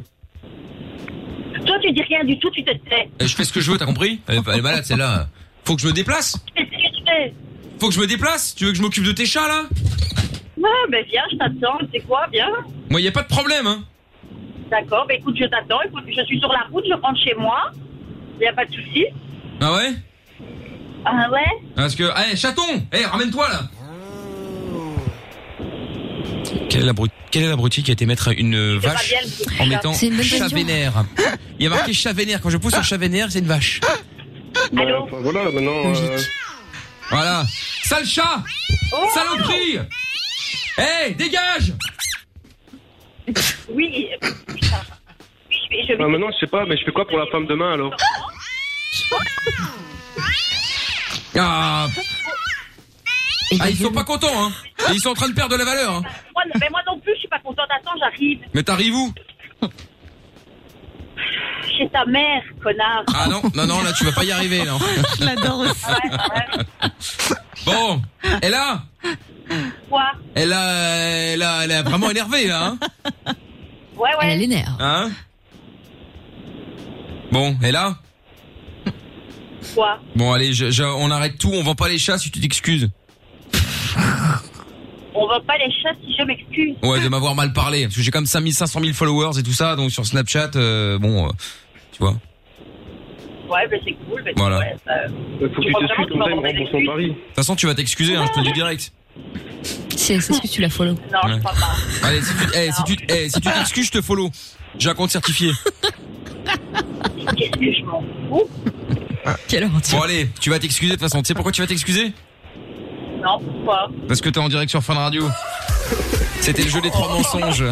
Toi, tu dis rien du tout, tu te tais. eh, je fais ce que je veux, t'as compris elle, est- elle est malade celle-là. Faut que je me déplace Tu te tais, tu te tais. Faut que je me déplace Tu veux que je m'occupe de tes chats là Non, mais viens, je t'attends, c'est quoi, viens. Moi y a pas de problème hein. Ben, D'accord, bah écoute, je t'attends, écoute, je suis sur la route, je rentre chez moi. Il n'y a pas de souci. Ah ouais Ah ouais Parce que, allez, chaton, eh, ramène-toi là. Quel est l'abruti qui a été mettre une euh, C'est pas vache bien, le petit en chat. mettant C'est une bonne question. Chavénère Il y a marqué Chavénère. Quand je pousse sur Chavénère, c'est une vache. Bah, voilà, maintenant. euh, Voilà. Sale chat Oh Saloperie Eh, dégage Oui. bah, maintenant, je sais pas, mais je fais quoi pour la femme demain alors Ah, Ah, ils sont pas contents, hein Et ils sont en train de perdre de la valeur, hein Moi, mais moi non plus, je suis pas contente. Attends, j'arrive Mais t'arrives où chez ta mère, connard. Ah Ah non, non, non, là, tu vas pas y arriver, non Je l'adore aussi. Bon, et là Quoi Elle a, elle a, elle a vraiment énervé là. Ouais, ouais. Elle a les nerfs. Hein, Hein bon, et là Quoi Bon, allez, je- je- on arrête tout. On vend pas les chats si tu t'excuses. On vend pas les chats si je m'excuse. Ouais, de m'avoir mal parlé, parce que j'ai comme 5500 000 followers et tout ça, donc sur Snapchat, euh, bon, euh, tu vois. Ouais, mais c'est cool. Mais Voilà. ouais, ça- Faut que Je tu crois t'excuses vraiment comme ça, qu'il il va me m'en rembourse son pari. De toute façon, tu vas t'excuser, hein, je te le dis direct. C'est c'est ce que tu la follow. Non, Ouais. Allez, si tu, eh, si tu, eh, si tu t'excuses, je te follow. J'ai un compte certifié. Qu'est-ce que je m'en fous Bon allez, tu vas t'excuser de toute façon. Tu sais pourquoi tu vas t'excuser Non, pourquoi Parce que t'es en direct sur Fun Radio. C'était le jeu des trois mensonges.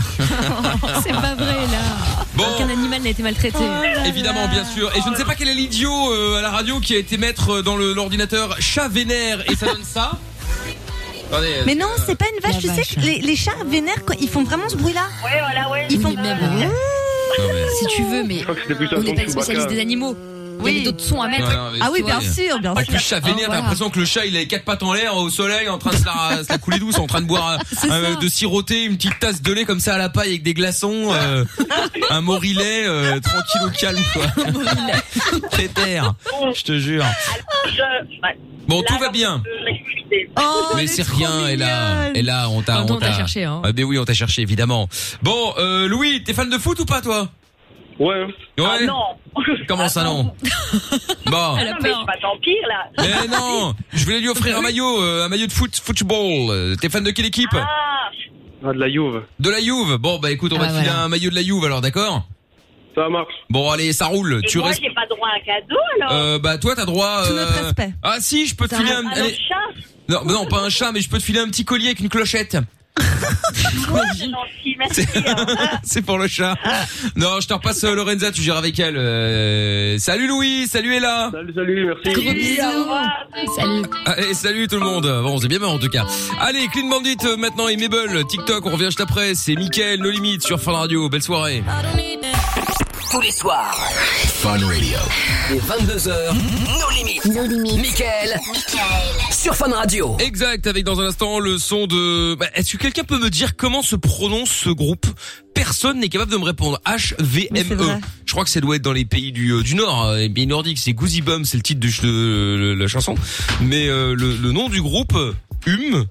Oh, c'est pas vrai là. Bon. Aucun animal n'a été maltraité. Évidemment, bien sûr. Et je ne sais pas quel est l'idiot euh, à la radio qui a été mettre euh, dans le- l'ordinateur chat vénère et ça donne ça. Attendez, euh, Mais non, c'est pas une vache. Tu sais que les, les chats vénèrent, quand- ils font vraiment ce bruit-là. Ouais, voilà, ouais. Ils font. Mmh. Si tu veux, mais on n'est pas les spécialistes des animaux. Il y avait d'autres sons à mettre. Ah Voilà, mais c'est vrai. En plus, chat Oh, vénère, t'as l'impression que le chat, il a les quatre pattes en l'air au soleil, en train de se la, se la couler douce, en train de boire, un- C'est ça. un- de siroter une petite tasse de lait comme ça à la paille avec des glaçons, euh, un morilet, euh, tranquille au calme, quoi. Pétère, je te jure. Je... ouais. Bon, Là, tout va alors, bien. je vais m'excuser. mais c'est rien, et là, et là, on t'a, Pardon, on on t'a cherché, hein. Ah, ben oui, on t'a cherché, évidemment. Bon, euh, Louis, t'es fan de foot ou pas, toi? Ouais. Ah, Ouais. non. Comment ça, non? Bon. Ah, non, mais je m'attends pire, là. Mais non, je voulais lui offrir un maillot, euh, un maillot de foot, football. Euh, T'es fan de quelle équipe Ah, de la Juve. De la Juve. Bon, bah écoute, on va Ah, te filer voilà. un maillot de la Juve alors, d'accord Ça marche. Bon, allez, ça roule. Et Euh, tu moi, restes. j'ai pas droit à un cadeau, alors Euh, bah toi, t'as droit. Tout notre euh, respect. Ah si, je peux te Ah, filer un. ah, allez. le chat Non, non, pas un chat, mais je peux te filer un petit collier avec une clochette. Quoi, c'est gentil, merci. hein. C'est pour le chat. Non, je te repasse euh, Lorenza, tu gères avec elle. Euh, Salut Louis, salut Ella. Salut, salut, merci. Salut. Allez, Ah, salut tout le monde. Bon, c'est bien marrant en tout cas. Allez, Clean Bandit euh, maintenant et Mabel, TikTok, on revient juste après. C'est Mickaël, No Limite sur Fun Radio. Belle soirée. Tous les soirs, Fun Radio. les 22h, nos limites. Nos limites. Michael. Sur Fun Radio. Exact, avec dans un instant le son de... Bah, Est-ce que quelqu'un peut me dire comment se prononce ce groupe Personne n'est capable de me répondre. H-V-M-E. E. Je crois que ça doit être dans les pays du, euh, du Nord, hein, les pays nordiques. C'est Goosey Bum, c'est le titre de ch- de la chanson. Mais euh, le, le nom du groupe, euh, Hum,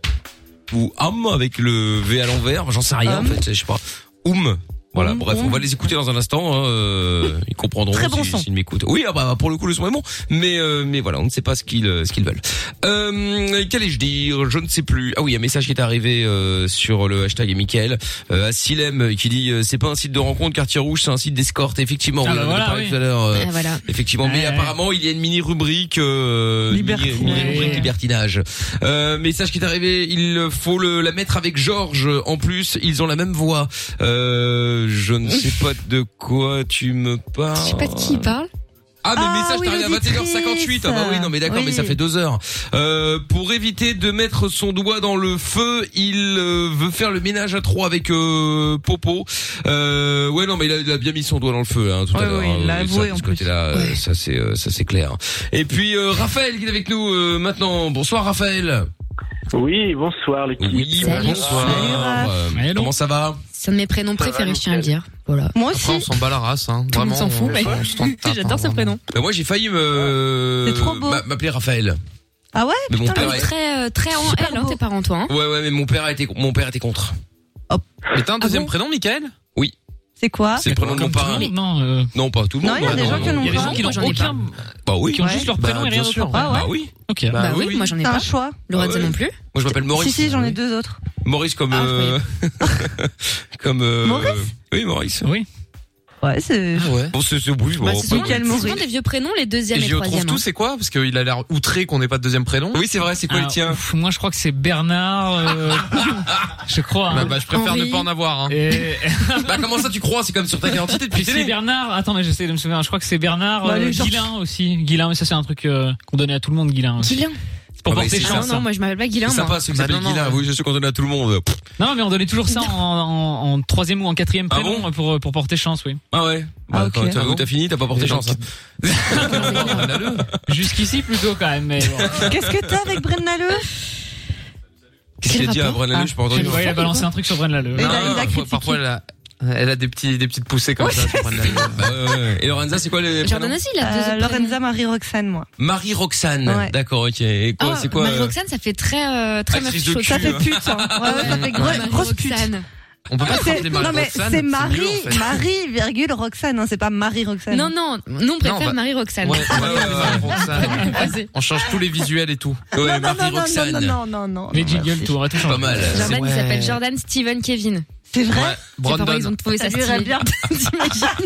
ou Am avec le V à l'envers, j'en sais rien en fait, je sais pas. Hum. Voilà, bref, on va les écouter dans un instant. hein, euh, ils comprendront Très bon si- son. s'ils m'écoutent. Oui, ah bah, pour le coup, le son est bon, mais euh, mais voilà, on ne sait pas ce qu'ils euh, ce qu'ils veulent. Euh, Qu'allais-je dire Je ne sais plus. Ah oui, un message qui est arrivé euh, sur le hashtag Michael euh, à Silem euh, qui dit euh, c'est pas un site de rencontre quartier rouge, c'est un site d'escorte. Effectivement, Ah on bah en avait voilà, parlé oui. tout à l'heure. euh, Ah voilà. Effectivement, mais Ouais, apparemment il y a une mini rubrique euh, une mini- une mini rubrique libertinage. Euh, message qui est arrivé, il faut le, la mettre avec Georges. En plus, ils ont la même voix. Euh, je ne sais pas de quoi tu me parles. Je sais pas de qui il parle. Ah mais le Ah message oui, t'arrive à 21h58 Ah bah oui non mais d'accord Oui. mais ça fait deux heures euh, Pour éviter de mettre son doigt dans le feu Il euh, veut faire le ménage à trois avec euh, Popo euh, Ouais non mais il a, il a bien mis son doigt dans le feu hein, tout à Ouais, l'heure ouais, hein. il l'a Ça, avoué, de en ce côté-là, euh, Ça c'est euh, ça c'est clair Et puis euh, Raphaël qui est avec nous euh, maintenant Bonsoir Raphaël Oui bonsoir l'équipe Oui Salut. bonsoir Euh, Comment ça va C'est un de mes prénoms préférés, je tiens à le dire. Voilà. Moi aussi on s'en bat la race hein. Tout le monde s'en fout, mais j'adore ce prénom. Euh, Moi j'ai failli me m'a- m'appeler Raphaël Ah ouais Mais mon Putain, père mais est- très, euh, très en L, hein, tes parents, toi. hein. Ouais, ouais, mais mon père a été, mon père était contre. Hop. Mais t'as un deuxième prénom, Michael Oui. C'est quoi C'est le prénom de mon parrain. Non, euh, non, pas tout le Non, monde. il y a des gens qui en ont Il y a des pas. Ah gens qui Moi, j'en n'ont ai pas. aucun. Bah oui. Qui ont juste leur Bah, prénom et rien bien d'autre sûr. après. Bah oui. Ok. Bah Bah oui, moi j'en ai C'est pas. un choix. Lorenzo non plus. Moi je m'appelle Si, Maurice. si, j'en ai deux autres. Maurice comme euh, comme euh, Maurice Oui, Maurice. Oui. Ouais, c'est Bon, c'est c'est- oui, bon, Bah, pas c'est souvent, grave. c'est souvent des vieux prénoms, les deuxièmes Et et, hein. j'y retrouve troisièmes. hein. tout, c'est quoi Parce qu'il a l'air outré qu'on n'ait pas de deuxième prénom. Oui, c'est vrai, c'est quoi Ah, ouf, Moi, je crois que c'est Bernard. euh, je crois. hein. Bah, bah, je préfère ne pas en avoir. Hein. bah comment ça tu crois C'est comme sur ta identité depuis C'est Bernard. Attends, mais j'essaie de me souvenir. Je crois que c'est Bernard Bah, euh, allez, cherche. Guilin aussi. Guilin, mais ça c'est un truc euh, qu'on donnait à tout le monde. Guilin. aussi. Guilin. C'est pour Ah, bah, porter c'est hein. chance. Non, non, moi je m'appelle pas Guilin. C'est sympa moi. ceux qui Bah, s'appellent non, non. Guilin. Oui, je suis qu'on donne à tout le monde. Pff. Non, mais on donnait toujours ça en, en, en troisième ou en quatrième prénom euh, pour pour porter chance, oui. Ah ouais. Bah, ok. quand t'as- Ah bon T'as fini, t'as pas porté Les gens chance. hein. Jusqu'ici plutôt quand même. Mais bon. Qu'est-ce que t'as avec Brendan Leleu Qu'est-ce qu'il a dit à Brian Lalou Je peux entendu. Ah, Ouais, Ah, il a balancé un truc sur Bren Laleu. Non, non, Ah, parfois- parfois elle a, elle a des petits, des petites poussées comme ça. sur Brendan. Bah, ouais, ouais. Et Lorenza, c'est quoi les prénoms Euh, Lorenza Marie-Roxane, moi. Marie Roxane. Ouais. D'accord, ok. Et quoi, Ah, c'est quoi euh, Marie-Roxane, ça fait très, euh, très meuf Actrice de chaude. cul, Ça fait hein. pute, hein. Ouais, ouais, ça fait gros- grosse pute. Ah, On peut pas C'est- s'appeler Marie Non, mais Roxane, c'est mieux, en Marie, fait. Marie, virgule, Roxane, hein, c'est pas Marie-Roxane. Non, non, nous on préfère bah- Marie-Roxane. Ouais, ouais, ouais, ouais, Roxane. On change tous les visuels et tout. Ouais, non, non, non, non, non, non. Les jingles, tout, on va tout changer. Pas mal. Jordan, il Euh, Ouais. s'appelle Jordan Steven Kevin. C'est vrai Ouais, Brandon. Brandon. ils ont trouvé Oh, ça Ça lui irait stylé.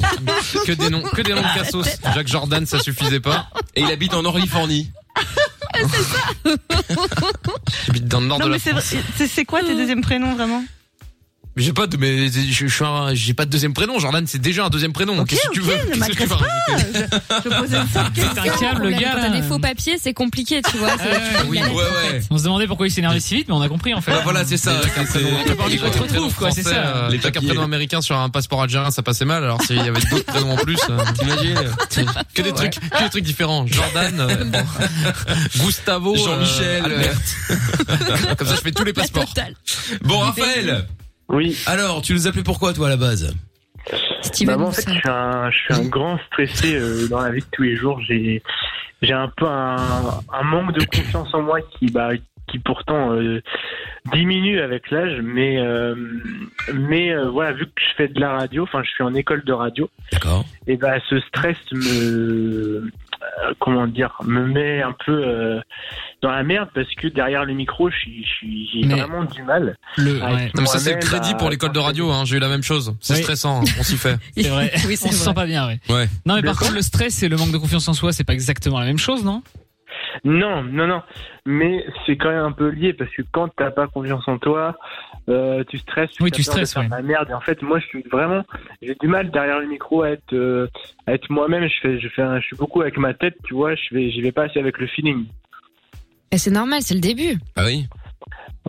bien. Que des noms, que des noms de cassos. Jacques Jordan, ça suffisait pas. Et il habite en Orlifornie. J'habite dans le nord Non, de la mais c'est France. vrai- c'est- c'est quoi tes deuxièmes prénoms, vraiment Mais J'ai pas de, mais je je suis un- j'ai pas de deuxième prénom. Jordan, c'est déjà un deuxième prénom. Qu'est-ce que tu veux? Ne Qu'est-ce que tu m'agresse veux pas Je te posais une simple C'est ça, question. le problème, Quand t'as des faux papiers, c'est compliqué, tu vois. c'est- Oui, Ah ouais, ouais. On se demandait pourquoi il s'énervait si vite, mais on a compris en fait. Bah voilà, c'est ça. c'est- c'est- Les On se retrouve quoi, c'est ça. Les un prénom américain sur un passeport algérien, ça passait mal. Alors s'il y avait d'autres prénoms en plus, euh, T'imagines que des trucs, que des trucs différents. Jordan, euh, bon. Gustavo, euh, Jean-Michel. Albert. Comme ça, je fais tous les passeports. Bon, Raphaël. Oui. Alors, tu nous appelais pourquoi, toi, à la base Bah, moi, en fait, je suis un, je suis un grand stressé euh, dans la vie de tous les jours. J'ai, j'ai un peu un, un manque de confiance en moi qui, bah, qui pourtant euh, diminue avec l'âge, mais, euh, mais euh, voilà, vu que je fais de la radio, enfin, je suis en école de radio. D'accord. Et bah, ce stress me, euh, comment dire, me met un peu euh, dans la merde parce que derrière le micro, je suis, je suis- j'ai Mais- vraiment du mal. Le, à être ouais. Euh, Non, mais ça, c'est le moi-même, bah, crédit à- pour l'école de radio. Hein. J'ai eu la même chose. C'est Oui. stressant. hein. On s'y fait. C'est vrai. Oui, on c'est se vrai. sent pas bien, ouais. Ouais. Non, mais De par quoi contre, le stress et le manque de confiance en soi, c'est pas exactement la même chose, non Non, non, non. Mais c'est quand même un peu lié parce que quand t'as pas confiance en toi, euh, tu stresses. Oui, t'as tu peur de stresses, faire ouais. de La merde. Et en fait, moi, je suis vraiment, j'ai du mal derrière le micro à être, euh, à être moi-même. Je fais, je fais, un- je suis beaucoup avec ma tête, tu vois. Je vais, j'y vais pas assez avec le feeling. Mais C'est normal, c'est le début. Ah oui.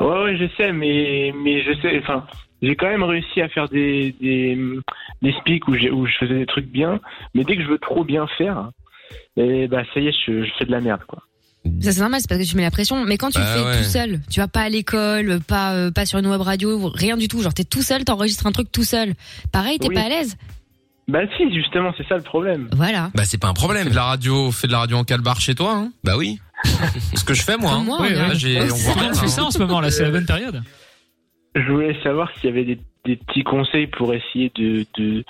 Ouais, ouais, je sais, mais, mais je sais, enfin, j'ai quand même réussi à faire des, des, des speaks où, j'ai- où je faisais des trucs bien, mais dès que je veux trop bien faire, et bah, ça y est, je, je fais de la merde, quoi. Ça c'est normal, c'est parce que tu mets la pression. Mais quand tu Bah le fais ouais. tout seul, tu vas pas à l'école, pas euh, pas sur une web radio, rien du tout. Genre t'es tout seul, t'enregistres un truc tout seul. Pareil, t'es Oui. pas à l'aise. Bah, si, justement, c'est ça le problème. Voilà. Bah, c'est pas un Fais problème. de la radio, fais de la radio en calbar chez toi. Hein. Bah oui. Ce que je fais moi. Comme hein. moi, Oui, regarde. Là, j'ai, on Tout voit le rien, monde fait hein. ça en ce moment là, c'est la bonne période. Je voulais savoir s'il y avait des, des petits conseils pour essayer de, de,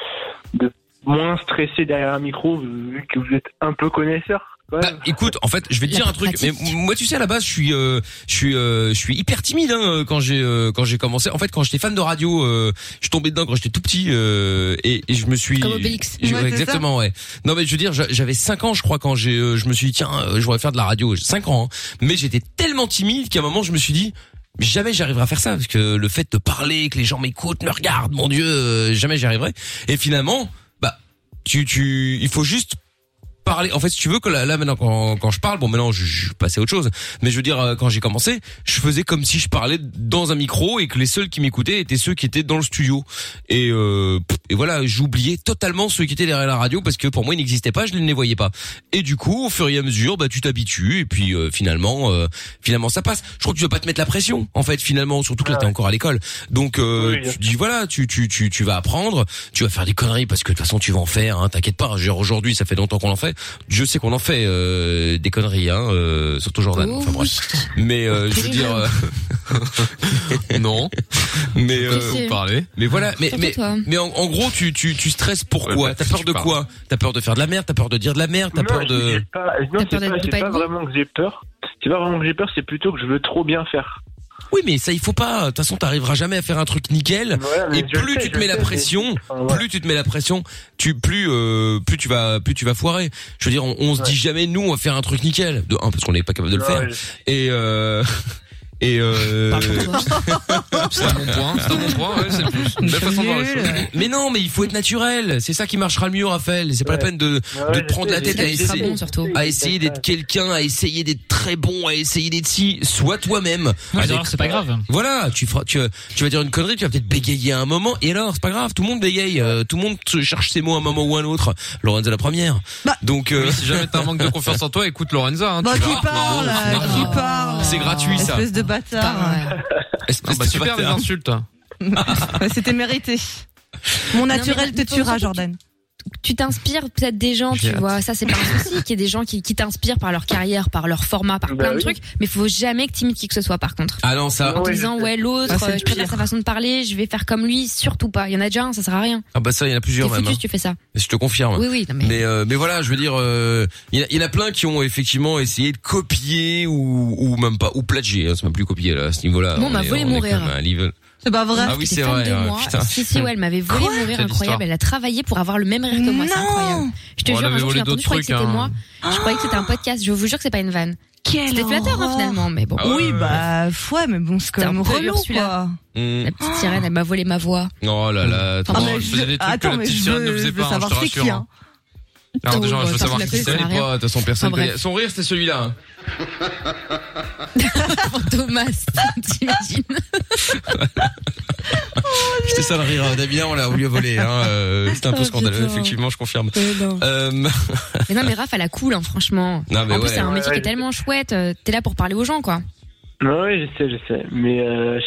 de moins stresser derrière un micro, vu que vous êtes un peu connaisseur. quand Bah, même. écoute, en fait, je vais te La dire un truc. Mais pratique. m- moi, tu sais, à la base, je suis, euh, je suis, euh, je suis hyper timide hein, euh, quand j'ai, euh, quand j'ai commencé. En fait, quand j'étais fan de radio, euh, je tombais dedans quand j'étais tout petit euh, et, et je me suis. Comme Obélix. Je- Ouais, c'est exactement, ouais. Non, mais je veux dire, j'a- j'avais 5 ans, je crois, quand j'ai, euh, je me suis dit, tiens, euh, je voudrais faire de la radio. J'ai 5 ans, hein. mais j'étais tellement timide qu'à un moment, je me suis dit. Jamais j'arriverai à faire ça parce que le fait de parler, que les gens m'écoutent, me regardent, mon Dieu, euh, jamais j'y arriverai. Et finalement, bah, tu, tu, il faut juste parler. En fait, si tu veux que là, là, maintenant quand, quand je parle, bon maintenant je, je suis passé à autre chose. Mais je veux dire euh, quand j'ai commencé, je faisais comme si je parlais dans un micro et que les seuls qui m'écoutaient étaient ceux qui étaient dans le studio. Et, euh, pff, et voilà, j'oubliais totalement ceux qui étaient derrière la radio parce que pour moi ils n'existaient pas, je ne les voyais pas. Et du coup, au fur et à mesure, bah tu t'habitues et puis euh, finalement, euh, finalement ça passe. Je crois que tu vas pas te mettre la pression en fait finalement, surtout que là t'es encore à l'école. Donc euh, Oui, bien tu dis voilà, tu tu tu tu vas apprendre, tu vas faire des conneries parce que de toute façon tu vas en faire. Hein, T'inquiète pas. Genre aujourd'hui, ça fait longtemps qu'on en fait. Dieu sait qu'on en fait euh, des conneries, hein, euh, surtout Jordan. Oh Enfin bref. Mais euh, je veux dire, euh, Non. Mais euh, Vous parlez. Mais voilà, mais Surtout mais, toi. mais en, en gros, tu tu tu stresses pourquoi T'as peur de quoi T'as peur de faire de la merde T'as peur de dire de la merde T'as Non, peur je- de j'ai pas- non, c'est pas, c'est pas vraiment que j'ai peur. C'est pas vraiment que j'ai peur, c'est plutôt que je veux trop bien faire. Oui, mais ça, il faut pas. De toute façon, t'arriveras jamais à faire un truc nickel. mais et je plus sais, tu te je mets la sais, pression, plus tu te mets la pression, tu plus euh, plus tu vas plus tu vas foirer. Je veux dire, on, on se dit jamais nous on va faire un truc nickel. De un parce qu'on n'est pas capable de le Ouais, faire. je Et euh, et euh, C'est un bon point, c'est un bon point, ouais, c'est le plus. Une belle façon de voir les choses. mais non, mais il faut être naturel. C'est ça qui marchera le mieux, Raphaël. C'est pas la peine de, de te prendre la tête à essayer, à essayer d'être quelqu'un, à essayer d'être très bon, à essayer d'être si. Sois toi-même. mais Avec- alors, c'est pas grave. Voilà, tu feras, tu, tu vas dire une connerie, tu vas peut-être bégayer à un moment. Et alors, c'est pas grave. Tout le monde bégaye. euh, tout le monde se cherche ses mots à un moment ou à un autre. Lorenza la première. Bah. Donc, euh, Oui, si jamais t'as un manque de confiance en toi, écoute Lorenza. Hein, tu verras. parle, Oh, euh, qui parle. C'est gratuit, ça. Espèce de bâtard. Ah, bah, super les insultes. Ouais, C'était mérité. Mon mais naturel il te faut tuera, surtout Jordan. tu t'inspires peut-être des gens, J'ai tu hâte. vois. Ça, c'est pas un souci qu'il y ait des gens qui, qui t'inspirent par leur carrière, par leur format, par Bah plein de oui. trucs. Mais faut jamais que t'imites qui que ce soit, par contre. ah non, ça. en te disant, ouais, l'autre, Ah, c'est euh, je préfère sa façon de parler, je vais faire comme lui, surtout pas. Il y en a déjà un, ça sert à rien. Ah bah ça, il y en a T'es plusieurs même. foutu hein. si tu fais ça. Je te confirme. Oui, oui, non, mais- mais euh, mais voilà, je veux dire, euh, il y, en a- il y en a plein qui ont effectivement essayé de copier ou ou même pas ou plagier. Hein, c'est même plus copier là à ce niveau-là. Moi, on m'a est- volé est mon rire. quand même à un level. C'est pas vrai. Ah oui, J'étais c'est fan vrai, de ouais, moi. putain. Si, si, ouais, elle m'avait volé mon rire Quelle histoire. incroyable. Elle a travaillé pour avoir le même rire que moi. C'est incroyable. Je te Bon, elle jure, avait un jour, volé je l'ai entendu, d'autres je croyais que trucs, c'était hein. moi. Je croyais que c'était un podcast. Je vous jure que c'est pas une vanne. C'était flatteur, hein, horreur. finalement, mais Ah bon. Oui, bah, ouais, mais bon, c'est quand C'était un même peu relou, Ursula. quoi. Mm. La petite sirène, elle m'a volé ma voix. Oh là là, attends, Ah, non, mais je faisais des trucs attends, que la mais petite je sirène veux- ne faisait je veux pas, hein, je savoir te c'est qui, rassure. hein. Non, déjà, Oh, je veux bah, savoir ça, qui ça c'est, sert à les rien. potes. De toute façon, personne. Enfin, bref. connaît. Son rire, c'est celui-là. hein. Pour Thomas, t'imagines. C'était ça le rire. euh, Davina, on l'a voulu voler. Hein. euh, C'était un peu Oh, scandaleux, putain. effectivement, je confirme. Eh ben. Euh, Mais non, mais Raph, elle a cool, hein, franchement. Non, mais en plus, ouais. c'est un métier Ouais, qui ouais. est tellement chouette. euh, T'es là pour parler aux gens, quoi. Non, oui, je sais, je sais. Mais. Euh,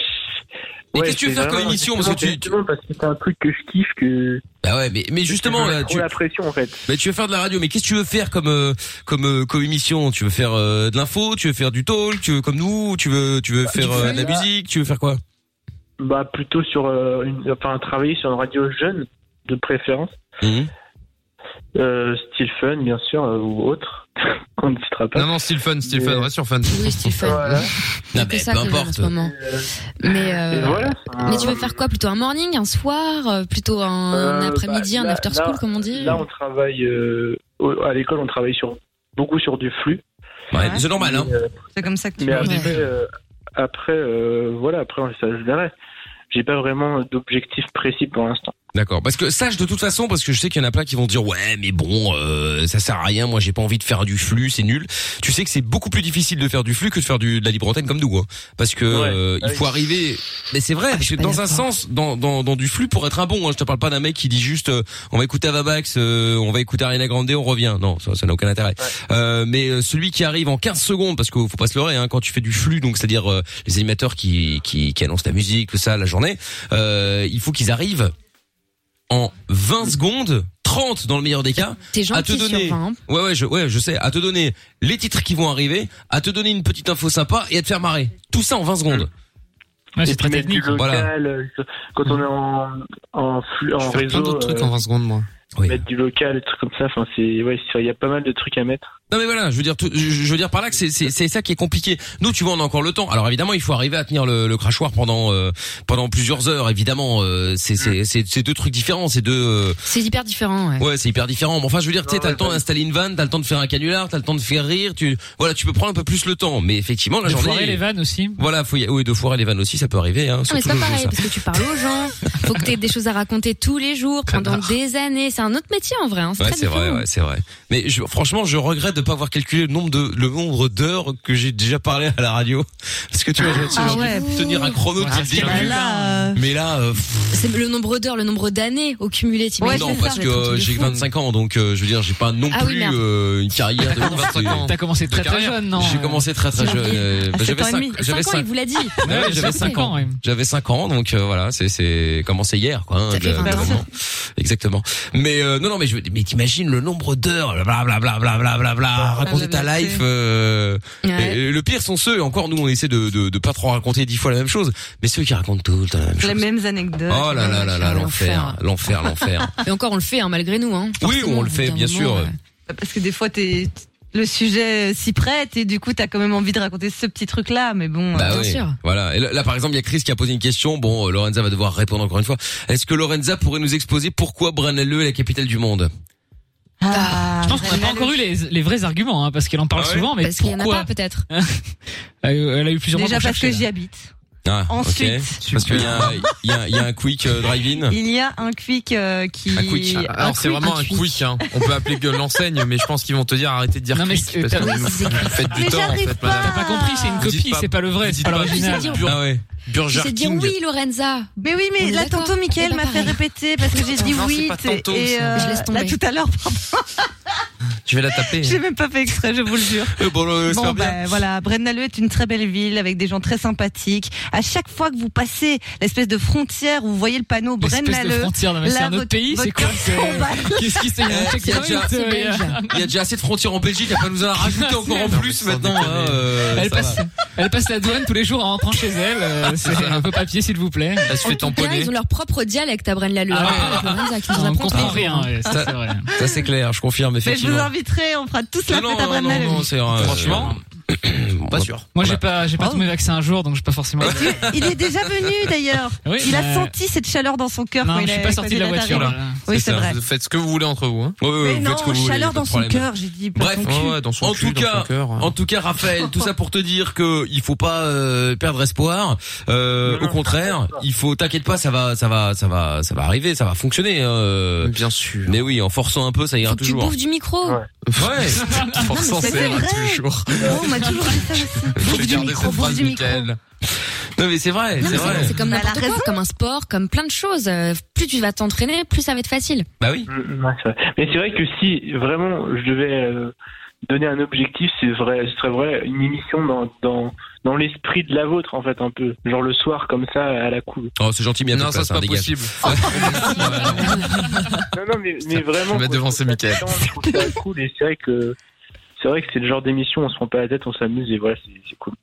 Mais qu'est-ce que tu veux c'est faire comme vraiment- émission Parce que tu- justement, parce que c'est un truc que je kiffe que. Bah ouais, mais, mais justement, je mets là, trop tu- la pression en fait. Mais tu veux faire de la radio, mais qu'est-ce que tu veux faire comme euh, comme euh, comme émission Tu veux faire euh, de l'info, tu veux faire du talk, tu veux comme nous, tu veux tu veux Ah, faire euh, de la musique, tu veux faire quoi Bah plutôt sur euh, une, enfin travailler sur une radio jeune de préférence, Mmh. euh, style fun bien sûr euh, ou autre qu'on ne citera pas. Non, non, style fun, style Mais- fun, reste sur fun. Oui, style fun. Voilà. Non, C'est ça que j'aime en ce moment. Mais, euh, Et voilà. mais tu veux faire quoi Plutôt un morning, un soir euh, Plutôt un Euh, après-midi, bah, un là- after school, comme on dit Là on travaille euh, au- à l'école, on travaille sur beaucoup sur du flux. Ouais, c'est normal, hein. Mais, euh, C'est comme ça que tu Mais vois. après, Ouais. euh, après euh, voilà, après ça je verrai. J'ai pas vraiment d'objectif précis pour l'instant. D'accord, parce que sache de toute façon, parce que je sais qu'il y en a plein qui vont dire ouais, mais bon, euh, ça sert à rien. Moi, j'ai pas envie de faire du flux, c'est nul. Tu sais que c'est beaucoup plus difficile de faire du flux que de faire du, de la libre antenne comme nous, hein. parce que euh, il faut arriver. Mais c'est vrai, parce que dans un sens, dans, dans dans du flux pour être un bon. Hein, je te parle pas d'un mec qui dit juste euh, on va écouter Avamax, euh, on va écouter Ariana Grande, on revient. Non, ça ça n'a aucun intérêt. Euh, mais euh, celui qui arrive en 15 secondes, parce qu'il faut pas se leurrer, hein, quand tu fais du flux, donc c'est-à-dire euh, les animateurs qui, qui qui annoncent la musique, tout ça, la journée, euh, il faut qu'ils arrivent en 20 secondes, 30 dans le meilleur des cas, T'es à gentil te donner. sur hein. 20. Ouais ouais, je ouais, je sais, à te donner les titres qui vont arriver, à te donner une petite info sympa et à te faire marrer. Tout ça en 20 secondes. Et puis mettre du Voilà. local, euh, quand on est en, en, flux- en Je fais réseau. euh, plein d'autres trucs en 20 secondes, moi. Mettre du local, des trucs comme ça. Enfin, c'est, ouais, c'est- il y a pas mal de trucs à mettre. Non mais voilà, je veux dire, tout- je je veux dire par là que c'est c'est c'est ça qui est compliqué. Nous, tu vois, on a encore le temps. Alors évidemment, il faut arriver à tenir le, le crachoir pendant euh, pendant plusieurs heures. Évidemment, euh, c'est Mm. c'est c'est c'est deux trucs différents, c'est deux. euh, C'est hyper différent, ouais. Ouais, c'est hyper différent. Mais enfin, je veux dire, tu sais, t'as le temps d'installer une vanne, t'as le temps de faire un canular, t'as le temps de faire rire. Tu, voilà, tu peux prendre un peu plus le temps. Mais effectivement, la De journée. foirer les vannes aussi. Voilà, faut y... oui, de foirer les vannes aussi, ça peut arriver. Hein, Non, Ah, mais c'est pas surtout le jeu, pareil, ça. parce que tu parles aux gens, faut que t'aies des choses à raconter tous les jours, pendant des années. C'est un autre métier, en vrai. hein, Ouais, très c'est vrai, différent. ouais, c'est vrai. Mais je- franchement, je regrette de pas avoir calculé le nombre de le nombre d'heures que j'ai déjà parlé à la radio, parce que tu vois, j'ai Ah j'ai dû ouais. tenir un chrono Ouais, depuis le parce que début. là, euh, Mais là, euh, pff, C'est le nombre d'heures, le nombre d'années au cumulé, t'imagines non, parce que euh, j'ai 25 ans, donc euh, je veux dire, j'ai pas non Ah oui, plus merde. euh, une carrière de T'as commencé- 25 ans. t'as commencé très, De très carrière. jeune, non J'ai commencé très très C'est jeune. marqué. euh, À bah, sept J'avais ans et 5 demi. j'avais Cinq ans, il vous l'a dit. Ouais, Ouais, cinq j'avais 5 ans, ans. ouais. J'avais 5 ans, donc euh, voilà, c'est c'est commencé hier, quoi. hein, Ça fait de- 20 de ans. vraiment. Exactement. Mais euh, non, non, mais je mais t'imagines le nombre d'heures, blablabla, blablabla, Ah, là, raconter ta vérité. life. euh, Ouais. et le pire sont ceux, encore nous on essaie de, de, de pas trop raconter dix fois la même chose, mais ceux qui racontent tout le temps la même chose. Les mêmes anecdotes. Oh là là là là, l'enfer, l'enfer, l'enfer. Et encore, on le fait hein, malgré nous. Hein. Oui, on le au fait, bout d'un bien moment, sûr. Parce que des fois, t'es le sujet s'y prête et du coup, t'as quand même envie de raconter ce petit truc-là, mais bon. Bah oui, Voilà. Et là, là, par exemple, il y a Chris qui a posé une question. Bon, euh, Lorenza va devoir répondre encore une fois. Est-ce que Lorenza pourrait nous exposer pourquoi Brunelleux est la capitale du monde Bah, Je pense qu'on n'a pas encore eu les, les vrais arguments, hein, parce qu'elle en parle Ah souvent, mais Ah, Parce qu'il y en pourquoi a pas peut-être. Euh, Elle a eu plusieurs Déjà mois pour parce que chercher, j'y là. habite. ah, ok. Ensuite. Parce qu'il y a, il y, a, il y a un quick euh, drive-in. Il y a un quick euh, qui. Un quick. un Alors c'est quick. vraiment un quick. Hein. On peut appeler que l'enseigne, mais je pense qu'ils vont te dire arrêtez de dire quick parce que vous vous faites du Mais temps en j'arrive fait, madame. T'as pas compris, c'est une Vous dites copie, c'est pas le vrai, c'est pas l'original. dire- Ah ouais. Je Burger sais dire King. oui, Lorenza. Mais oui, mais là, tantôt, Michael m'a fait répéter parce que j'ai dit Non, c'est oui. pas t'es- tantôt, et ça. euh, Je laisse tomber. là, tout à l'heure, Je vais la taper. hein. j'ai même pas fait exprès, je vous le jure. Euh, Bon, euh, Bon, j'espère ben, bien. voilà, Brennaleu est une très belle ville avec des gens très sympathiques. À chaque fois que vous passez l'espèce de frontière où vous voyez le panneau L'espèce de Brennaleu, frontière, non, mais c'est un autre pays, c'est quoi que- Qu'est-ce qui se- il y a un Il y a checkpoint, déjà- euh, il y a- il y a déjà assez de frontières en Belgique, il va pas nous en rajouter encore en plus maintenant. hein, euh, elle, ça passe, va. elle passe la douane tous les jours en rentrant chez elle. euh, c'est un peu papier, s'il vous plaît. Elle se fait Là, ils ont leur propre dialecte à Braine-l'Alleud. Ah ouais. Alors, Lorenza qui nous On apprend comprend toujours, rien, hein. ouais, ça, c'est vrai. Ça c'est clair, je confirme mais je effectivement. vous inviterai, on fera tous la Non, fête à non, non, Brennaleu. non, c'est euh, Franchement, pas sûr. Moi, j'ai pas, j'ai pas tous mes vaccins un jour, donc j'ai pas forcément. Il est déjà venu d'ailleurs. Oui, il a mais- senti cette chaleur dans son cœur Non, quand je il suis a pas sorti quand de la il est voiture, arrivé. là. Oui, c'est vrai. Vous Faites ce que vous voulez entre vous. Hein. Mais non, chaleur dans son cœur, j'ai dit. pas Bref, son cul. en tout cas, hein. en tout cas, Raphaël, tout ça pour te dire que il faut pas euh, perdre espoir. Euh, au contraire, il faut. T'inquiète pas, ça va, ça va, ça va, ça va arriver, ça va fonctionner. hein, euh. Bien sûr. Mais oui, en forçant un peu, ça ira Tu toujours. bouffes du micro. Ouais. Forçant, c'est c'est vrai. vrai. toujours. Oh, on m'a toujours dit ça J'ai gardé cette bouffe phrase, du micro. Michael. Non mais c'est vrai, Non, c'est mais vrai. C'est Bah, comme n'importe quoi, comme un sport, comme plein de choses. Euh, Plus tu vas t'entraîner, plus ça va être facile. Bah oui. Mais Mm, c'est vrai que si vraiment je devais euh, donner un objectif, c'est vrai, ce serait vrai une émission dans, dans, dans l'esprit de la vôtre, en fait, un peu. Genre le soir, comme ça, à la cool. Oh, c'est gentil, mais Non, ça c'est pas possible. Non, non, mais, mais vraiment. Je vais devancer Michael. Je trouve ça cool et c'est vrai que. C'est vrai que c'est le genre d'émission, on se prend pas la tête, on s'amuse et voilà, c'est c'est cool.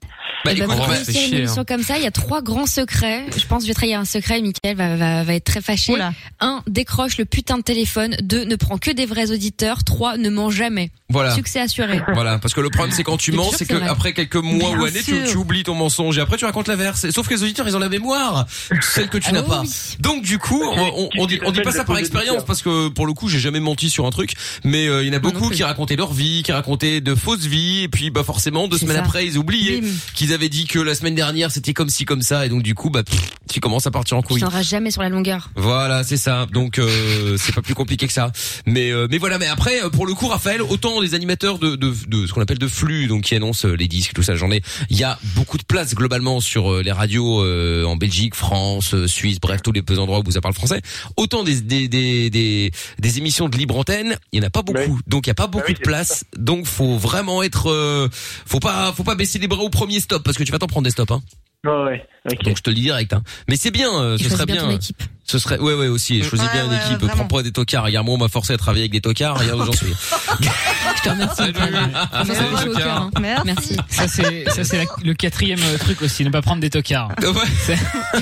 Bah, Et bah, pour réussir une hein. émission comme ça, il y a trois grands secrets. Je pense que je vais trahir un secret. Michael va, va, va être très fâché. Un, décroche le putain de téléphone. Deux, ne prends que des vrais auditeurs. Trois, ne mens jamais. Voilà. Succès assuré. Voilà, parce que le problème c'est quand tu Je te mens, jure c'est que que c'est vrai. après quelques mois Bien ou années, tu, sûr. tu oublies ton mensonge et après tu racontes l'inverse. Et Sauf que les auditeurs, ils ont la mémoire, celle que tu Ah n'as oui. pas. Donc du coup, on, on, on dit, on dit pas ça par expérience parce que pour le coup, j'ai jamais menti sur un truc, mais euh, il y en a beaucoup qui racontaient leur vie, qui racontaient de fausses vies, et puis bah forcément deux semaines ça. après, ils oubliaient qu'ils avaient dit que la semaine dernière c'était comme ci comme ça, et donc du coup, bah pff, tu commences à partir en Tu couille. t'en rase jamais sur la longueur. Voilà, c'est ça. Donc euh, c'est pas plus compliqué que ça. Mais euh, mais voilà. Mais après, euh, pour le coup, Raphaël, autant les animateurs de de, de ce qu'on appelle de flux, donc qui annoncent euh, les disques, tout ça, la journée, il y a beaucoup de place globalement sur euh, les radios euh, en Belgique, France, euh, Suisse, bref, tous les petits endroits où vous parle français. Autant des des des des, des émissions de libre antenne, il y en a pas beaucoup. Donc il y Ah a pas beaucoup de place. Donc faut vraiment être, euh, faut pas faut pas baisser les bras au premier stop parce que tu vas t'en prendre des stops. Hein. Ouais, ouais. Donc je te le dis direct. Hein. Mais c'est bien, euh, ce choisis serait bien bien. ton équipe. Ce serait, ouais, ouais, aussi. Je choisis bien une équipe. Prends pas des tocards. Regarde, moi, on m'a forcé à travailler avec des tocards. Regarde où j'en suis. Je te remercie. Eh ben, Salut. Salut, Franchement, ça me touche au Lucas. cœur, hein. Merci. Ça c'est ça c'est la- le quatrième euh, truc aussi, ne pas prendre des tocards.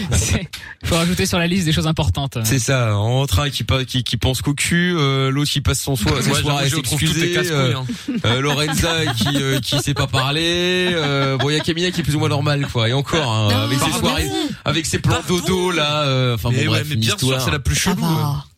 Il faut rajouter sur la liste des choses importantes. C'est ça, entre un qui, pa- qui, qui pense qu'au cul, euh, l'autre qui passe son soir, ses Ouais, soirées à j'avoue, je trouve tout s'excuser, est casse-couille, euh, hein. euh, Lorenza qui euh, qui sait pas parler, euh, bon il y a Camilla qui est plus ou moins normale quoi, et encore hein, Non, avec ses pardon. soirées, avec ses plans dodo là, euh, enfin Mais bon ouais, bref, mais une bien sûr, histoire. c'est la plus chelou.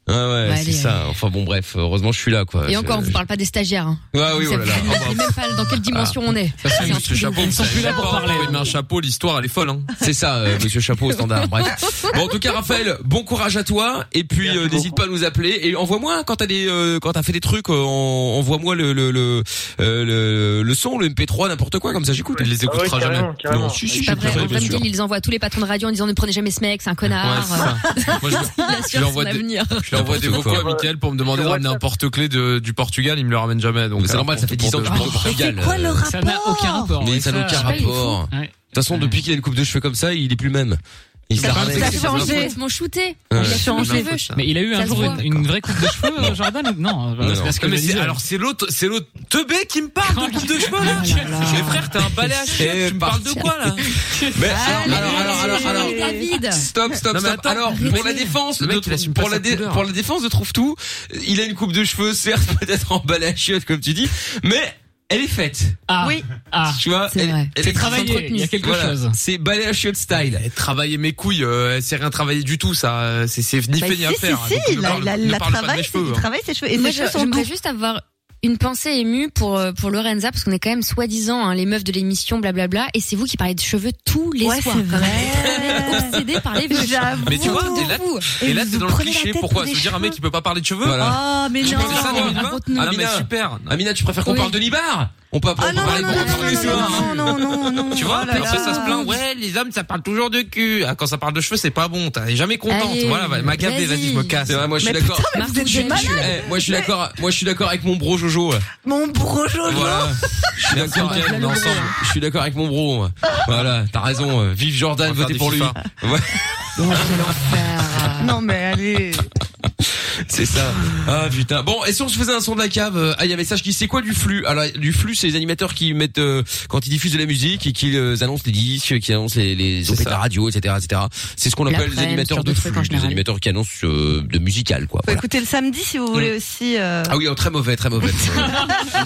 Ouais ouais, Bah, c'est allez, ça. Enfin bon bref, heureusement je suis là quoi. Et encore, on Je- vous parle pas des stagiaires. hein. Ouais oui, Ça oh là là. vous Ah, dit bah, même pas dans quelle dimension on est. Ah, Ça c'est Monsieur Chapeau. Ils sont vous plus là savez pour pas, parler. vous mettez un chapeau, l'histoire elle est folle. Hein. C'est ça, euh, Monsieur Chapeau au standard. Bref. Bon, en tout cas, Raphaël, bon courage à toi. Et puis, euh, n'hésite pas à nous appeler et envoie-moi quand t'as des, euh, quand t'as fait des trucs, euh, en- envoie-moi le le le, euh, le le son, le MP3, n'importe quoi, comme ça j'écoute. Il les écoutera carrément, carrément. Non, si si, Pas je vrai, les en écouterai, bien vrai, sûr. ils envoient à tous les patrons de radio en disant ne prenez jamais ce mec, c'est un connard. Ouais, c'est ça. Moi, je- Il je lui assure son envoie des- avenir. Je leur envoie des N'importe vocaux à quoi. Mickaël pour me demander de ramener un porte-clés de- du Portugal, il me le ramène jamais. Donc C'est normal, ça fait 10 ans que je parle au Portugal. euh. Ça n'a aucun rapport. Mais ouais, ça n'a aucun Je sais pas, il est fou. rapport. De Ouais. toute façon, depuis qu'il a une coupe de cheveux comme ça, il est plus le même. Il Ça s'arrête. a changé. complètement shooté. Ouais. Euh. Il a changé. Mais il a eu Ça un se jour voit. une, une vraie coupe de cheveux, euh, Jordan ou- Non, Non, bah, c'est non. parce que Mais je c'est- disais. alors c'est l'autre, c'est l'autre teubé qui me parle de coupe de cheveux là. Mais frère, t'as un balai à chiottes, tu me parles de quoi là Mais alors, alors, alors, alors, alors, David. Stop, stop, Non, mais stop. attends, alors, arrêtez. pour la défense, Le mec, de- il assume pas pour, sa la dé- couleur. pour la défense de Trouve Tout, il a une coupe de cheveux, certes, peut-être en balai à chiottes, comme tu dis, mais elle est faite. Ah. Oui. Ah. Tu vois, C'est vrai. C'est travaillé, il y a quelque chose. C'est balai à chiottes style. Travailler mes couilles, euh, c'est rien travailler du tout, ça. euh, C'est c'est ni Bah, fait si, ni à si, faire. si, hein, Donc, ne il a- parle- il a- ne il a parle pas de travaillé, mes cheveux, il hein. travaille ses cheveux et Moi, ses je- cheveux sont j'aimerais doux. juste avoir une pensée émue pour euh, pour Lorenza parce qu'on est quand même soi-disant hein, les meufs de l'émission blablabla et c'est vous qui parlez de cheveux tous les Ouais, soirs c'est quand même. Vous êtes obsédés par les vœux. Mais tu vois, Vous et êtes là, fous. et là c'est dans le prenez la cliché. tête Pourquoi pour se des dire ah, un mec qui peut pas parler de cheveux Voilà. Oh, mais Tu Oh, non. penses que ça, Nibar Ah non, mais Amina. super. Amina, tu préfères qu'on Oui. parle de Nibar On peut on peut Ah non, parler non, on peut non, parler non, souvent, non, hein. Non, non, non. Tu vois, là après là. ça se plaint, ouais, les hommes ça parle toujours de cul. Ah, quand ça parle de cheveux, c'est pas bon, t'es jamais contente. Allez, voilà, va- m'a gavé, vas-y. vas-y, je me casse. C'est vrai, moi, je suis Mais d'accord. putain, mais vous êtes des Je suis- malades. eh, Moi je suis d'accord, moi je suis d'accord avec mon bro Jojo. ouais. Mon bro Jojo. Voilà. Je suis d'accord avec elle, on est ensemble. Je suis d'accord avec mon bro. moi. Voilà, t'as raison. euh, Vive Jordan, On va faire votez des pour lui. FIFA. Oh, Ouais, Non, mais allez. c'est ça. Ah putain. Bon, et si on se faisait un son de la cave euh, Ah, il y a un message qui c'est quoi du flux Alors du flux, c'est les animateurs qui mettent euh, quand ils diffusent de la musique et qui euh, annoncent les disques, qui annoncent les, les opéras de la radio, etc., etc. C'est ce qu'on appelle les L'après-midi, ce animateurs genre de de truc flux, en les général. animateurs qui annoncent euh, de musical, quoi. Faut Voilà. écouter le samedi si vous voulez aussi. euh, Ah oui, oh, très mauvais, très mauvais.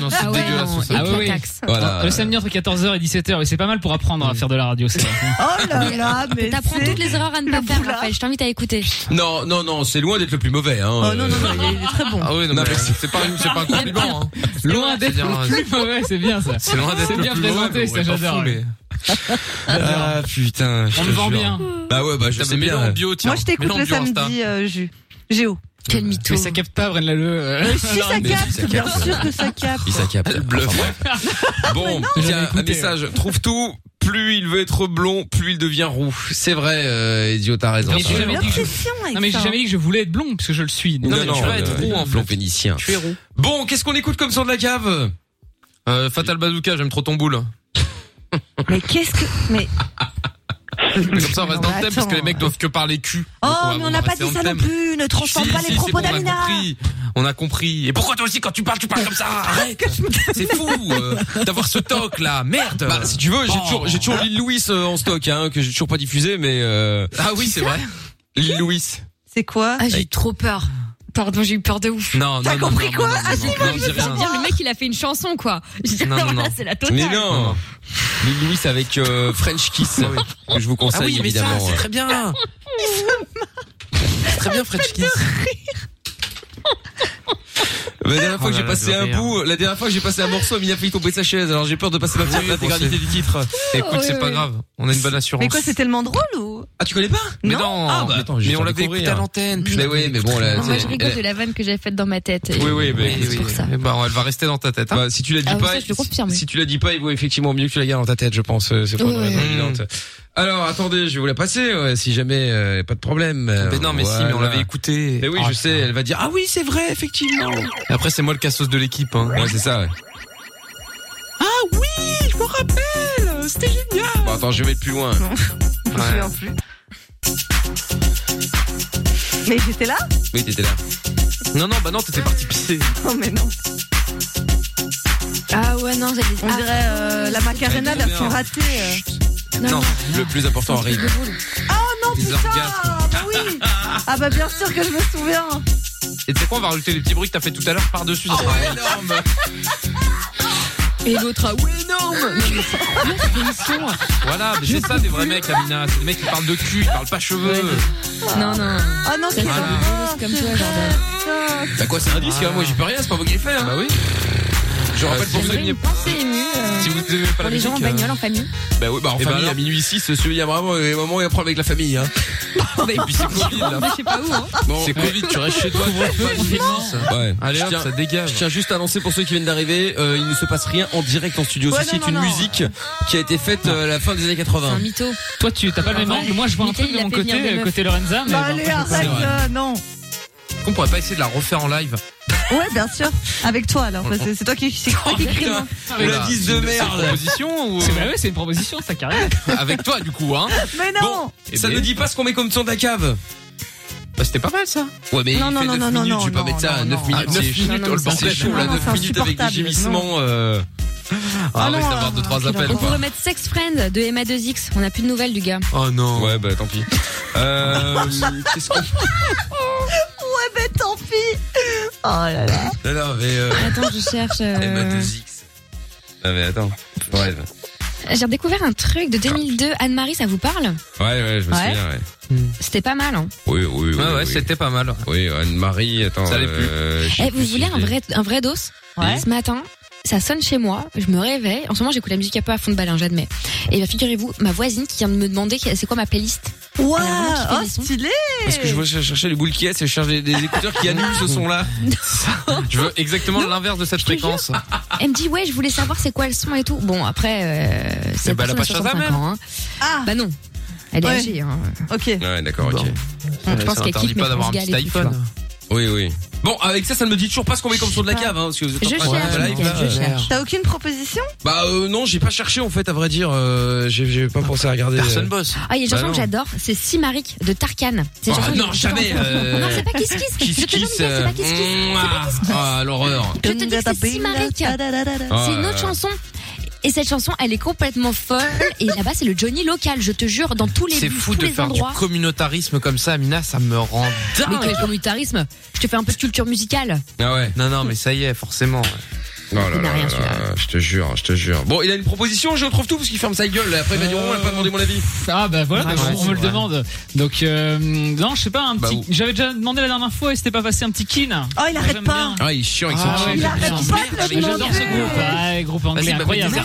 Non, c'est Ah ouais, dégueulasse, non, ça. Ah et oui, la oui. taxe. Voilà. Ah, Le samedi entre 14h et 17h, et c'est pas mal pour apprendre à faire de la radio, c'est vrai. Oh là là, mais T'apprends toutes les erreurs à ne pas faire, Raphaël. Je t'invite à écouter. Non, non, non, c'est loin d'être le plus mauvais. Hein. Oh, non, non, non, il est très bon. Ah oui, non, mais c'est c'est pas, une- c'est pas un compliment. Hein. Loin d'être C'est-à-dire, le plus mauvais, c'est bien ça. C'est loin d'être C'est le bien plus présenté, mauvais, ça on est pas j'adore. fou, mais- Ah putain, je On te me vend jure. bien. Bah ouais, bah je Putain, sais mais bien. mets-le en bio, Moi, je t'écoute le samedi, euh, Jus. Géo. Quel mytho. Mais ça capte pas, Bren Laleu. euh. Mais si ça Mais capte, si ça bien capte. sûr que ça capte. Il s'accapte. Bon, tiens, un écouté, message. Trouve tout. Plus il veut être blond, plus il devient roux. C'est vrai, euh, idiot, t'as raison. Mais t'as j'ai raison. jamais dit que je- avec Non, mais j'ai ça. jamais dit que je voulais être blond, parce que je le suis. Non, Donc, non, tu vas être euh, roux, en blond fait. vénitien. Tu es roux. Bon, qu'est-ce qu'on écoute comme son de la cave euh, Fatal Bazooka, j'aime trop ton boule. Mais qu'est-ce que. Mais. Comme ça, on reste dans le thème attends. parce que les mecs doivent que parler cul. Oh, Ah, Donc, va- mais va on n'a pas rester dit dans ça le non thème. plus. Ne transforme Si, pas si, les c'est propos bon, on a d'Amina. compris. On a compris. Et pourquoi toi aussi quand tu parles, tu parles comme ça Arrête C'est fou euh, d'avoir ce toc là, merde. Bah, si tu veux, j'ai Oh. toujours, j'ai toujours Lil Louis euh, en stock, hein, que j'ai toujours pas diffusé, mais. euh, Ah oui, c'est vrai. Lil Louis. C'est quoi Ah, j'ai eu trop peur. Pardon, j'ai eu peur de ouf. Non, T'as non, non, compris non, quoi non, non, Ah, non, si, non, moi, dis je veux rien. dire, le mec, il a fait une chanson, quoi. Je dis, Non, non, alors là, non. c'est la totale. Mais non Lil Louis avec euh, French Kiss, que je vous conseille Ah oui, mais ça, évidemment. c'est très bien. C'est très bien, French Kiss. La dernière fois que Oh j'ai là là, passé de un rire. bout, la dernière fois que j'ai passé un morceau, Amina a failli tomber de sa chaise, alors j'ai peur de passer ma Oui, l'intégralité bon, du titre. Écoute, Oui, c'est pas oui. grave. On a une bonne assurance. Mais quoi, c'est tellement drôle ou Ah, tu connais pas Mais Non. non, Ah, bah, mais attends, j'ai mais fait on l'avait découvrir. écouté à l'antenne. Mais oui, mais bon, là, Moi, je c'est- rigole elle- de la vanne que j'avais faite dans ma tête. Et- Oui, oui, mais Oui, oui, oui. Eh ben, elle va rester dans ta tête. hein. Bah, si tu la dis Ah, oui, pas, ça, je le confirme. si tu la dis pas, il vaut effectivement mieux que tu la gardes dans ta tête, je pense. euh, C'est pour une Ouais. raison Mm. évidente. Alors, attendez, je vais vous la passer, ouais, si jamais, euh, pas de problème. euh, Mais non, mais si, mais on voilà. l'avait écouté. Mais oui, Ah, je sais, elle va dire, ah oui, c'est vrai, effectivement. Et Après, c'est moi le cassos de l'équipe. Hein. Ouais, c'est ça, ouais. Ah oui, je me rappelle, c'était génial. Bon, attends, je vais mettre plus loin. Je me souviens plus. Mais j'étais là Oui, t'étais là. Non, non, bah non, t'étais parti pisser. Non, mais non. Ah ouais, non, j'avais On Ah, dirait euh, la Macarena très version bien. ratée. euh. Non, Non, le plus important arrive. Oh non, Des putain orgasmes. Ah bah oui Ah bah bien sûr que je me souviens Et tu sais quoi, on va rajouter les petits bruits que t'as fait tout à l'heure Ah, par-dessus. Ah, ça sera bien. énorme. Et l'autre, ah ouais, énorme Non, mais c'est quoi cette émission Voilà, mais c'est ça des vrais mecs, Amina. C'est des mecs qui parlent de cul, ils parlent pas cheveux. Non, non. Ah non, c'est Ça, pas c'est comme toi, Jordan. Bah quoi, c'est un disque, hein, moi j'y peux rien, c'est pas vous qui l'avez fait. Hein. Bah oui. Je rappelle pour ceux J'aurais qui une pensée émue euh, Si vous aimez pas pour la les gens en musique, euh, bagnole, en Eh ben famille. Bah oui, bah en Et bah famille, alors à minuit 6, il y a vraiment des moments où il y a un problème avec la famille. Hein. et puis c'est Covid là. Je sais pas où, hein. Bon, C'est Covid, tu restes chez toi. Ouais. Allez je, hop, tiens, ça dégage. je tiens juste à annoncer pour ceux qui viennent d'arriver, euh, il ne se passe rien en direct en studio. Ouais, Ceci non, est une non, non. musique qui a été faite euh, à la fin des années C'est un 80. mytho. Toi, tu t'as pas le même Ouais. angle. Moi, je vois un Mickaël, truc de il a mon fait venir côté, des euh, meufs. côté Lorenza. mais Bah bon, allez, c'est pas arrête vrai. euh, Non Est-ce qu'on pourrait pas essayer de la refaire en live Ouais, bien sûr. Avec toi, alors. parce que C'est toi qui c'est toi qui crie. Putain, la vis de merde. proposition ou C'est bah ouais, c'est une proposition, ça carrément. Avec toi, du coup, hein. Mais non Eh Et ben. ça ne dit pas ce qu'on met comme son de la cave. Bah, c'était pas mal ça. Ouais, mais Non, il non, fait non, 9 non, minutes, non, tu peux pas non, mettre ça à non, 9 non. minutes. Ah, 9 9 minutes, minutes, oh, le c'est bordel, insupportable. chaud, là, 9 Non, c'est minutes avec des insupportable. gémissements. Euh... Oh Ah, ouais, ça va avoir 2-3 appels, On peut quoi. remettre Sex Friend de Emma 2X. On a plus de nouvelles du gars. Oh non. Ouais, bah tant pis. Euh, qu'est-ce qu'on- Ouais, mais tant pis. Oh là là. Non, non, mais. Euh... Attends, je cherche. euh, Emma 2X. Non, Ah, mais attends. Ouais, J'ai redécouvert un truc de 2002. Anne-Marie, ça vous parle ouais, ouais, je me Ouais. souviens, ouais. C'était pas mal. Hein. Oui, oui, oui. Ouais, ouais, c'était pas mal. Oui, Anne-Marie, attends. Ça allait plus. Eh, vous voulez un vrai, un vrai dos Ce matin, ça sonne chez moi, je me réveille. En ce moment, j'écoute la musique un peu à fond de ballon, j'admets. Et bah, figurez-vous, ma voisine qui vient de me demander c'est quoi ma playlist. Waouh, oh, stylé Parce que je vois je cherchais les boules qui est et je cherche des, des écouteurs qui annulent ce son-là. Je veux exactement l'inverse de cette fréquence. Elle me dit, ouais, je voulais savoir c'est quoi le son et tout. Bon, après, euh, Eh cette bah, elle a personne pas a 65 Shazam, ans. hein. Bah non, elle est Ah. Ouais. âgée. hein. Ok. Ouais, d'accord, ok. Je pense qu'elle kiffe, mais je pense qu'elle est plus, tu vois. Oui, oui. Bon, avec ça, ça ne me dit toujours pas ce qu'on met comme son de la cave, hein, parce que vous êtes en Je train de faire cherche, live, là, euh, T'as aucune proposition Bah euh, non, j'ai pas cherché en fait, à vrai dire, euh, j'ai- j'ai pas pensé à regarder. Euh, euh. Personne bosse. Bah, Ah, il y a une chanson que j'adore, c'est Simarik de Tarkan. C'est une Oh, chanson que non, j'écoute jamais, encore. euh, Non, c'est pas Kiss Kiss. Kiss Je te jure, Mickaël, Kiss, c'est euh, pas Kiss Kiss. Ah, l'horreur. Je te dis que c'est Simarik. C'est une là, autre là. chanson. Et cette chanson, elle est complètement folle. Et là-bas, c'est le Johnny local, je te jure, dans tous les C'est tous fou de les faire du endroits. communautarisme comme ça, Amina, ça me rend Mais dingue. quel communautarisme Je te fais un peu de culture musicale. Ah ouais. Non, non, mais ça y est, forcément. Oh là là là là, je te jure, je te jure. Bon, il a une proposition, je retrouve tout parce qu'il ferme sa gueule. là. Après, Euh, il va dire, oh, on l'a pas demandé mon avis. Ah bah voilà, Ouais, donc ouais, on c'est me le vrai. demande. Donc euh, non, je sais pas, un Bah, petit. ou- J'avais déjà demandé la dernière fois et c'était pas passé un petit kin. Oh, il arrête pas. Ah, il est chiant avec son bah, Ah ouais, chien. j'adore arrête ça. pas de le Mais J'adore ce demander. groupe. Ah, groupe anglais incroyable.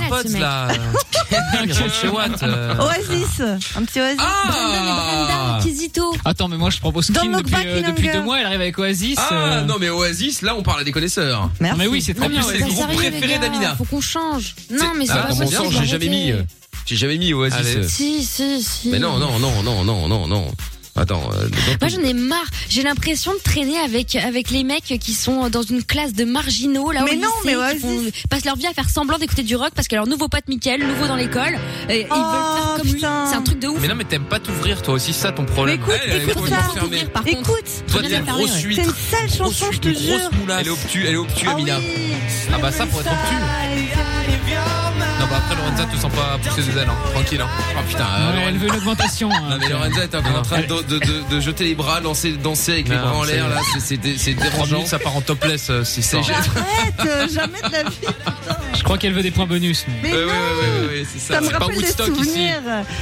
Euh, Euh, Oasis. Un petit Oasis. Ah. Kizito. Attends, mais moi je propose Don't Kin look depuis, back euh, in depuis anger. deux mois, elle arrive avec Oasis. Ah euh, non mais Oasis, là on parle à des connaisseurs. Merci. Mais oui, c'est très En bien, plus, c'est le Oasis. groupe Sérieux, les préféré gars, d'Amina. Faut qu'on change. Non, mais c'est Ah, pas comment possible. ça, j'ai jamais mis. arrêtez. Ah, euh, J'ai jamais mis Oasis. euh. Si, si, si. Mais non, non, non, non, non, non, non. Attends. euh, donc- Moi j'en ai marre, j'ai l'impression de traîner avec avec les mecs qui sont dans une classe de marginaux là Mais au non, lycée, mais qui font- passent leur vie à faire semblant d'écouter du rock parce que leur nouveau pote Mickaël, nouveau dans l'école, et ils veulent Oh, faire comme lui. C'est un truc de ouf. Mais non, mais t'aimes pas t'ouvrir, toi aussi, ça ton problème. Mais écoute, Elle, elle est écoute complètement ça. fermée. Ouvrir, par Écoute, Toi, t'es une grosse c'est huître. une sale chanson, je te jure. Elle est obtue, elle est obtue, Amina. Ah bah ça, pour être obtus. Non, bah après, Lorenza te sent pas pousser des ailes, hein. tranquille. Hein. Oh putain, euh, ouais, elle veut une augmentation. hein. Non mais Lorenza est un peu en train de, de- de- de jeter les bras, lancer, danser avec les Non, bras en c'est- l'air là, c'est- c'est dé- c'est Trois dérangeant. minutes, ça part en topless, euh, c'est ça. Arrête, euh, jamais de la vie. Je crois qu'elle veut des points bonus. Mais Ouais, ouais, non. ouais, ouais, ouais, c'est Ça me C'est pas rappelle des Woodstock, ici. souvenirs.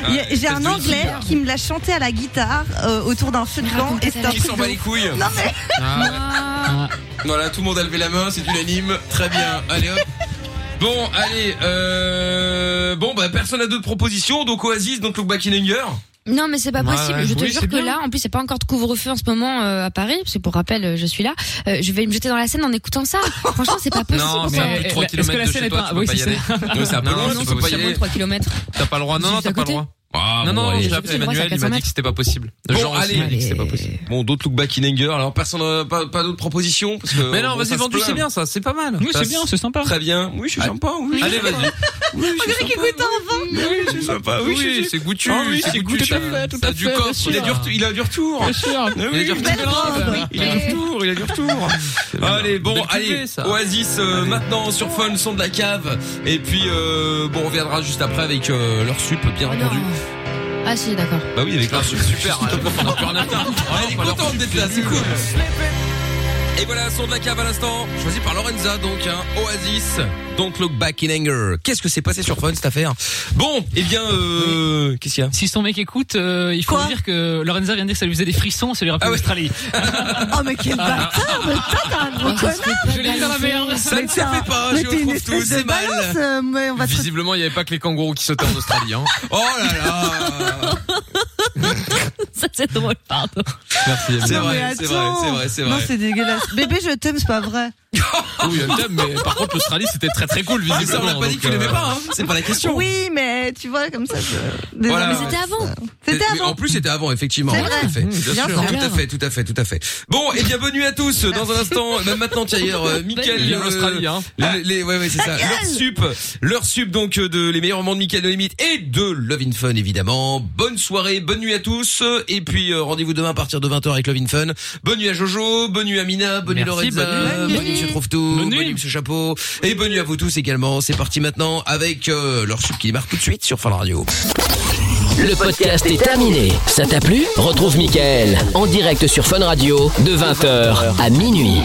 Il y a- Ah, J'ai espèce un de anglais hippie. qui me l'a chanté à la guitare euh, autour d'un feu de camp et c'est un Qui truc s'en de bat les ouf. couilles Non mais Ah. Voilà, tout le monde a levé la main, c'est unanime. Très bien, allez hop. Bon, allez, euh... Bon, bah personne n'a d'autres propositions, donc Oasis, donc Look Back in Anger. Non mais c'est pas Ouais, possible, Bah ouais, je te oui, jure c'est que bien. là, en plus c'est pas encore de couvre-feu en ce moment euh, à Paris, parce que pour rappel euh, je suis là, Euh, je vais me jeter dans la scène en écoutant ça. Franchement c'est pas possible. Non, c'est à plus de 3 Est-ce que km la de scène est chez toi, pas- tu peux oui, pas y c'est aller. ça. Non, C'est un peu Non, loin, non, tu c'est peux pas y C'est à moins aller. de 3 km. T'as pas le droit, non, Juste non, à t'as pas le côté. droit. Ah, Non, bon, non, allez. j'ai appelé C'est le droit, Emmanuel, c'est à il m'a 400 dit que c'était pas possible. Le Bon, genre aussi allez. m'a dit que c'était pas possible. Bon, d'autres Look Back in Anger, alors personne n'a pas, pas d'autres propositions parce que, Mais Euh, bon, non, ça vas-y, se vendu, plaint. c'est bien ça, c'est pas mal. Oui, Ça, c'est bien, c'est sympa. Très bien, oui, je suis sympa, oui. Allez, vas-y. On dirait qu'il goûte un vin. Oui, c'est sympa, oui, Oui, c'est goûtu, Ah oui, c'est c'est goûtu, goûtu, ça- tout à fait, tout ça a à du fait, coffre, bien sûr. il a du Il a du retour. Bien sûr. Ah oui, Il a du belle retour. robe. Il a du retour, il a du retour. Allez, bon, Belle allez, cuvée, ça. Oasis euh, maintenant sur Fun, son de la cave. Et puis, euh, bon, on reviendra juste après avec euh, leur sup, bien entendu. Ah si, d'accord. Bah oui, avec leur sup, super. Oh, On a plus rien à faire. Elle est contente d'être là, c'est cool. Et voilà, son de la cave à l'instant, choisi par Lorenza, donc hein, Oasis, Don't Look Back in Anger. Qu'est-ce que c'est passé sur Fun cette affaire Bon, eh bien, euh, qu'est-ce qu'il y a Si son mec écoute, euh, il faut Quoi lui dire que Lorenza vient de dire que ça lui faisait des frissons, ça lui Ah rappelait l'Australie. Oh mais quel bâtard, mais toi, t'es un gros Ah, ça se connard. fait pas. Je l'ai fait dans la merde. Ça ne Mais se t'es fait un- pas, mais je t'es une retrouve tout, espèce de c'est mal. balance, euh, mais on va te- Visiblement, il n'y avait pas que les kangourous qui sautaient en Australie. Hein. Oh là là Ça c'est drôle, pardon. Merci. C'est Non, mais vrai, c'est vrai, attends. c'est vrai, c'est vrai. Non, c'est dégueulasse. Bébé, je t'aime, c'est pas vrai. oui, Dame, mais par contre, l'Australie, c'était très très cool, Ah, mais visiblement. ça, on n'a pas dit donc, qu'il aimait euh, pas, hein. C'est pas la question. Oui, mais tu vois, comme ça. je- Désolé. Voilà. avant. C'était avant. En plus, c'était avant, effectivement. C'est Ouais, vrai. Tout à fait. Mmh, bien Non, sûr. Tout à fait, tout à fait, tout à fait. Bon, et bien, bonne nuit à tous. Dans un instant, même maintenant, tiens, hier, euh, Mickaël, Vive euh, l'Australie, hein. Les, les- ouais, ouais, c'est ça. Leur sup. Leur sup, donc, euh, de les meilleurs moments de Mickaël de Limite et de Love in Fun, évidemment. Bonne soirée, bonne nuit à tous. Et puis, euh, rendez-vous demain à partir de 20h avec Love in Fun. Bonne nuit à Jojo, bonne nuit à Mina, bonne nuit Merci, Lorenza, bonne nuit. bonne nuit Monsieur Trouve-Tout, bonne nuit Monsieur Chapeau. Et bonne nuit à vous tous également. C'est parti maintenant avec euh, leur sup qui démarre tout de suite sur Fun Radio. Le podcast est terminé. Ça t'a plu Retrouve Mickaël en direct sur Fun Radio de 20h à minuit.